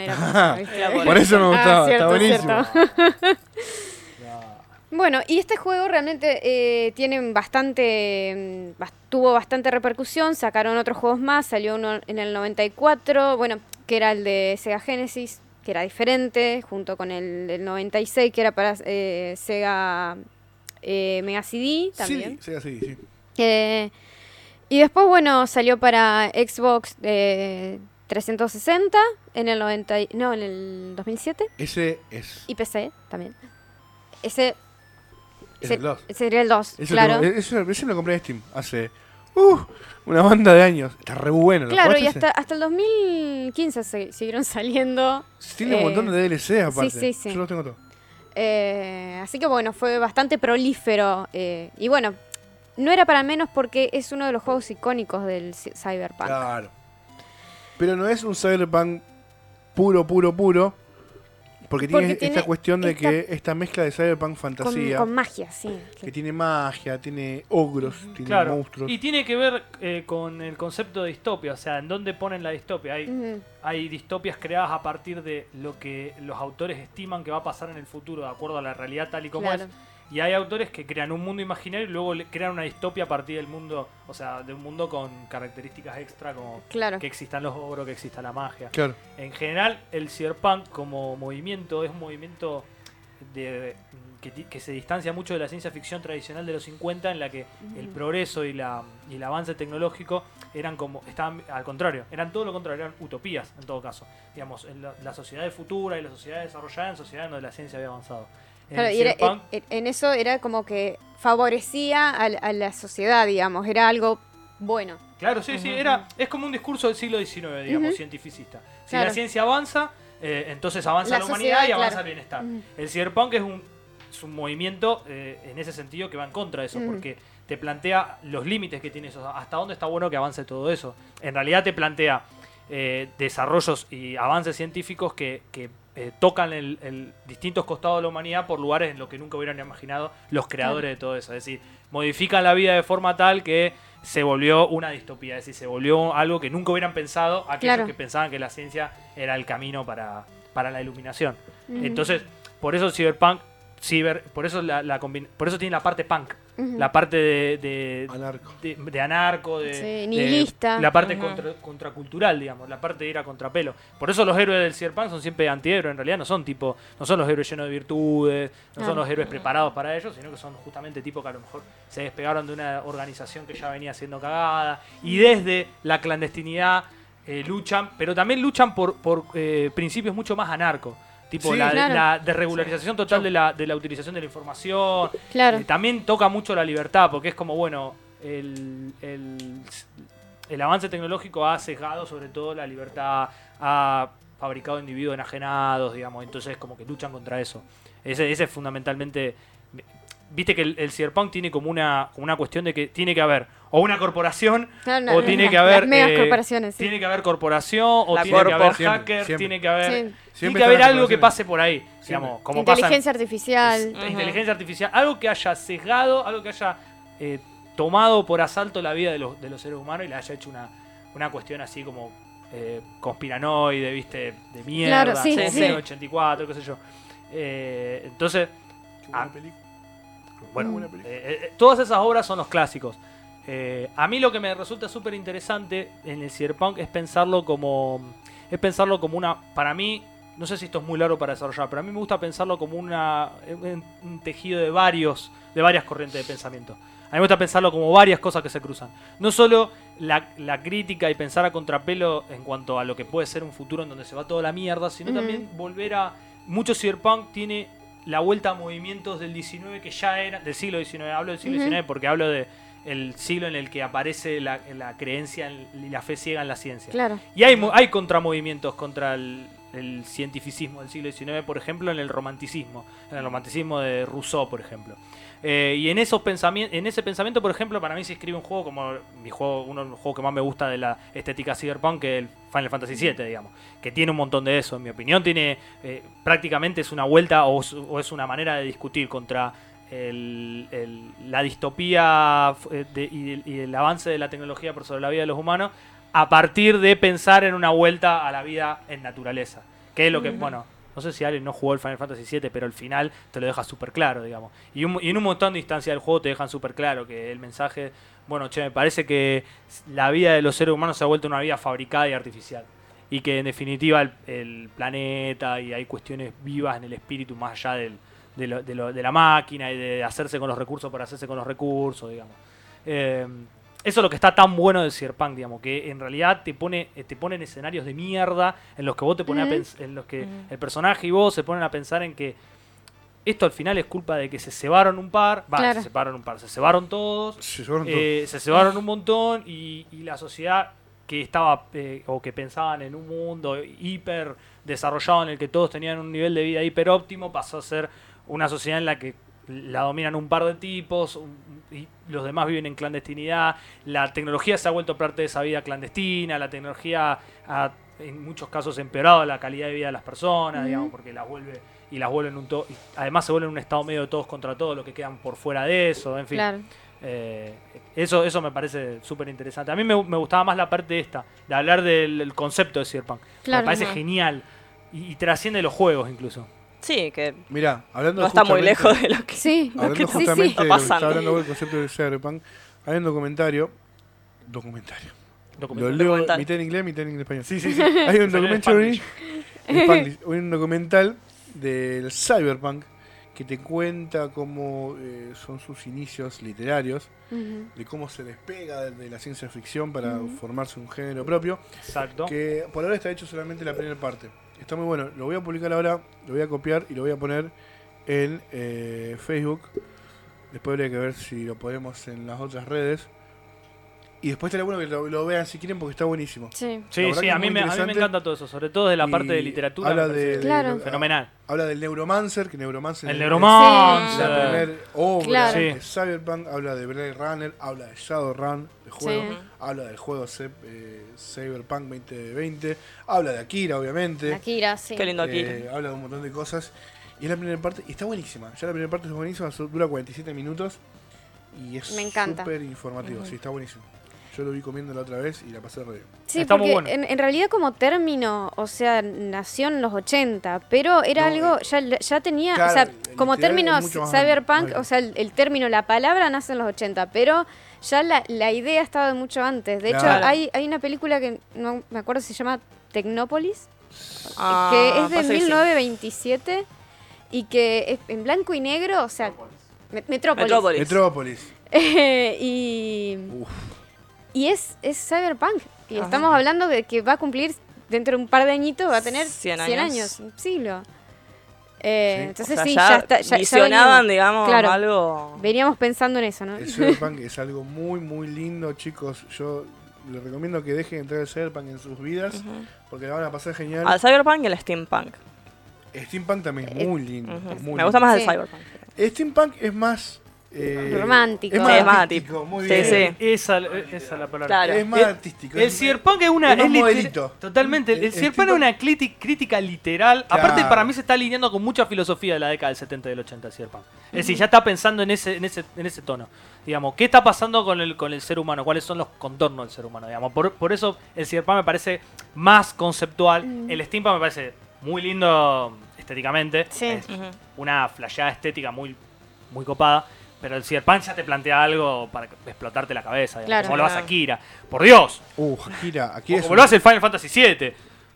S2: [LAUGHS]
S3: era por eso, ¿viste?
S5: Era por
S2: Por eso me
S3: Ah,
S2: gustaba,
S3: cierto,
S2: está buenísimo.
S3: cierto. Bueno, y este juego realmente eh, tiene bastante, mm, bas- tuvo bastante repercusión, sacaron otros juegos más, salió uno en el 94, bueno, que era el de Sega Genesis, que era diferente, junto con el del 96, que era para eh, Sega eh, Mega CD también.
S2: Sí, sí, sí, sí.
S3: Eh, y después, bueno, salió para Xbox eh, 360 en el 90, y- no, en el 2007
S2: Ese es.
S3: y PC también. Ese
S2: es
S3: se-
S2: el dos.
S3: sería el 2,
S2: Ese
S3: claro.
S2: lo- ese- ese me lo compré en Steam hace. Uh, una banda de años. Está re bueno. ¿lo
S3: claro,
S2: jugaste
S3: y
S2: ese?
S3: hasta, hasta el 2015 se- siguieron [LAUGHS] saliendo.
S2: Tiene un
S3: eh,
S2: montón de DLC aparte.
S3: sí, sí.
S2: Yo los tengo todos.
S3: Eh, así que bueno, fue bastante prolífero. eh, y bueno, no era para menos porque es uno de los juegos icónicos del ci- Cyberpunk.
S2: Claro. Pero no es un cyberpunk puro, puro, puro. Porque,
S3: Porque
S2: tiene,
S3: tiene
S2: esta cuestión de
S3: esta-
S2: que esta mezcla de cyberpunk
S3: Con,
S2: fantasía,
S3: con magia, sí.
S2: que tiene magia, tiene ogros,
S4: [LAUGHS]
S2: tiene
S4: Claro.
S2: monstruos.
S4: Y tiene que ver eh, con el concepto de distopia, o sea, en dónde ponen la distopia. Hay,
S3: Ujú.
S4: hay distopias creadas a partir de lo que los autores estiman que va a pasar en el futuro, de acuerdo a la realidad tal y como
S3: Claro.
S4: es. Y hay autores que crean un mundo imaginario y luego le- crean una distopia a partir del mundo, o sea, de un mundo con características extra como
S3: Claro.
S4: que existan los ogros, que exista la magia.
S2: Claro.
S4: En general, el cyberpunk como movimiento es un movimiento de- que, ti- que se distancia mucho de la ciencia ficción tradicional de los 50 en la que el progreso y, la, y el avance tecnológico eran como estaban al contrario, eran todo lo contrario, eran utopías en todo caso. Digamos, en la, la sociedad de futura y la sociedad desarrollada en sociedades donde la ciencia había avanzado. En
S3: Claro,
S4: el
S3: y era-
S4: cyberpunk,
S3: en, en eso era como que favorecía a, la- a la sociedad, digamos, era algo bueno.
S4: Claro, sí, sí, era, es como un discurso del siglo XIX, digamos,
S3: e- Ujú.
S4: cientificista. Si
S3: Claro.
S4: la ciencia avanza, eh, entonces avanza
S3: La
S4: la, humanidad y
S3: sociedad,
S4: avanza
S3: claro.
S4: el bienestar.
S3: Ujú.
S4: El cyberpunk es un, es un movimiento eh, en ese sentido que va en contra de eso,
S3: Mm.
S4: porque te plantea los límites que tiene eso, hasta dónde está bueno que avance todo eso. En realidad te plantea eh, desarrollos y avances científicos que, que, eh, tocan el, el distintos costados de la humanidad por lugares en los que nunca hubieran imaginado los creadores de todo eso. Es decir, modifican la vida de forma tal que se volvió una distopía, es decir, se volvió algo que nunca hubieran pensado aquellos
S3: Claro.
S4: que pensaban que la ciencia era el camino para, para la iluminación.
S3: Ujú.
S4: Entonces, por eso Cyberpunk, ciber, por eso la, la combin- por eso tiene la parte punk,
S3: Ujú.
S4: la parte de, de-
S2: Anarco.
S4: de- de anarco, de,
S3: Sí,
S4: de-
S3: nihilista.
S4: la parte
S5: Ajá.
S4: contra- contracultural, digamos, la parte de ir a contrapelo. Por eso los héroes del Cyberpunk son siempre antihéroes, en realidad no son tipo, no son los héroes llenos de virtudes, no son
S3: Claro.
S4: los héroes preparados para ellos, sino que son justamente tipo que a lo mejor se despegaron de una organización que ya venía siendo cagada y desde la clandestinidad eh, luchan, pero también luchan por, por eh, principios mucho más anarco. Tipo
S2: Sí,
S4: la,
S3: claro.
S4: la desregularización total de la, de la utilización de la información,
S3: Claro.
S4: eh, también toca mucho la libertad, porque es como, bueno, el, el- el avance tecnológico ha sesgado sobre todo la libertad, ha fabricado individuos enajenados, digamos, entonces como que luchan contra eso. Ese, ese es fundamentalmente... Viste que el, el cyberpunk tiene como una, como una cuestión de que tiene que haber o una corporación,
S3: Claro,
S4: o
S3: la-
S4: tiene
S3: las-
S4: que haber...
S3: Las megas
S4: eh,
S3: corporaciones, sí.
S4: Tiene que haber corporación, o
S5: La
S4: tiene que
S5: corpo.
S4: haber
S2: Siempre,
S4: hackers,
S2: siempre.
S4: tiene que haber...
S3: Sí.
S4: Tiene
S2: Siempre
S4: que
S2: están
S4: haber
S2: las
S4: algo que
S2: corporaciones.
S4: pase por ahí, digamos, como pasa
S3: Inteligencia artificial.
S4: es-
S5: Ajá.
S4: inteligencia artificial, algo que haya sesgado, algo que haya eh, tomado por asalto la vida de los, de los seres humanos y le haya hecho una, una cuestión así como eh, conspiranoide, viste, de mierda,
S3: Claro, sí,
S4: como
S5: sí, sí.
S4: 1984, qué sé yo. Eh, entonces,
S2: Qué
S4: Ah.
S2: buena película.
S4: bueno,
S2: buena
S4: eh,
S2: película.
S4: eh, eh, todas esas obras son los clásicos. Eh, a mí lo que me resulta súper interesante en el cyberpunk es pensarlo como es pensarlo como una para mí no sé si esto es muy largo para desarrollar pero a mí me gusta pensarlo como una un, un tejido de varios de varias corrientes de pensamiento a mí me gusta pensarlo como varias cosas que se cruzan no solo la, la crítica y pensar a contrapelo en cuanto a lo que puede ser un futuro en donde se va toda la mierda sino
S3: Ujú.
S4: también volver a mucho cyberpunk tiene la vuelta a movimientos del 19 que ya era del siglo XIX hablo del siglo
S3: Ujú.
S4: XIX porque hablo de el siglo en el que aparece la, la creencia en- y la fe ciega en la ciencia.
S3: Claro.
S4: Y hay, mo- hay contramovimientos contra el, el cientificismo del siglo XIX, por ejemplo, en el romanticismo, en el romanticismo de Rousseau, por ejemplo. Eh, y en esos pensami- en ese pensamiento, por ejemplo, para mí se escribe un juego como mi juego, uno de los juegos que más me gusta de la estética cyberpunk, que es el Final Fantasy VII, digamos, que tiene un montón de eso. En mi opinión, tiene eh, prácticamente es una vuelta o, es- o es una manera de discutir contra el- el- la distopía eh, de- y, el, y el avance de la tecnología por sobre la vida de los humanos a partir de pensar en una vuelta a la vida en naturaleza. Que es lo que, bueno, no sé si alguien no jugó el Final Fantasy VII, pero el final te lo deja súper claro, digamos. Y, un- y en un montón de instancias del juego te dejan súper claro que el mensaje, bueno, che, me parece que la vida de los seres humanos se ha vuelto una vida fabricada y artificial. Y que en definitiva el, el planeta y hay cuestiones vivas en el espíritu más allá del- de, lo- de lo- de la máquina y de hacerse con los recursos por hacerse con los recursos, digamos. Eh, eso es lo que está tan bueno de Cyberpunk, digamos, que en realidad te pone, eh, te ponen escenarios de mierda en los que vos te pones a
S3: Ujú.
S4: pens- en los que el personaje y vos se ponen a pensar en que esto al final es culpa de que se cebaron un par, va,
S3: Claro.
S4: se cebaron un par, se cebaron todos,
S2: Sí, yo no-
S4: eh, se cebaron un montón y, y la sociedad que estaba eh, o que pensaban en un mundo hiper desarrollado en el que todos tenían un nivel de vida hiper óptimo pasó a ser una sociedad en la que la dominan un par de tipos un- y los demás viven en clandestinidad. La tecnología se ha vuelto parte de esa vida clandestina, la tecnología ha en muchos casos empeorado la calidad de vida de las personas, digamos, porque las vuelve y las vuelven un to- y además se vuelven un estado medio de todos contra todos, los que quedan por fuera de eso, en fin.
S3: Claro.
S4: Eh, eso, eso me parece súper interesante. A mí me, me gustaba más la parte esta, de hablar del del concepto de Cyberpunk.
S3: Claro,
S4: me parece
S3: no.
S4: genial. Y, y trasciende los juegos incluso.
S5: Sí, que
S2: Mirá, hablando
S5: no está muy
S2: justamente-
S5: lejos de lo que...
S3: Sí,
S2: Hablando
S3: [LAUGHS] sí, sí.
S2: justamente de lo que
S5: Pasando.
S2: está hablando vos del concepto de Cyberpunk, hay un documentario. Documentario. Lo
S4: Documental.
S2: leo
S5: Documental.
S2: mitad en inglés, mitad en español.
S4: Sí, sí, sí.
S2: [LAUGHS] Hay un
S4: Salió en
S2: documentary.
S4: Spanglish.
S2: en Spanglish, Hay un documental del Cyberpunk que te cuenta cómo eh, son sus inicios literarios,
S3: Ujú.
S2: de cómo se despega de- de la ciencia ficción para formarse un género propio.
S4: Exacto.
S2: Que por ahora está hecho solamente la primera parte. Está muy bueno. Lo voy a publicar ahora, lo voy a copiar y lo voy a poner en eh, Facebook. Después habría que ver si lo ponemos en las otras redes. Y después estaría bueno que lo, lo vean si quieren porque está buenísimo.
S3: Sí.
S4: Sí,
S2: verdad que
S4: sí,
S2: es
S4: a mí,
S2: muy
S4: me, a mí me
S2: interesante.
S4: encanta todo eso, sobre todo de la
S2: Y
S4: parte de literatura.
S2: Habla,
S4: me
S2: de,
S4: parece
S3: Claro.
S2: de-
S4: Fenomenal.
S2: habla del Neuromancer, que Neuromancer
S4: El eh,
S2: es-
S4: Neuromancer.
S2: la primera obra
S3: Claro.
S2: de Cyberpunk habla de Blade Runner, habla de Shadowrun, de juego,
S3: Sí.
S2: habla del juego ce- eh, Cyberpunk 2020, habla de Akira, obviamente,
S3: Akira, sí.
S5: Qué lindo aquí.
S2: eh, habla de un montón de cosas. Y es la primera parte, y está buenísima. Ya la primera parte es buenísima, su- dura 47 minutos y es
S3: Me encanta.
S2: súper informativo. Sí, está buenísimo. Yo lo vi comiendo la otra vez y la pasé re bien.
S3: Sí,
S4: Está muy
S3: porque
S4: bueno.
S3: en, en realidad como término, o sea, nació en los 80, pero era
S2: No, eh,
S3: algo, ya, ya tenía,
S2: claro,
S3: o sea,
S2: el- el
S3: como
S2: literal
S3: término
S2: es mucho más
S3: cyberpunk,
S2: amplio.
S3: o sea, el, el término, la palabra nace en los 80, pero ya la, la idea estaba de mucho antes. De
S2: Claro.
S3: hecho, hay, hay una película que no me acuerdo si se llama Tecnópolis,
S5: Ah,
S3: que es de
S5: pasa que sí.
S3: 1927 y que es en blanco y negro, o sea, Me- Metrópolis. [LAUGHS] Eh,
S5: Metrópolis.
S2: Metrópolis.
S3: y...
S2: Uf.
S3: Y es, es Cyberpunk. Y
S5: Ajá.
S3: estamos hablando de que va a cumplir dentro de un par de añitos, va a tener 100
S5: 100
S3: años,
S5: años.
S3: un siglo. Eh,
S2: Sí.
S5: O
S3: Entonces
S5: sea,
S3: sí,
S5: ya,
S3: ya, está. Ya, ya
S5: visionaban,
S3: veníamos,
S5: digamos,
S3: Claro.
S5: algo...
S3: veníamos pensando en eso, ¿no?
S2: El Cyberpunk es algo muy, muy lindo, chicos. Yo les recomiendo que dejen entrar el Cyberpunk en sus vidas porque la van a pasar genial.
S5: Al cyberpunk y al steampunk.
S2: Steampunk también es
S3: Eh,
S2: muy lindo.
S5: Ujú.
S2: es muy
S5: Me gusta
S2: lindo.
S5: más el
S3: Ah, Sí.
S5: cyberpunk.
S2: Steampunk es más. eh,
S3: Romántico.
S2: Es más
S5: Sí, es más
S2: artístico, muy
S5: Sí,
S2: bien.
S5: sí.
S4: Esa, esa es la palabra.
S5: Claro.
S2: Es más
S4: El-
S2: artístico.
S4: El
S2: es-
S4: Cyberpunk es una.
S2: es más
S4: liter-
S2: modelito.
S4: Totalmente. El,
S2: El- el
S4: Cyberpunk
S2: tipo-
S4: es una cliti- crítica literal. Aparte,
S2: Claro.
S4: para mí se está alineando con mucha filosofía de la década del 70 y del 80, el Cyberpunk. Es decir, ya está pensando en ese, en ese, en ese tono. Digamos, ¿qué está pasando con el, con el ser humano? ¿Cuáles son los contornos del ser humano? Digamos, por, por eso el Cyberpunk me parece más conceptual. El Steampunk me parece muy lindo estéticamente.
S3: Sí.
S4: Es
S5: Ujú.
S4: una flasheada estética muy, muy copada. Pero el Cyberpunk ya te plantea algo para explotarte la cabeza. digamos,
S3: Claro.
S4: como lo hace
S5: Claro.
S4: Akira. Por Dios.
S2: Uh, Akira, aquí
S4: O
S2: es,
S4: como
S2: un,
S4: lo hace el Final Fantasy VII.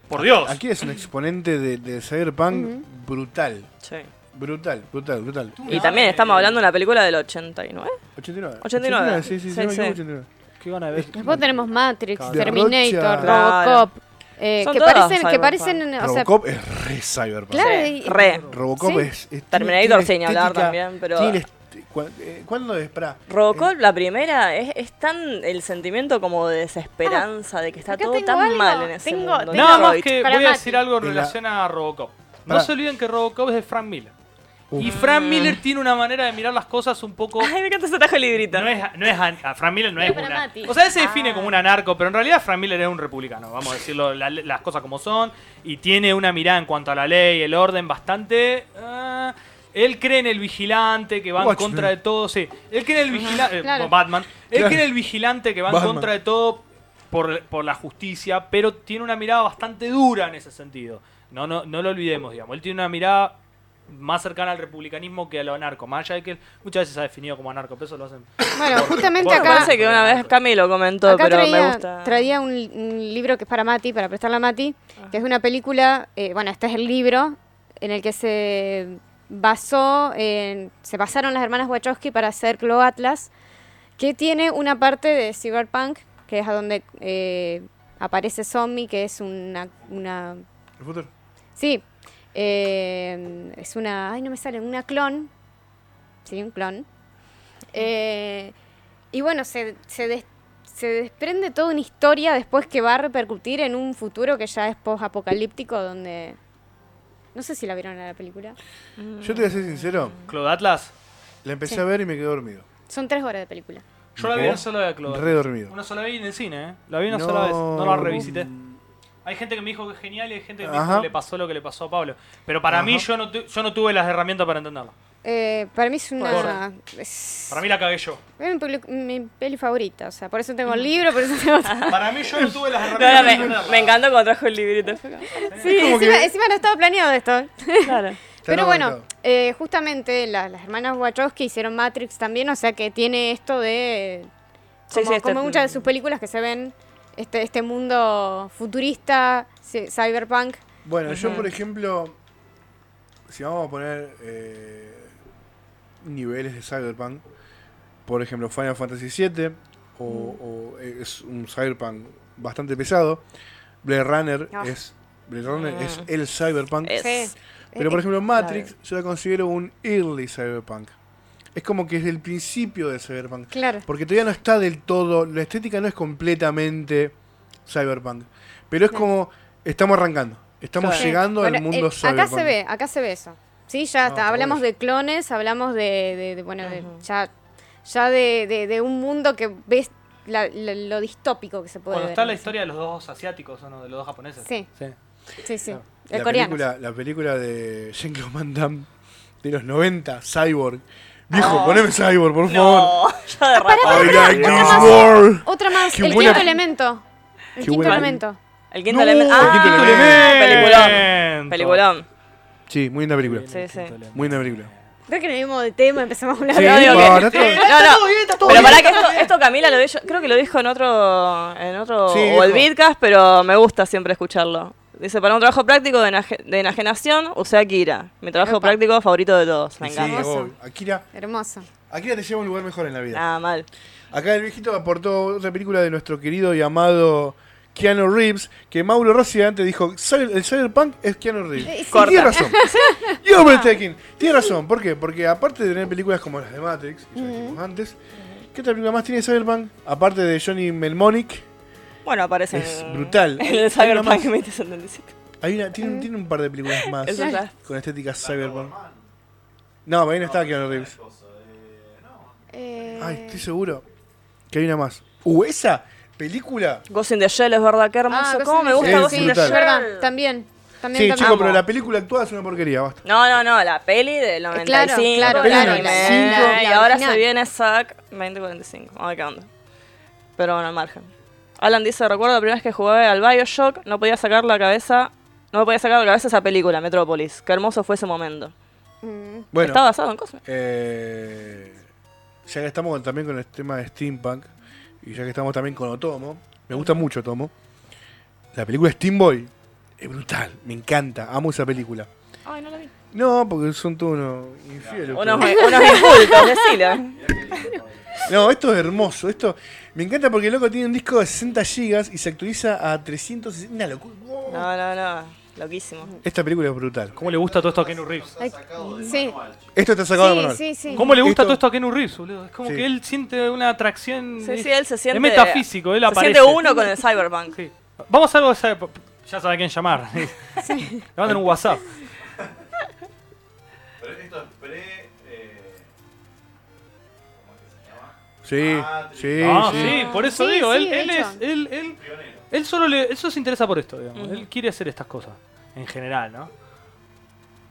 S4: Por Dios.
S2: Akira es un exponente de, de Cyberpunk brutal.
S5: Sí.
S2: Brutal, brutal, brutal.
S5: Y también estamos hablando de una película del 89.
S2: 89.
S5: 89.
S2: sí, sí, sí, me
S5: Sí, sí.
S2: equivoco, 89.
S4: ¿Qué van a ver?
S3: Después tenemos Matrix,
S2: Claro.
S3: Terminator,
S5: Claro.
S3: Robocop. eh,
S5: Son
S3: que,
S5: todas
S3: parecen, que
S5: Cyberpunk.
S3: parecen, o sea,
S2: Robocop es re Cyberpunk.
S3: Claro,
S5: Sí.
S3: y-
S5: Re.
S2: Robocop
S3: Sí.
S2: es, es-
S5: Terminator
S2: tiene
S5: sin hablar
S2: estética,
S5: también, pero-
S2: tiene est- cua- eh, ¿Cuándo es? Pará.
S5: Robocop, la primera, es, es tan el sentimiento como de desesperanza, de que está
S3: Ah, acá
S5: todo
S3: tengo
S5: tan
S3: algo.
S5: mal en ese
S3: Tengo-
S5: mundo.
S3: tengo-
S4: Nada más
S5: Detroit.
S4: que
S3: Para
S4: voy a
S3: Mati.
S4: decir algo en
S2: Mira.
S4: relación a Robocop. No
S2: Pará.
S4: se olviden que Robocop es de Frank Miller.
S2: Uf.
S4: Y Frank Miller tiene una manera de mirar las cosas un poco.
S5: Ay, me encanta ese atajo de librito.
S4: No es, no es an- ah, Frank Miller no es
S3: Pero para
S4: una.
S3: Mati.
S4: O sea, él se define
S3: Ah.
S4: como un anarco, pero en realidad Frank Miller es un republicano, vamos a decirlo la- las cosas como son. Y tiene una mirada en cuanto a la ley, el orden, bastante. ah, él cree en el vigilante que va en
S2: Watchmen.
S4: contra de todo. Sí, él cree en el vigilante.
S3: Claro.
S4: Batman. Él
S2: Claro.
S4: cree en el vigilante que va en
S2: Batman.
S4: contra de todo por, por la justicia, pero tiene una mirada bastante dura en ese sentido. No, no, no lo olvidemos, digamos. Él tiene una mirada más cercana al republicanismo que a lo anarco. Más allá de que él muchas veces se ha definido como anarco, pero eso lo hacen.
S3: Bueno, justamente
S4: Bueno,
S5: Me
S3: acá,
S5: parece que una vez Cami lo comentó,
S3: acá
S5: pero me
S3: traía,
S5: gusta.
S3: traía un, un libro que es para Mati, para prestarla a Mati,
S5: Ah.
S3: que es una película, eh, bueno, este es el libro en el que se basó, en- se basaron las hermanas Wachowski para hacer Glow Atlas, que tiene una parte de Cyberpunk, que es a donde eh, aparece Zombie, que es una- una
S2: El futuro.
S3: Sí. eh, es una. Ay, no me sale. Una clon. Sí, un clon. Eh, y bueno, se, se, des- se desprende toda una historia después que va a repercutir en un futuro que ya es post-apocalíptico, donde. No sé si la vieron a la película.
S2: Eh, Yo te voy a ser sincero,
S4: Claude Atlas.
S2: la empecé
S3: Sí.
S2: a ver y me quedé dormido.
S3: Son tres horas de película.
S4: Yo la vi una sola vez, Claude.
S2: Re dormido.
S4: Una sola vez en el cine, ¿eh? La vi una sola vez. No la revisité. Hay gente que me dijo que es genial y hay gente que me dijo
S2: Ajá.
S4: que le pasó lo que le pasó a Pablo. Pero para mí
S2: Ajá.
S4: yo no, tu- yo no tuve las herramientas para entenderlo.
S3: Eh, para mí es una.
S4: Gorda.
S3: Es,
S4: Para mí la cagué yo.
S3: es mi, peli- mi peli favorita. O sea, por eso tengo el libro, por eso
S4: [LAUGHS]
S3: tengo.
S4: Para mí yo no tuve las
S5: No,
S4: herramientas
S5: no,
S4: para
S5: me,
S4: entenderla.
S5: me encantó cuando trajo el librito.
S3: [LAUGHS] sí,
S2: como que-
S3: encima, encima no estaba planeado esto.
S5: Claro.
S3: Pero
S2: no
S3: bueno,
S2: bancado.
S3: eh, justamente la- las hermanas Wachowski hicieron Matrix también, o sea que tiene esto de.
S5: Sí,
S3: Como,
S5: sí, este-
S3: como muchas de sus películas que se ven, este, este mundo futurista, ci- cyberpunk.
S2: Bueno, yo
S5: Ujú.
S2: por ejemplo, si vamos a poner eh, niveles de Cyberpunk, por ejemplo Final Fantasy VII, o, o eh, es un Cyberpunk bastante pesado, Blade Runner
S3: Ah.
S2: es... Blade Runner es
S5: Mm.
S2: el Cyberpunk.
S5: Es-
S3: Sí.
S2: Pero por
S3: Eh,
S2: ejemplo Matrix yo la considero un early Cyberpunk. Es como que es el principio del Cyberpunk.
S3: Claro.
S2: Porque todavía no está del todo, la estética no es completamente cyberpunk. Pero es como, estamos arrancando, estamos
S5: Claro.
S2: llegando
S3: Bueno,
S2: al mundo
S3: eh,
S2: cyberpunk.
S3: Acá se ve, acá se ve eso. Sí, ya
S2: Ah,
S3: está,
S2: está
S3: hablamos
S2: bueno.
S3: de clones, hablamos de, de- de, bueno, de-
S5: Ujú.
S3: ya, ya de, de- de un mundo que ves la- la- lo distópico que se puede
S4: Cuando
S3: ver.
S4: está la
S3: ¿no?
S4: historia de los dos asiáticos, ¿o no? De los dos japoneses.
S3: Sí. Sí, sí.
S4: Claro.
S3: El
S2: la,
S3: coreano.
S2: película, la película de Jean-Claude Van Damme de los 90, Cyborg. Viejo,
S5: Oh.
S2: poneme Cyborg, por favor.
S5: No, [LAUGHS] ya de rato.
S2: I like
S3: Ah. pará,
S2: this
S3: pará.
S2: world.
S3: Otra más,
S2: Qué
S3: el
S2: buena-
S3: quinto elemento. El
S2: Qué
S3: quinto
S2: buena-
S3: elemento.
S5: El quinto
S2: No,
S5: elemento.
S2: el quinto
S5: Ah, Peliculón.
S4: ¡Peliculón!
S5: Peliculón.
S2: Sí, muy linda película.
S5: Sí, sí.
S2: Muy linda película.
S3: [LAUGHS] Creo que en el mismo tema empezamos a hablar
S2: Sí,
S3: de
S5: digo que-
S2: bueno, esto-
S5: No, no. Pero para que esto, esto Camila lo dijo, creo que lo dijo en otro, en otro
S2: Sí,
S5: o el
S2: dijo.
S5: Vidcast, pero me gusta siempre escucharlo. Dice, para un trabajo práctico de, enaje- de enajenación, usé Akira. Mi trabajo
S3: Epa.
S5: práctico favorito de todos. Me
S2: Sí,
S5: encanta.
S2: obvio. Akira,
S3: Hermoso.
S2: Akira te lleva a un lugar mejor en la vida.
S5: Nada mal.
S2: Acá el viejito aportó otra película de nuestro querido y amado Keanu Reeves, que Mauro Rossi antes dijo, "Cyber- el Cyberpunk es Keanu
S3: Eh,
S2: Reeves.
S3: [LAUGHS] sí. Ah.
S2: Y tiene razón. Y overtaking. Tiene razón, ¿por qué? Porque aparte de tener películas como las de Matrix, que ya dijimos antes, ¿qué otra película más tiene Cyberpunk? Aparte de Johnny Melmonic,
S5: Bueno, aparece
S2: Es
S5: en-
S2: brutal.
S5: en el
S2: Hay una más.
S5: Cyberpunk 2077.
S2: hay una, tiene, un- tiene un par de películas más
S5: Eso ya.
S2: con estética Cyberpunk. No, ahí no está Keanu Reeves.
S3: Eh,
S2: Ay, estoy seguro que hay una más. Uh, esa película...
S5: Ghost in the Shell, es verdad, qué hermoso.
S3: ah,
S5: ¿Cómo
S3: Ghost in
S5: me
S3: the
S5: gusta
S3: Shell,
S2: Es
S5: Ghost in the
S2: brutal.
S3: Sí, verdad.
S5: Shell?
S3: También.
S2: Sí,
S3: También, también.
S2: chico,
S5: amo.
S2: pero la película actuada es una porquería, basta.
S5: No, no, no, la peli del 95.
S3: claro,
S5: del
S2: claro,
S5: anime,
S2: la- la-
S3: la-
S5: y
S3: la
S5: ahora
S3: original.
S5: se viene Zack 2045. Ay, qué onda. Pero bueno, al margen. Alan dice, recuerdo la primera vez que jugué al Bioshock, no podía sacar la cabeza... No me podía sacar de la cabeza esa película, Metrópolis. Qué hermoso fue ese momento.
S3: Mm,
S2: Bueno,
S5: Está basado en Cosme.
S2: eh, ya que estamos con- también con el tema de steampunk y ya que estamos también con Otomo, me gusta mucho Otomo. La película Steam Boy es brutal, me encanta, amo esa película.
S5: Ay, no la vi.
S2: No, porque son todos unos infieles.
S5: Unos,
S2: pero-
S5: unos
S4: [LAUGHS]
S5: incultos, decilo.
S2: No, esto es hermoso. Esto me encanta porque el loco tiene un disco de 60 gigas y se actualiza a 360. Una locura. Wow.
S5: No, no, no. Loquísimo.
S2: Esta película es brutal.
S4: ¿Cómo le gusta todo esto a Keanu Reeves?
S3: ay, sí.
S2: Esto está sacado de
S3: Sí,
S2: manual.
S3: sí, sí.
S4: ¿Cómo le gusta
S2: Esto-
S4: todo esto a Keanu Reeves, boludo? Es como
S2: Sí.
S4: que él siente una atracción.
S5: Sí,
S4: es-
S5: sí, él se siente...
S4: Es metafísico, él
S5: se
S4: aparece.
S5: siente uno con el Cyberpunk.
S4: Sí. Vamos a algo de esa época. Ya sabe a quién llamar. Le mandan un WhatsApp.
S6: Pero esto, eh, pero
S2: Sí,
S6: Matrix.
S2: sí,
S4: Ah,
S2: sí.
S4: sí, por eso
S3: Sí,
S4: digo,
S3: sí,
S4: él,
S3: de
S4: él
S3: hecho.
S4: es. Él, él-
S6: Pionero.
S4: él solo, le- él solo se interesa por esto, digamos.
S5: Ujú.
S4: Él quiere hacer estas cosas, en general, ¿no?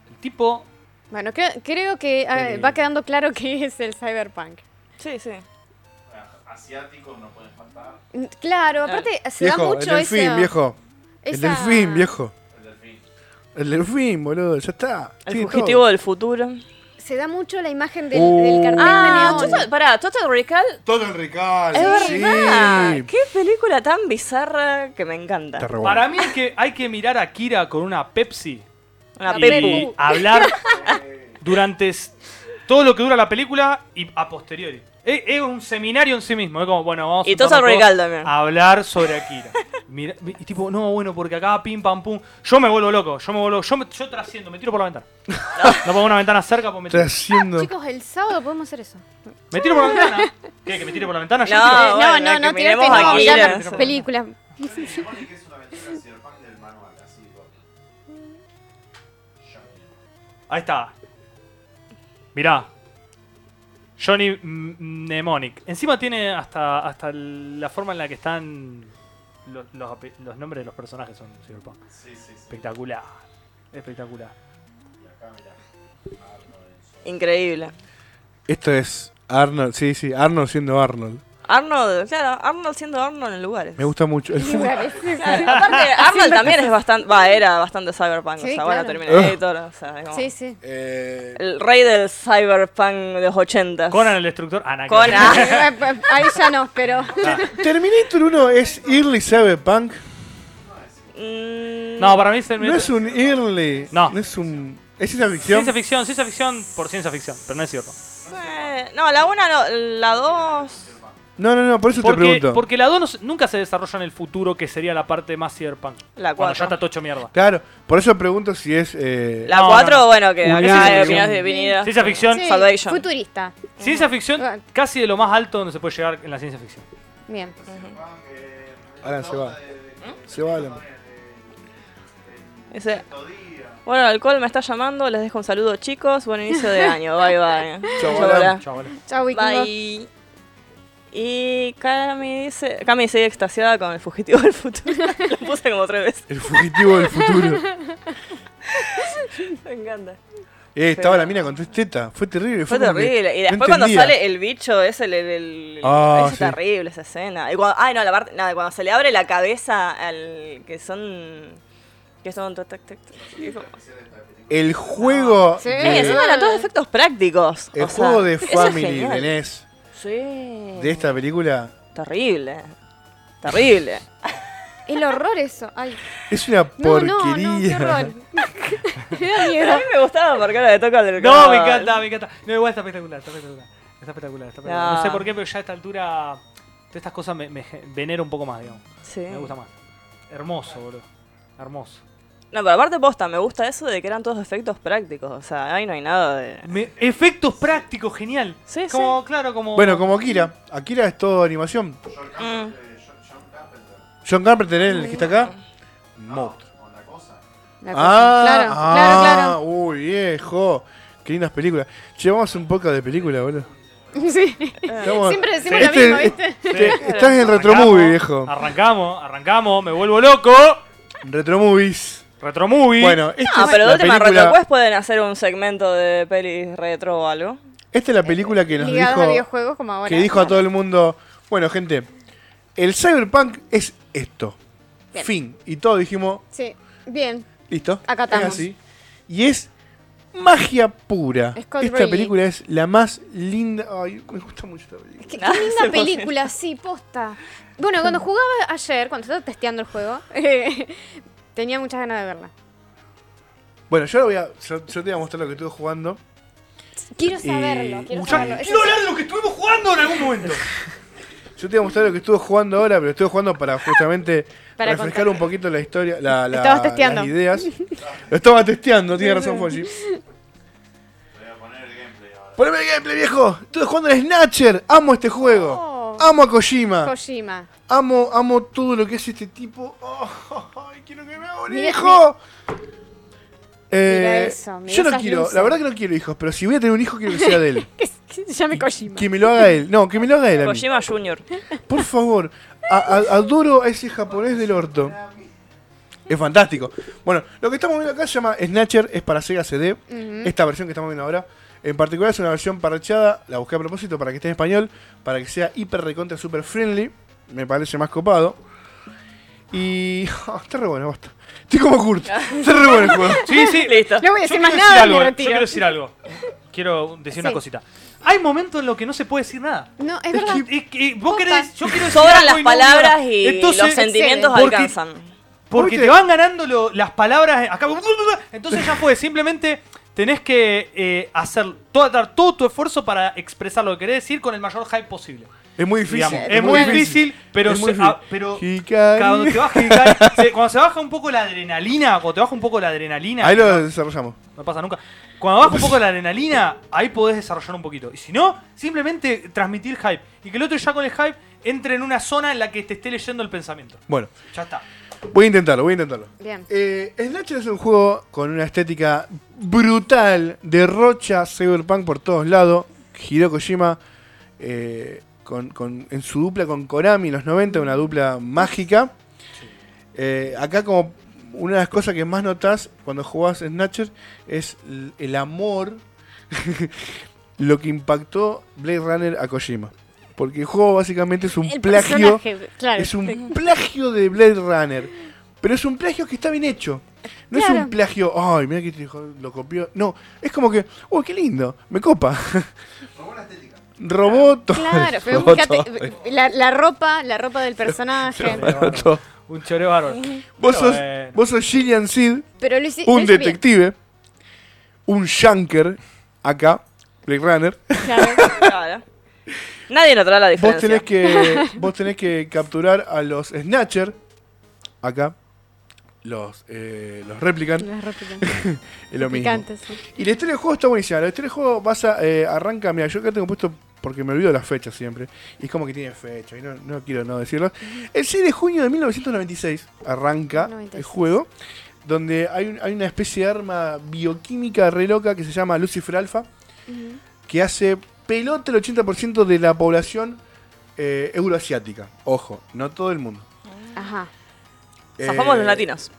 S4: El tipo.
S3: Bueno, creo, creo que a ver,
S4: Eh.
S3: va quedando claro que [LAUGHS] es el cyberpunk.
S5: Sí, sí.
S6: Ah, Asiático no pueden faltar.
S3: Mm, Claro, aparte se da
S2: Ah, Viejo, el
S3: mucho
S2: delfín,
S3: esa-
S2: viejo. El
S3: esa-
S2: delfín, viejo.
S6: El delfín.
S2: El delfín, boludo, ya está.
S5: El
S2: Tiene
S5: fugitivo
S2: todo.
S5: del futuro.
S3: Se da mucho la imagen del,
S2: Oh.
S3: del cartel
S5: Ah,
S3: de neón.
S5: Total- pará, Total Recall.
S2: Todo el recalco.
S5: Es
S2: sí.
S5: verdad. Ah, Qué película tan bizarra que me
S2: Está
S5: encanta.
S2: re bueno.
S4: Para mí es que hay que mirar a Kira con una Pepsi
S5: Una
S4: y
S5: pepu.
S4: hablar durante s- todo lo que dura la película y a posteriori. Es, es un seminario en sí mismo. Es como, bueno, vamos
S5: Y Total
S4: juntarnos
S5: Recall
S4: todos
S5: también.
S4: a hablar sobre Akira. Mira- mi- y tipo, no, bueno, porque acá pim pam pum. Yo me vuelvo loco, yo me vuelvo loco. Yo, me- yo trasciendo, me tiro por la
S5: [LAUGHS]
S4: ventana. No pongo una ventana cerca, pues me
S2: Está
S4: tiro,
S5: Ah,
S2: haciendo.
S3: Chicos, el sábado podemos hacer eso.
S4: me tiro por la ventana. ¿Qué? ¿Que me tire por la ventana? Yo
S5: No.
S4: tiro-
S5: Ah,
S3: Eh,
S5: bueno,
S3: no, no,
S5: que
S3: no, tirate,
S5: miremos
S3: no,
S4: a
S3: mirar
S4: Kira.
S3: películas.
S6: Yo te supone que es una aventura cyberpunk del manual, así. bueno.
S4: Ahí está. Mirá. Johnny M- Mnemonic. Encima tiene hasta, hasta el- la forma en la que están los, los ape- los nombres de los personajes son cyberpunk.
S6: Sí, sí, sí.
S4: Espectacular. Espectacular.
S6: Y acá, mirá. Arnold en su-
S5: Increíble.
S2: Esto es Arnold, sí, sí, Arnold siendo Arnold.
S5: Arnold, claro, Arnold siendo Arnold en lugares.
S2: Me gusta mucho. El
S3: [LAUGHS]
S2: fu-
S5: Claro, aparte,
S3: Ah,
S5: Arnold también es bastante. Va, era bastante cyberpunk. o
S3: Sí,
S5: sea, bueno,
S3: claro.
S5: Terminator. O sea, es como
S3: Sí, sí.
S2: Eh,
S5: El rey del cyberpunk de los 80.
S4: Conan el destructor. Ah, nada que ver.
S5: Conan.
S3: Eh, eh, Ahí ya no, pero.
S2: Terminator 1 es Early Cyberpunk.
S5: Mm,
S4: No, para mí es el
S2: No es un Early.
S4: No.
S2: es un. ¿Es ciencia ficción?
S4: Ciencia ficción, ciencia ficción por ciencia ficción, pero no es cierto.
S5: eh, no, la una, no, la dos.
S2: No, no, no, por eso te
S4: Porque,
S2: pregunto.
S4: porque la 2 no se- nunca se desarrolla en el futuro, que sería la parte más cyberpunk. Cuando
S5: La cuatro.
S4: ya está tocho mierda.
S2: Claro, por eso pregunto si es. eh,
S5: La
S4: No,
S5: cuatro,
S4: no, no.
S5: bueno, que
S4: Una-
S5: acá opiniones definidas.
S4: Ciencia ficción,
S3: Sí,
S5: Salvation.
S3: Futurista.
S4: Ciencia ficción
S3: Bueno.
S4: casi de lo más alto donde se puede llegar en la ciencia ficción.
S3: Bien.
S6: Cyberpunk, eh,
S2: Alan se va.
S6: de- de-
S2: Se va Alan.
S5: Dice,
S6: Todía.
S5: bueno, el alcohol me está llamando. Les dejo un saludo, chicos. Buen
S3: [LAUGHS]
S5: inicio de año. Bye, bye.
S2: Chau,
S5: Chau,
S2: hola.
S5: hola.
S4: Chau, vale.
S3: Chau, vikingos.
S5: Bye. Y Cami dice. Cami sigue extasiada con el fugitivo del futuro. [LAUGHS] Lo puse como tres veces.
S2: El fugitivo del futuro.
S5: Me encanta.
S2: Eh, estaba la mina con tres tetas. Fue terrible.
S5: Fue
S2: fue como que
S5: terrible. Y
S2: no
S5: después cuando
S2: entendía.
S5: sale el bicho, es el. el, el-
S2: Ah,
S5: es
S2: sí.
S5: terrible esa escena. Y cuando, ay, no, la parte. Nada, cuando se le abre la cabeza al. que son. que son. tac, tac, tac, tac.
S2: El juego.
S3: Ah. Sí.
S5: Ey,
S2: de-
S5: encima eran todos efectos prácticos.
S2: el
S5: o sea,
S2: juego de
S5: eso es
S2: Family
S5: genial.
S2: de NES
S5: Sí.
S2: de esta película
S5: Terrible. Terrible.
S3: El horror eso. Ay.
S2: es una
S3: No,
S2: porquería.
S3: no, no, qué horror. Me da miedo.
S5: A mí me gustaba porque ahora le toca
S4: [LAUGHS]
S5: al del
S4: No,
S5: Cross.
S4: me encanta, me encanta. No, igual está espectacular, está espectacular. Está espectacular, está espectacular. No.
S5: No.
S4: sé por qué, pero ya a esta altura todas estas cosas me, me gen- venero un poco más, digamos.
S5: Sí.
S4: Me gusta más. Hermoso, boludo. Hermoso.
S5: No, pero aparte posta, me gusta eso de que eran todos efectos prácticos. O sea, ahí no hay nada de.
S4: Me- efectos prácticos, genial.
S5: Sí, sí.
S4: como, claro, como.
S2: [LAUGHS] Bueno, como Akira. Akira es todo animación.
S6: John
S5: Mm.
S6: Carpenter. eh, John- John Carpenter.
S2: John Carpenter, el que está acá.
S6: No,
S2: Monstruo.
S6: con la cosa.
S3: La cosa. claro, claro,
S2: ah,
S3: claro.
S2: Uy, viejo. Qué lindas películas. Llevamos un poco de película, boludo.
S3: [LAUGHS] Sí.
S5: Eh,
S2: Estamos-
S3: Siempre decimos
S2: ah. Este-
S3: lo mismo, ¿viste?
S2: este- estás en Retromovie, viejo.
S4: Arrancamos, arrancamos, me vuelvo loco.
S2: Retromovies.
S4: Retromovie.
S2: Bueno, esta
S5: Ah,
S2: es
S5: pero de
S2: la
S5: última
S2: película,
S5: RetroQuest pueden hacer un segmento de pelis retro o algo.
S2: esta es la película que nos
S3: Ligados a
S2: dijo,
S3: videojuegos como ahora.
S2: que dijo a todo el mundo, bueno, gente, el Cyberpunk es esto.
S3: Bien.
S2: Fin. Y todos dijimos,
S3: Sí. Bien.
S2: listo.
S3: Acá
S2: es
S3: estamos.
S2: así. Y es magia pura.
S3: Scott
S2: esta
S3: Ridley.
S2: película es la más linda. Ay, me gusta mucho esta película.
S3: Qué, qué
S5: Ah, se
S3: linda
S5: emociona.
S3: película, sí, posta. Bueno, cuando jugaba ayer, cuando estaba testeando el juego, [LAUGHS] tenía muchas ganas de verla.
S2: Bueno, yo, lo voy a, yo, yo te voy a mostrar lo que estuve jugando.
S3: Quiero
S2: Eh,
S3: saberlo, quiero
S2: mucha-
S3: saberlo. Eso
S4: Quiero hablar de lo que estuvimos jugando en algún momento.
S2: Yo te voy a mostrar lo que estuve jugando ahora, pero estuve jugando para justamente
S3: Para
S2: refrescar
S3: contar.
S2: un poquito la historia, la, la-
S3: Estabas testeando.
S2: las ideas. Lo estaba testeando,
S3: [LAUGHS]
S2: tiene razón Foggy.
S6: Te voy a poner el gameplay ahora.
S2: Poneme el gameplay, viejo. Estuve jugando al Snatcher. Amo este juego.
S3: Oh.
S2: Amo a Kojima.
S3: Kojima.
S2: Amo, amo [LAUGHS] todo lo que hace este tipo. Oh, quiero que me haga un
S3: Mira,
S2: hijo. Eh,
S3: Mira eso, mira
S2: yo no
S3: esas
S2: quiero,
S3: luces.
S2: la verdad que no quiero hijos, pero si voy a tener un hijo, quiero que sea de
S3: [LAUGHS]
S2: él.
S3: Que, se- que se llame Kojima.
S2: que me lo haga él. No, que me lo haga él. a mí.
S5: Kojima Jr.
S2: Por favor, a- a- adoro a ese japonés del orto. Es fantástico. Bueno, lo que estamos viendo acá se llama Snatcher, es para Sega CD.
S3: Ujú.
S2: Esta versión que estamos viendo ahora. En particular es una versión parchada, la busqué a propósito para que esté en español, para que sea hiper recontra super friendly. Me parece más copado. Y. [LAUGHS] oh, está re bueno, basta. Estoy como Kurt. Está re bueno el
S4: [LAUGHS]
S2: juego.
S4: Sí, sí.
S5: [LAUGHS] Listo.
S3: No voy a
S4: Yo
S3: decir
S4: quiero
S3: más
S4: decir
S3: nada y
S4: algo. eh,
S3: me
S2: eh.
S4: Yo
S3: retiro.
S4: quiero decir algo. Quiero decir una
S3: Sí.
S4: cosita. Hay momentos en los que no se puede decir nada.
S3: No, es
S2: Es
S3: verdad.
S2: que-
S4: Y- y vos
S3: Posta.
S4: querés, yo quiero decir
S5: Sobran
S4: algo
S5: las
S4: y no voy a-
S5: palabras y
S4: Entonces,
S5: los sentimientos
S4: porque-
S5: alcanzan.
S4: Porque
S2: Oye.
S4: te van ganando lo- las palabras. eh, Acá, entonces ya fue. Simplemente tenés que eh, hacer todo, dar todo tu esfuerzo para expresar lo que querés decir con el mayor hype posible.
S2: Es muy difícil.
S4: digamos. Es muy difícil, pero,
S2: Es
S4: se-
S2: muy difícil.
S4: ah, pero
S2: Hikari.
S4: cuando, te baja, Hikari, se- cuando se baja un poco la adrenalina, cuando te baja un poco la adrenalina,
S2: Ahí lo desarrollamos.
S4: no pasa nunca. Cuando baja un poco la adrenalina, ahí podés desarrollar un poquito. Y si no, simplemente transmitir hype. Y que el otro ya con el hype entre en una zona en la que te esté leyendo el pensamiento.
S2: Bueno,
S4: Ya está.
S2: voy a intentarlo, voy a intentarlo.
S3: Bien.
S2: Eh, Snatcher es un juego con una estética brutal, derrocha cyberpunk por todos lados. Hideo Kojima eh, con- con- en su dupla con Konami en los 90, una dupla mágica. Eh, acá como una de las cosas que más notas cuando jugás Snatcher es l- el amor, [LAUGHS] lo que impactó Blade Runner a Kojima. Porque el juego básicamente es un
S3: El
S2: plagio...
S3: personaje, claro.
S2: Es un [LAUGHS] plagio de Blade Runner. Pero es un plagio que está bien hecho. No es
S3: Claro.
S2: un plagio, ay, mira que este hijo lo copió. No, es como que, uy, qué lindo, me copa.
S6: Robó la estética.
S2: Robó todo. [LAUGHS]
S3: Claro, pero
S2: Robó todo.
S3: fíjate, la, la ropa, la ropa
S2: [LAUGHS]
S3: del personaje.
S2: Robó todo.
S4: Un choreo bárbaro.
S2: Vos,
S4: Pero
S2: sos,
S4: bueno.
S2: vos sos Gillian Sid,
S3: Pero lo hici- lo
S2: un
S3: hizo bien, [LAUGHS]
S2: detective, un shanker, acá, Blade Runner.
S3: claro.
S5: Claro. Nadie notará la
S2: Vos
S5: diferencia.
S2: tenés, que,
S3: [LAUGHS]
S2: vos tenés que capturar a los Snatcher, acá, los, eh, los Replicant,
S3: Las ropas
S2: es lo mismo.
S3: picantes, sí.
S2: Y la historia del juego está buenísima. La historia del juego basa, eh, arranca, mira, yo acá tengo puesto porque me olvido las fechas siempre. Y es como que tiene fecha, y no, no quiero no decirlo. El 6 de junio de 1996 arranca
S3: 96.
S2: el juego, donde hay, un- hay una especie de arma bioquímica re loca que se llama Lucifer Alpha,
S3: Ujú.
S2: que hace pelota el 80% de la población eh, euroasiática. Ojo, no todo el mundo.
S3: Ajá.
S5: Zafamos
S2: Eh,
S5: los latinos.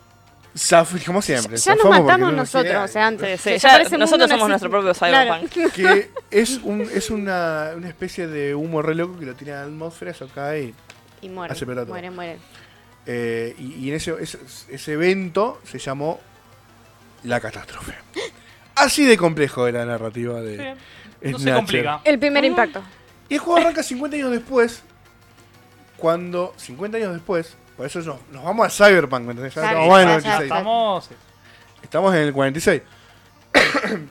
S2: zaf- como siempre.
S3: Ya nos
S2: zafamos porque
S3: matamos
S2: no nos tiene-
S3: nosotros, o sea, antes.
S5: Sí,
S3: Ya
S5: ya
S3: parece el mundo
S5: nosotros
S3: no
S5: somos nuestro
S3: existe.
S5: propio
S3: Claro.
S5: cyberpunk.
S3: [LAUGHS]
S2: que es un es una, una especie de humo re loco que lo tiene a la atmósfera, eso cae.
S3: Y muere.
S2: Hace pelota.
S3: Muere, muere.
S2: eh, y, y en ese, ese, ese evento se llamó La Catástrofe. Así de complejo era la narrativa de
S4: Bien. No se
S2: Snatcher.
S4: complica.
S3: El
S5: Ah.
S3: primer impacto.
S2: Y el juego arranca 50 años después, cuando... 50 años después, por eso nos, nos vamos al Cyberpunk, ¿me entendés? Ya
S3: Claro,
S2: estamos en el
S3: ya, ya
S2: 96.
S4: Estamos. eh.
S2: Estamos en el 46. [COUGHS]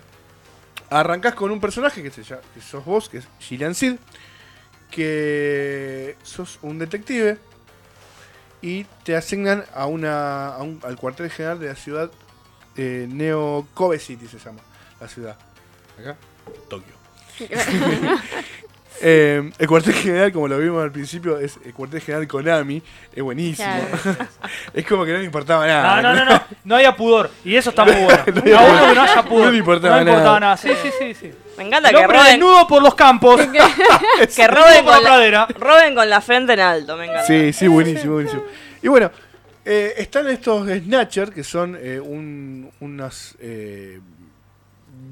S2: Arrancás con un personaje que, se llama- que sos vos, que es Gillian Sid, que sos un detective y te asignan a una, a un- al cuartel general de la ciudad eh, Neo Kobe City, se llama la ciudad. Acá, Tokio. Eh, el cuartel general, como lo vimos al principio, es el cuartel general Konami, es buenísimo.
S3: Claro.
S2: [LAUGHS] Es como que Ah, no le importaba nada.
S4: No, no, no, no. No había pudor. Y eso está muy bueno.
S2: [LAUGHS] No había
S4: A uno
S2: pudor.
S4: que no haya pudor.
S2: No le importaba nada.
S4: Sí, sí, sí, sí.
S5: Me encanta
S4: El
S5: que
S4: hombre
S5: roben,
S4: desnudo por los campos.
S5: que
S4: [LAUGHS] desnudo por la
S5: roben con la,
S4: pradera.
S5: roben con la frente en alto. Me encanta.
S2: Sí, sí, buenísimo, buenísimo. Y bueno, eh, están estos Snatcher, que son eh, un- unos eh,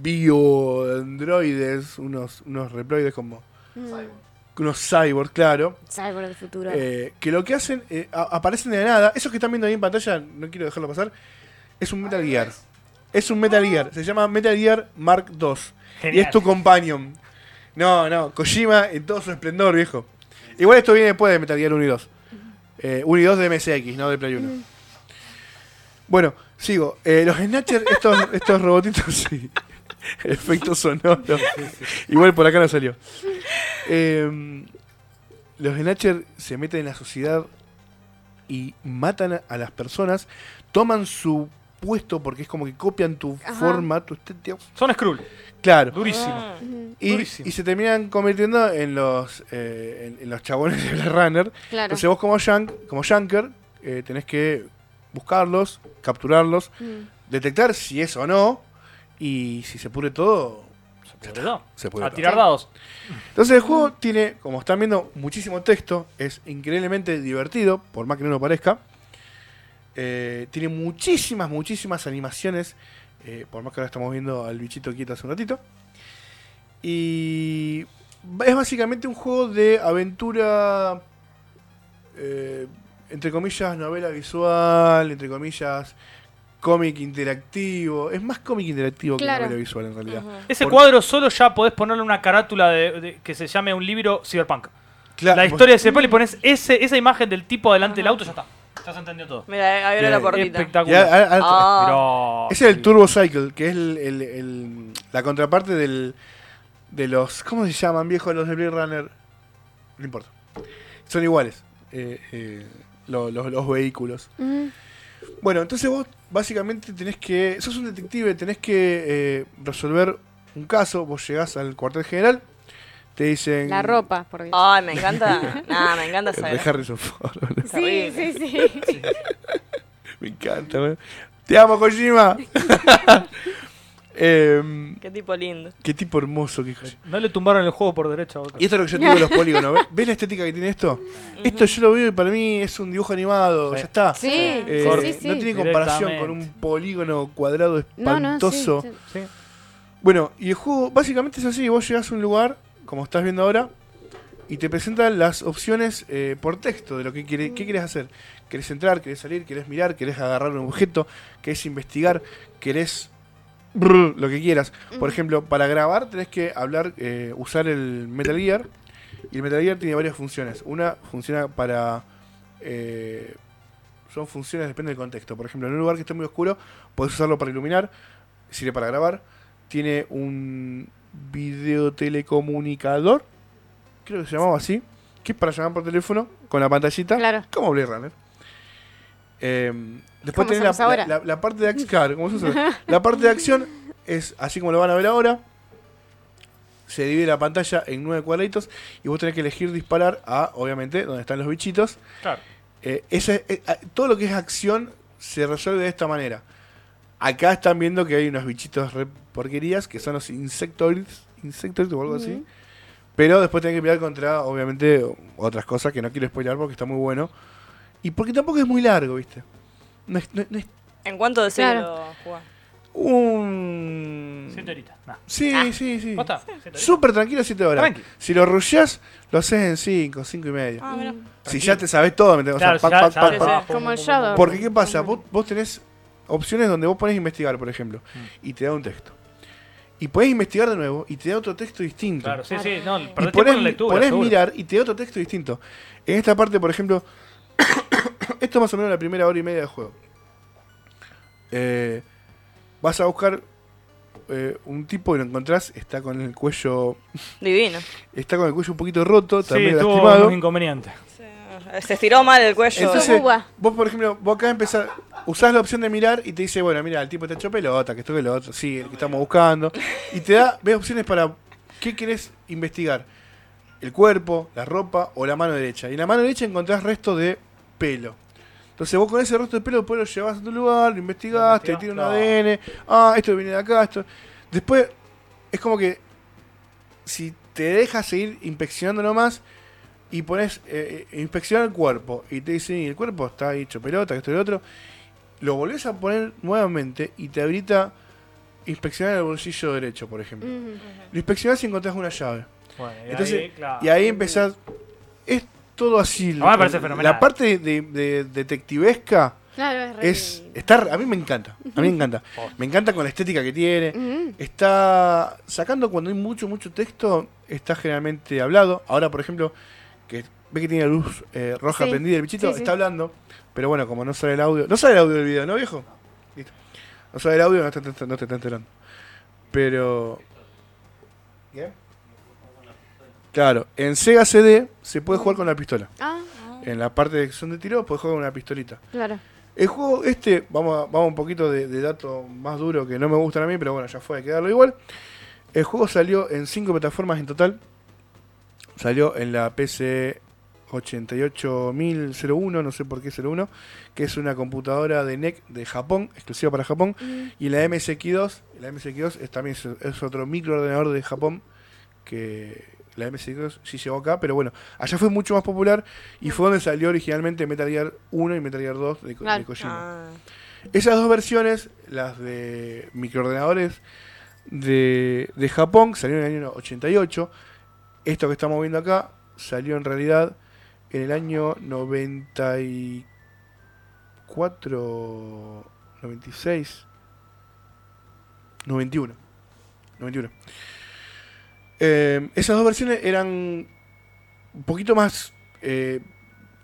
S2: bioandroides, unos, unos reploides como
S6: Cyborg.
S2: unos cyborgs, claro,
S3: Cyborg del futuro.
S2: eh, que lo que hacen, eh, a- aparecen de la nada. Eso que están viendo ahí en pantalla, no quiero dejarlo pasar, es un Metal Gear. Es un Metal Gear, se llama Metal Gear Mark II. Y es tu companion. No, no, Kojima en todo su esplendor, viejo. Igual esto viene después de Metal Gear 1 y 2. Eh, 1 y 2 de MSX, no de Play 1. Bueno, sigo. Eh, los Snatcher, estos, estos robotitos, sí. Efecto sonoro. Igual por acá no salió. Eh, los Snatcher se meten en la sociedad y matan a- a las personas, toman su puesto porque es como que copian tu
S3: Ajá.
S2: forma, tu estética.
S4: Son Skrull.
S2: Claro.
S5: Ah.
S4: Durísimo.
S5: Mm.
S3: Ujú,
S2: Y,
S4: Durísimo.
S2: y se terminan convirtiendo en los eh, en, en los chabones de Blade Runner.
S3: Claro.
S2: Entonces vos como Shank, como Shanker, eh, tenés que buscarlos, capturarlos,
S3: Mm.
S2: detectar si es o no. Y si se pudre todo,
S4: Se puede todo.
S2: se puede
S4: A
S2: todo.
S4: tirar dados.
S2: Entonces el juego tiene, como están viendo, muchísimo texto. Es increíblemente divertido, por más que no lo parezca. Eh, tiene muchísimas, muchísimas animaciones. eh, por más que ahora estamos viendo al bichito quieto hace un ratito. Y es básicamente un juego de aventura, eh, entre comillas, novela visual, entre comillas, cómic interactivo. Es más cómic interactivo
S3: Claro.
S2: que novela visual en realidad.
S3: Ajá.
S4: Ese
S2: Por-
S4: cuadro solo ya podés ponerle una carátula de, de- que se llame un libro Cyberpunk.
S2: Claro,
S4: la
S2: vos-
S4: historia de Cyberpunk y pones ese, esa imagen del tipo delante del auto, ya está. Ya se entendió todo.
S5: Mira, ahí abrió la
S2: Bien,
S5: puertita.
S2: y a-
S4: Espectacular.
S2: a- a-
S5: Ah,
S4: Mirá.
S2: Ese es el Turbo Cycle, que es el- el- el- la contraparte del, de los. ¿Cómo se llaman, viejo? Los de Blade Runner. No importa. Son iguales eh, eh, lo- los- los vehículos.
S3: Ujú.
S2: Bueno, entonces vos básicamente tenés que. Sos un detective, tenés que eh, resolver un caso. Vos llegás al cuartel general, te dicen.
S3: La ropa, por Dios.
S5: Ay,
S2: [LAUGHS]
S5: me encanta. Nah, me encanta
S2: De
S5: saber.
S2: Harrison Ford. [LAUGHS]
S3: sí, sí, sí.
S2: Me encanta, weón. Te amo,
S3: [LAUGHS]
S2: Kojima. [LAUGHS] Em,
S5: Qué tipo lindo.
S2: qué tipo hermoso que es Kojima.
S4: No le tumbaron el juego por derecho a otro.
S2: Y esto es lo que yo te digo de
S3: [LAUGHS]
S2: los polígonos. ¿Ves, ¿Ves la estética que tiene esto? Esto yo lo veo y para mí es un dibujo animado,
S4: Sí.
S2: ya está.
S3: Sí,
S2: Eh,
S3: sí,
S2: No
S3: sí.
S2: tiene comparación con
S4: Directamente.
S2: un polígono cuadrado
S3: No, no, sí,
S2: espantoso.
S3: sí.
S4: Sí.
S2: Bueno, y el juego básicamente es así: vos llegás a un lugar, como estás viendo ahora, y te presentan las opciones eh, por texto de lo que quiere, qué quieres hacer. ¿Querés entrar? ¿Querés salir? ¿Querés mirar? ¿Querés agarrar un objeto? ¿Querés investigar? ¿Querés.? brr, lo que quieras. Por ejemplo, para grabar tenés que hablar, eh, usar el Metal Gear. Y el Metal Gear tiene varias funciones. Una funciona para. eh, son funciones, depende del contexto. Por ejemplo, en un lugar que esté muy oscuro, podés usarlo para iluminar, sirve para grabar. Tiene un videotelecomunicador, creo que se llamaba así, que es para llamar por teléfono con la pantallita,
S3: Claro.
S2: como Blade Runner. Eh, después
S3: Como
S2: tenés la,
S3: somos ahora.
S2: la- la- la parte de acción. la parte de acción es así como lo van a ver ahora. Se divide la pantalla en nueve cuadraditos y vos tenés que elegir disparar a, obviamente, donde están los bichitos.
S4: Claro.
S2: Eh, esa es- eh, a- todo lo que es acción se resuelve de esta manera. Acá están viendo que hay unos bichitos re porquerías que son los insectoids, insectoids o algo así.
S3: Ujú.
S2: Pero después tenés que pelear contra, obviamente, otras cosas que no quiero spoiler porque está muy bueno. Y porque tampoco es muy largo, ¿viste? No es- no- no es
S5: ¿En cuánto de
S3: Claro.
S5: claro. jugás?
S2: un.
S4: Siete horitas. Nah.
S2: Sí,
S5: Ah.
S2: sí, sí.
S4: ¿Posta? Siete horitas.
S2: Súper tranquilo 7 horas.
S4: Tranqui.
S2: Si lo rusheas, lo haces en 5, 5 y medio.
S5: Ah, mira.
S2: si ya te sabes todo, ¿me entendés? O sea,
S4: Claro,
S2: pa,
S4: ya-
S2: pa,
S4: ya
S2: pa,
S4: le
S2: pa.
S4: sabes.
S3: Como el Shadow.
S2: Porque, ¿qué pasa? Vos, vos tenés opciones donde vos pones investigar, por ejemplo,
S4: Mm.
S2: y te da un texto. Y podés investigar de nuevo y te da otro texto distinto.
S4: Claro, sí, sí. No,
S2: y
S4: perdés tiempo
S2: podés,
S4: en la lectura.
S2: podés
S4: seguro.
S2: mirar y te da otro texto distinto. En esta parte, por ejemplo, [COUGHS] esto es más o menos la primera hora y media del juego. Eh, vas a buscar eh, un tipo y lo encontrás, está con el cuello
S5: Divino.
S2: está con el cuello un poquito roto,
S4: Sí,
S2: también
S4: tuvo
S2: lastimado.
S4: unos inconvenientes.
S5: Se estiró mal el cuello.
S3: Entonces- Uva.
S2: vos, por ejemplo, vos acá empezás, usás la opción de mirar y te dice, bueno, mira, el tipo te echó pelota, que esto que lo otro, sí, el que estamos buscando. Y te da, ves opciones para qué querés investigar. El cuerpo, la ropa o la mano derecha. Y en la mano derecha encontrás restos de pelo. Entonces vos con ese resto de pelo después lo llevas a tu lugar, lo investigás, te
S4: investigás,
S2: tiene un
S4: claro.
S2: ADN, ah, esto viene de acá, esto. Después, es como que si te dejas seguir inspeccionando nomás y pones eh, eh, inspeccionar el cuerpo y te dicen, "Y el cuerpo está hecho pelota, que esto y lo otro, lo volvés a poner nuevamente y te habilita inspeccionar el bolsillo derecho, por ejemplo.
S3: Ujú.
S2: Lo inspeccionás y encontrás una llave.
S4: Bueno, y
S2: Entonces,
S4: ahí, claro.
S2: Y ahí empezás. Es todo así.
S4: Ah, me parece fenomenal.
S2: La parte de, de detectivesca
S3: Claro, es re
S2: es.
S3: lindo.
S2: Está, a mí me encanta. A mí me encanta.
S4: Posta.
S2: Me encanta con la estética que tiene.
S3: Ujú.
S2: Está sacando cuando hay mucho, mucho texto, está generalmente hablado. Ahora, por ejemplo, que ve que tiene la luz eh, roja
S3: Sí.
S2: prendida el bichito,
S3: Sí, sí.
S2: está hablando. Pero bueno, como no sale el audio. No sale el audio del video, ¿no, viejo? Listo. No sale el audio, no te, no te- no te está enterando. Pero. ¿Qué? Claro, en Sega CD se puede jugar con la pistola.
S3: Ah,
S2: En la parte de acción de tiro, puedes jugar con una pistolita.
S3: claro.
S2: El juego este, vamos, a- vamos un poquito de, de dato más duro que no me gustan a mí, pero bueno, ya fue, hay que darlo igual. El juego salió en cinco plataformas en total. Salió en la PC 88001, no sé por qué 01, que es una computadora de NEC de Japón, exclusiva para Japón, y la MSX2, la MSX2 es también es, es otro microordenador de Japón que la MSX2 sí llegó acá, pero bueno, allá fue mucho más popular y fue donde salió originalmente Metal Gear 1 y Metal Gear 2 de, Ko- de
S3: Claro.
S2: Kojima.
S5: Ah,
S2: Esas dos versiones, las de microordenadores de, de Japón, salieron en el año 88. Esto que estamos viendo acá salió en realidad en el año 94, 96, 91. 91. Eh, esas dos versiones eran un poquito más eh,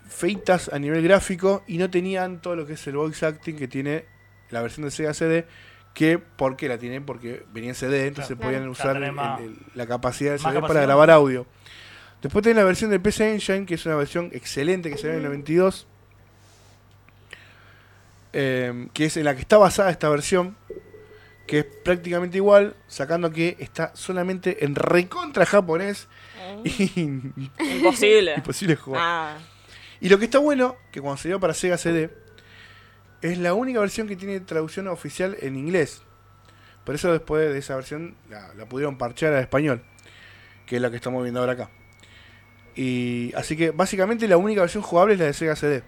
S2: feitas a nivel gráfico y no tenían todo lo que es el voice acting que tiene la versión de Sega CD. Que, ¿Por qué la tienen? Porque venía en CD, entonces
S3: Claro.
S2: podían
S3: Claro,
S2: usar
S4: tenés
S2: el-
S4: más-
S2: el- la capacidad del
S4: más
S2: CD para
S4: capacidad.
S2: grabar audio. Después tenés la versión de PC Engine, que es una versión excelente que salió en el 92. eh, que es en la que está basada esta versión. Que es prácticamente igual, sacando que está solamente en recontra japonés. Y [LAUGHS]
S5: Imposible.
S2: imposible jugar.
S5: Ah,
S2: Y lo que está bueno, que cuando salió para Sega CD, es la única versión que tiene traducción oficial en inglés. Por eso después de esa versión la, la pudieron parchear al español, que es la que estamos viendo ahora acá. Y así que básicamente la única versión jugable es la de Sega CD.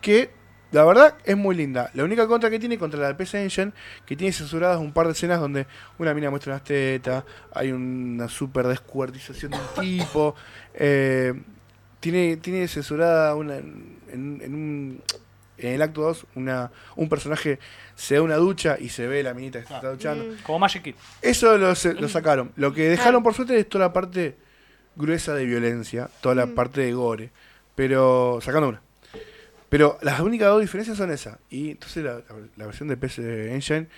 S2: Que la verdad es muy linda. La única contra que tiene contra la de PC Engine, que tiene censuradas un par de escenas donde una mina muestra unas tetas, hay una super descuartización de un tipo. eh, tiene, tiene censurada una, en, en un- en el acto 2 una, un personaje se da una ducha y se ve la minita que se está duchando.
S3: Mm.
S4: Como Magic Kid.
S2: Eso lo, se- lo sacaron. Lo que dejaron por suerte es toda la parte gruesa de violencia, toda la
S3: Mm.
S2: parte de gore. Pero sacando una. Pero las únicas dos diferencias son esas. Y entonces la, la- la versión de PC Engine,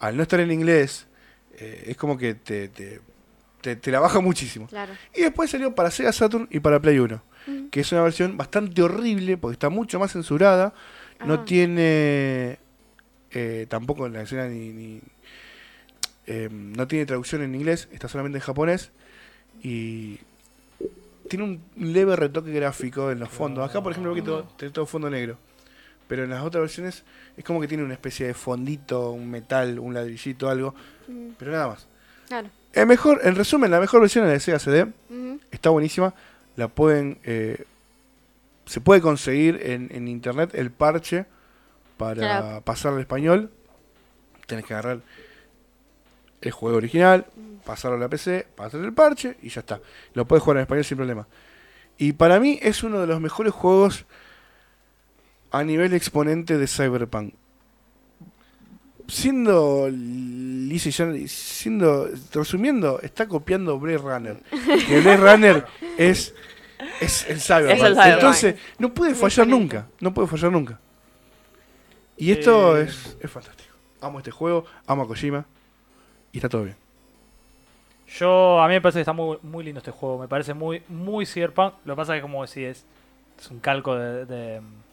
S2: al no estar en inglés, eh, es como que te- te- te, te la baja muchísimo.
S3: Claro. Mm,
S2: Y después salió para Sega Saturn y para Play 1.
S3: Ujú.
S2: Que es una versión bastante horrible porque está mucho más censurada. No
S3: Ah.
S2: tiene. eh, tampoco la escena ni. ni- eh, no tiene traducción en inglés, está solamente en japonés. Y. Tiene un leve retoque gráfico en los fondos. Acá, por ejemplo, ve que todo, tiene todo fondo negro. Pero en las otras versiones es como que tiene una especie de fondito, un metal, un ladrillito, algo.
S3: Mm,
S2: Pero nada más.
S3: Claro. Mm.
S2: En, mejor, en resumen, la mejor versión es la de Sega CD
S3: Ujú.
S2: está buenísima. La pueden. eh, se puede conseguir en, en internet el parche para
S3: Claro.
S2: pasar al español. Tenés que agarrar el juego original, pasarlo a la PC, pasar el parche y ya está. Lo puedes jugar en español sin problema. Y para mí es uno de los mejores juegos a nivel exponente de Cyberpunk. Siendo lisa y llana- siendo resumiendo, está copiando Blade Runner. Que Blade Runner es es el Cyberpunk.
S5: Es el Cyberpunk.
S2: Entonces, no puede fallar nunca, no puede fallar nunca. Y esto
S4: Eh.
S2: es, es fantástico. Amo este juego, amo a Kojima y está todo bien.
S4: Yo, a mí me parece que está muy, muy lindo este juego. Me parece muy, muy cyberpunk. Lo que pasa es que, como decís, es, es un calco de, de,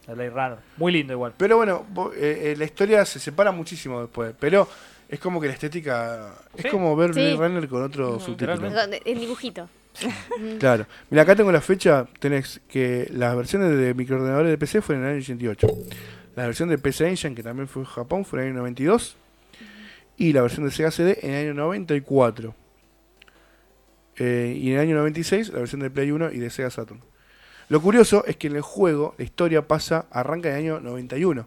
S4: de Blade Runner. Muy lindo igual.
S2: Pero bueno, vo- eh, eh, la historia se separa muchísimo después, pero es como que la estética
S4: Sí. Mm,
S2: es como ver
S3: Sí.
S2: Blade Runner con otro subtítulo.
S4: literalmente.
S3: En dibujito. Ujú.
S2: Claro. Mira, acá tengo la fecha, tenés que las versiones de microordenadores de PC fueron en el año 88. La versión de PC Engine, que también fue en Japón, fue en el año 92. Y la versión de Sega CD en el año 94. Eh, y en el año 96 la versión de Play 1 y de Sega Saturn. Lo curioso es que en el juego la historia pasa, arranca en el año 91.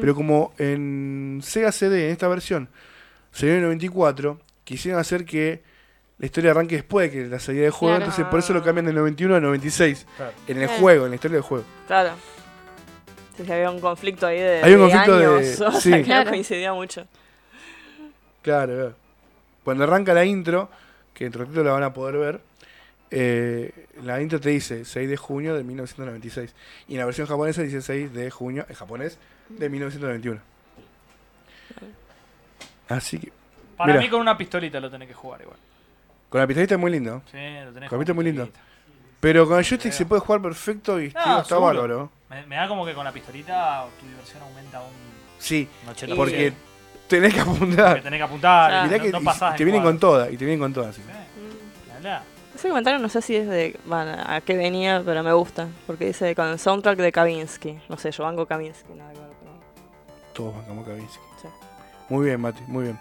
S2: Pero como en Sega CD, en esta versión, salió en el 94, quisieron hacer que la historia arranque después de que la salida del juego,
S3: Claro.
S2: entonces por eso lo cambian del 91 al 96.
S4: Claro.
S2: En el
S3: Claro.
S2: juego, en la historia del juego.
S5: claro. Sí, sí, había un conflicto ahí de,
S2: Hay un
S5: de
S2: conflicto de-
S5: años. [LAUGHS] o sea,
S2: sí.
S5: que no
S3: Claro.
S5: coincidía mucho.
S2: Claro, claro. Cuando arranca la intro, que dentro de ratito la van a poder ver, eh, la intro te dice 6 de junio de 1996. Y en la versión japonesa dice 6 de junio, en japonés, de 1991. Así que,
S4: Para
S2: Mirá.
S4: mí, con una pistolita lo tenés que jugar igual.
S2: con la pistolita es muy lindo.
S4: Sí, lo tenés que
S2: Capito
S4: jugar
S2: muy
S4: con
S2: lindo.
S4: pistolita.
S2: Pero con el joystick se puede jugar perfecto y
S4: Ah,
S2: está
S4: seguro.
S2: bárbaro.
S4: Me, me da como que con la pistolita tu diversión aumenta un,
S2: Sí,
S4: un 80%.
S2: porque tenés que
S4: Porque
S2: apuntar.
S4: tenés que apuntar.
S5: Claro.
S4: y
S2: Mirá
S4: Ah, no,
S2: que
S4: no
S2: y
S4: pasás
S2: te
S4: en
S2: vienen con
S4: cuadro.
S2: toda, y te vienen con toda. así.
S4: Sí, ni hablar.
S5: Ese comentario no sé si es de bueno, a qué venía, pero me gusta. Porque dice con el soundtrack de Kavinsky. No sé, yo banco Kavinsky. Nada que ver, pero-
S2: Todos bancamos a Kavinsky.
S5: Sí.
S2: Muy bien, Mati, muy bien.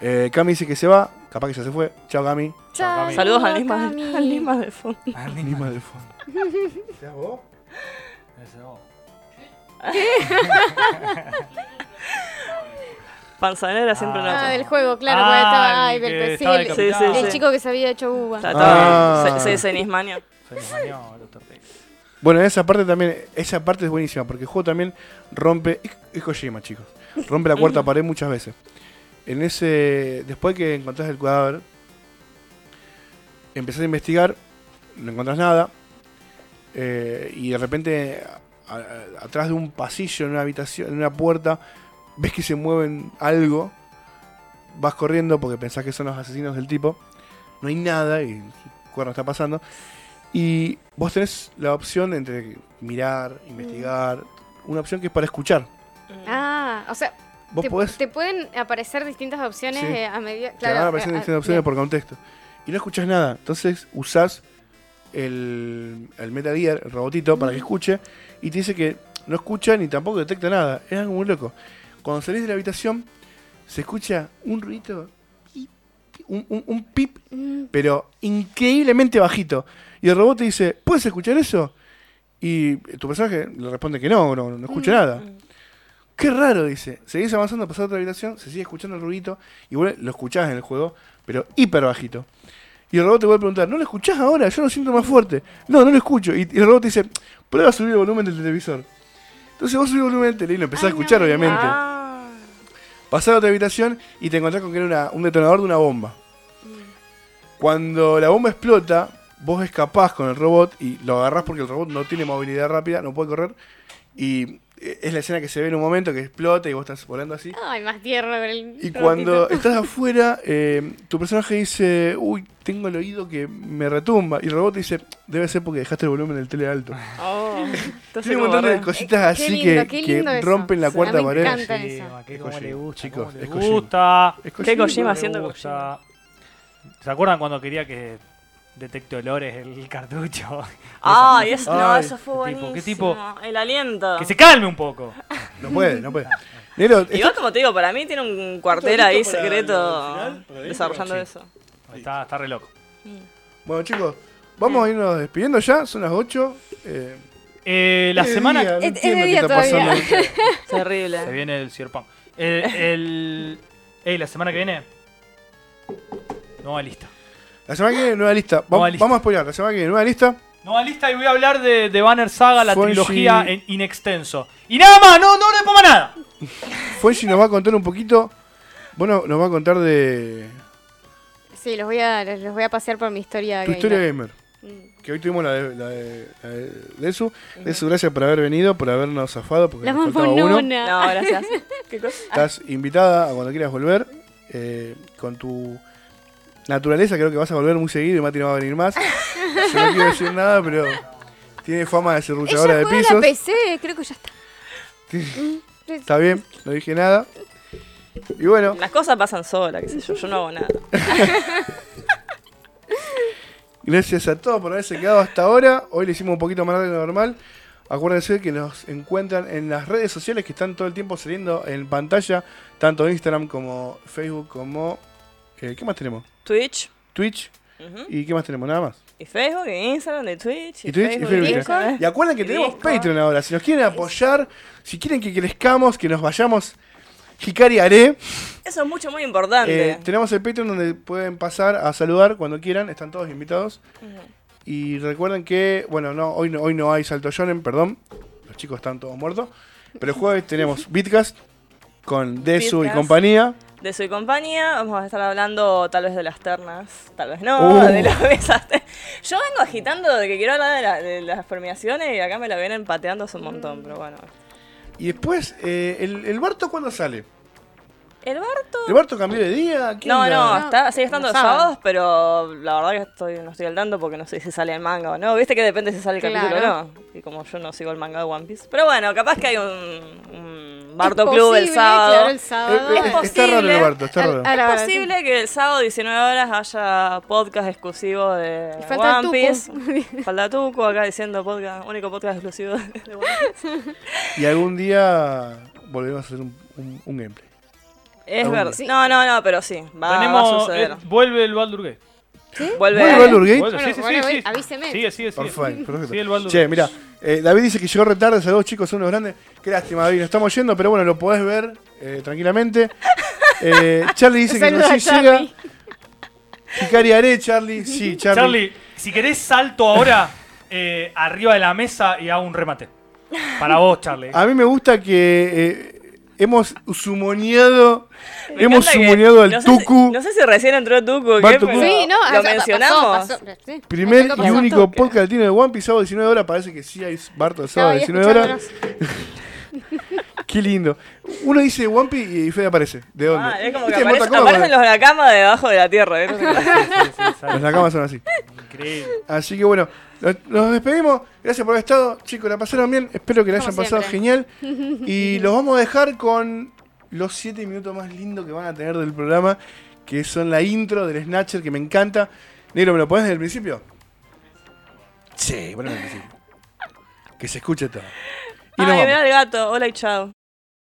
S2: Eh, Cami dice que se va, capaz que ya se fue. Chao, Cami.
S3: Chao,
S4: Cami.
S5: Saludos [LAUGHS] al Lima,
S3: Cami.
S5: al Lima de fondo.
S2: Lima del fondo. ¿Seas vos?
S5: Panzanera siempre
S4: Ah.
S5: una.
S3: Ah,
S5: otra.
S3: del juego, claro,
S4: Ah,
S3: cuando
S4: el
S3: estaba
S4: que
S3: Hyper, sí,
S4: estaba
S3: el-
S5: Sí, sí,
S4: decapitado.
S5: sí.
S3: el chico que se había hecho uva.
S5: Está- está-
S2: Ah.
S5: se- se desenismañó.
S4: Se nos bañó, lo tapé.
S2: Bueno, esa parte también, esa parte es buenísima, porque el juego también rompe, es- es Kojima, chicos, rompe la cuarta pared muchas veces. En ese, después que encontrás el cadáver, empezás a investigar, no encontrás nada, eh, y de repente, a- a- atrás de un pasillo, en una habitación, en una puerta, ves que se mueven algo, vas corriendo porque pensás que son los asesinos del tipo, no hay nada, y cuerno está pasando, y vos tenés la opción entre mirar,
S3: Mm.
S2: investigar, una opción que es para escuchar.
S3: Ah, o sea,
S2: Vos
S3: te,
S2: podés
S3: te pueden aparecer distintas opciones
S2: Sí.
S3: eh, a medida.
S2: te van
S3: Claro,
S2: apareciendo
S3: eh,
S2: distintas
S3: ah,
S2: opciones
S3: bien.
S2: por contexto. Y no escuchás nada. Entonces usás el, el Metal Gear, el robotito, para que
S3: Mm.
S2: escuche. Y te dice que no escucha ni tampoco detecta nada. Es algo muy loco. Cuando salís de la habitación, se escucha un ruido, pip, un, un- un pip,
S3: Mm.
S2: pero increíblemente bajito. Y el robot te dice, ¿puedes escuchar eso? Y tu personaje le responde que no, no, no
S3: Mm,
S2: escucha nada. Qué raro, dice. Seguís avanzando, pasás a otra habitación, se sigue escuchando el ruidito, igual lo escuchás en el juego, pero hiper bajito. Y el robot te vuelve a preguntar, ¿no lo escuchás ahora? Yo lo siento más fuerte. No, no lo escucho. Y, y el robot te dice, prueba a subir el volumen del televisor. Entonces vos subís el volumen del tele y lo empezás
S3: Ay,
S2: a escuchar,
S3: no.
S2: obviamente.
S5: Ah.
S2: Pasás a otra habitación y te encontrás con que era una- un detonador de una bomba. Cuando la bomba explota, vos escapás con el robot y lo agarrás porque el robot no tiene movilidad rápida, no puede correr. Y eh, es la escena que se ve en un momento que explota y vos estás volando así.
S3: Ay, más tierno con el.
S2: Y
S3: robotito.
S2: cuando
S5: [LAUGHS]
S2: estás afuera, eh, tu personaje dice, uy, tengo el oído que me retumba. Y el robot te dice, debe ser porque dejaste el volumen del tele alto.
S5: Oh.
S2: Tiene un montón de cositas
S3: Qué
S2: así
S3: lindo,
S2: que,
S3: qué
S2: que
S3: lindo eso.
S2: rompen la
S3: Sí,
S2: cuarta
S3: me
S2: pared.
S3: encanta. eso.
S4: Kojima, que
S2: Es
S4: cómo le
S2: Kojima.
S4: gusta,
S2: Chicos,
S4: cómo le
S2: es Kojima.
S4: gusta.
S2: Es
S5: Qué Kojima
S4: Me
S5: haciendo
S4: gusta. ¿Se acuerdan cuando quería que detecte olores el [LAUGHS] cartucho?
S5: Ah, y es, no,
S2: Ay,
S5: eso fue
S4: qué tipo,
S5: buenísimo.
S4: qué tipo.
S5: El aliento.
S4: que se calme un poco.
S2: No puede, no puede. Nero, está-
S5: Igual, como te digo, para mí tiene un cuartel
S2: ¿Está
S5: ahí
S2: listo para
S5: secreto
S2: el final? ¿Para dentro?
S5: desarrollando
S2: Sí.
S5: eso.
S4: Está, está re loco.
S2: Bueno, chicos, vamos a irnos despidiendo ya. Son las 8. Eh,
S4: Eh, la
S2: es de
S4: semana
S2: día, no
S3: Es- es de
S2: entiendo qué
S3: día
S2: está
S3: todavía.
S2: pasando.
S5: Terrible.
S4: Se viene el Cyberpunk. El, el- Ey, la semana que viene. Nueva lista.
S2: La semana que viene, nueva lista. Va-
S4: Nueva lista.
S2: Vamos a spoiler. La semana que viene, nueva lista.
S4: Nueva lista y voy a hablar de, de Banner Saga, la
S2: Fonji.
S4: trilogía en in extenso. Y nada más, no, no le ponga nada.
S2: Fuenchi nos va a contar un poquito. Bueno, nos va a contar de
S3: Sí, los voy a, los los voy a pasear por mi historia.
S2: tu
S3: gamer.
S2: historia gamer.
S3: Mm.
S2: Que hoy tuvimos la de, la de, la de Desu. Desu, gracias por haber venido, por habernos zafado. Porque
S3: La
S2: nos faltaba uno.
S3: mamonona.
S5: No, gracias. ¿Qué cosa?
S2: Estás
S3: Ah.
S2: invitada a cuando quieras volver. eh, con tu naturaleza, creo que vas a volver muy seguido y Mati no va a venir más. Yo no quiero decir nada, pero tiene fama de ser
S3: Ella
S2: luchadora
S3: juega
S2: de
S3: la
S2: pisos.
S3: PC, creo que ya está. Mm,
S2: Está bien, no dije nada. Y bueno,
S5: Las cosas pasan solas, qué sé yo. Yo no hago nada.
S2: gracias a todos por haberse quedado hasta ahora. Hoy le hicimos un poquito más tarde de lo normal. Acuérdense que nos encuentran en las redes sociales que están todo el tiempo saliendo en pantalla, tanto Instagram como Facebook como... eh, ¿Qué más tenemos?
S5: Twitch.
S2: Twitch.
S5: ujú,
S2: ¿Y qué más tenemos? Nada más.
S5: Y Facebook, y Instagram, y Twitch.
S2: Y Twitch, y Facebook,
S5: y
S2: ¿eh?
S5: Instagram.
S2: Y acuerden que tenemos Patreon ahora. Si nos quieren apoyar, si quieren que crezcamos, que nos vayamos, Hikari haré.
S5: Eso es mucho, muy
S2: Eh,
S5: importante.
S2: tenemos el Patreon donde pueden pasar a saludar cuando quieran, están todos invitados. Y recuerden que, bueno, no, hoy no, hoy no hay Salto Shonen, perdón. Los chicos están todos muertos. Pero el jueves
S5: [LAUGHS]
S2: tenemos Bitcast con Desu y
S5: Bitcast.
S2: compañía.
S5: de su compañía. Vamos a estar hablando tal vez de las ternas, tal vez no,
S2: Uh.
S5: de los [LAUGHS] desastres. Yo vengo agitando de que quiero hablar de, la- de las formaciones y acá me la vienen pateando hace un montón, pero bueno.
S2: Y después, eh, el, el Barto cuándo sale?
S5: El Barto.
S2: ¿El Barto cambió de día? ¿Qué
S5: No,
S2: onda?
S5: no,
S3: No,
S5: está, sigue estando
S3: los
S5: los
S3: sábados.
S5: sábados, pero la verdad que estoy, no estoy al tanto porque no sé si sale el manga o no. Viste que depende si sale el capítulo o
S3: Claro.
S5: no. Y como yo no sigo el manga de One Piece. Pero bueno, capaz que hay un, un Bardo
S3: Es
S5: Club el
S3: posible,
S5: sábado.
S3: claro, el sábado.
S2: Eh, eh,
S5: Es
S2: está raro
S5: posible.
S2: el Bardo, está
S3: Al-
S2: raro.
S3: a la hora,
S5: Es posible que el sábado 19 horas haya podcast exclusivo de
S3: Y falta
S5: One
S3: Tucu. [LAUGHS]
S5: Piece. [LAUGHS] Falta Tucu acá diciendo podcast, único podcast exclusivo de One Piece.
S2: Y algún día volveremos a hacer un, un- un gameplay.
S5: Es
S2: Aún.
S5: verdad.
S3: Sí.
S5: No, no, no, pero sí. Ah, Va, va a
S4: Tenemos,
S5: suceder.
S4: eh, vuelve el Baldur Gate.
S5: Vuelve.
S2: ¿Vuelve Baldur's Gate?
S4: Vuelve,
S3: Bueno,
S4: sí, sí, sí,
S3: bueno, voy-
S4: sí.
S3: avíseme.
S4: Sigue, sigue, sigue.
S2: Perfecto, perfecto.
S4: Sí, el Baldur.
S2: Che, mira, David dice que llegó retarde, saludos chicos, son unos grandes. Qué lástima, David, nos estamos yendo, pero bueno, lo podés ver eh, tranquilamente. Eh, Charlie dice que
S3: Saluda
S2: no
S3: a
S2: sí llega.
S3: Charlie.
S2: Hikari haré, Charlie. Sí, Charlie.
S4: Charlie, si querés salto ahora eh, arriba de la mesa y hago un remate. Para vos, Charlie.
S2: A mí me gusta que eh, hemos sumoneado,
S5: Me
S2: hemos
S5: encanta que-
S2: sumoneado al
S5: no sé si-
S2: Tuku.
S5: No sé si recién entró Tucu.
S2: Va
S5: ¿qué?
S2: Tucu.
S5: Pero
S3: Sí, no, o sea,
S5: Lo
S3: pa-
S5: mencionamos.
S3: pasó, pasó, sí.
S2: Primer
S3: Hay que
S2: y
S3: pasar.
S2: único podcast latino de One Piece, sábado 19 horas. Parece que sí hay Barto el sábado
S3: Estaba ahí
S2: 19 horas.
S3: escuchándonos.
S2: Qué lindo. Uno dice One Piece y Fede aparece. ¿De dónde?
S5: Ah, es como que
S2: ¿Viste?
S5: aparece-
S2: Mortal Kombat,
S5: aparecen los de la cama de debajo de
S2: [LAUGHS]
S5: la tierra. ¿eh?
S2: Los nakamas son así.
S4: Increíble.
S2: Así que bueno, nos- nos despedimos. Gracias por haber estado. Chicos, la pasaron bien. Espero que la
S3: Como
S2: hayan pasado
S3: siempre. [LAUGHS]
S2: genial. Y los vamos a dejar con los 7 minutos más lindos que van a tener del programa, que son la intro del Snatcher, que me encanta. Negro, ¿me lo pones desde el principio? Sí, poneme desde el principio. Que se escuche todo. Y nos
S5: Ay,
S2: vamos.
S5: mira el gato. Hola y chao.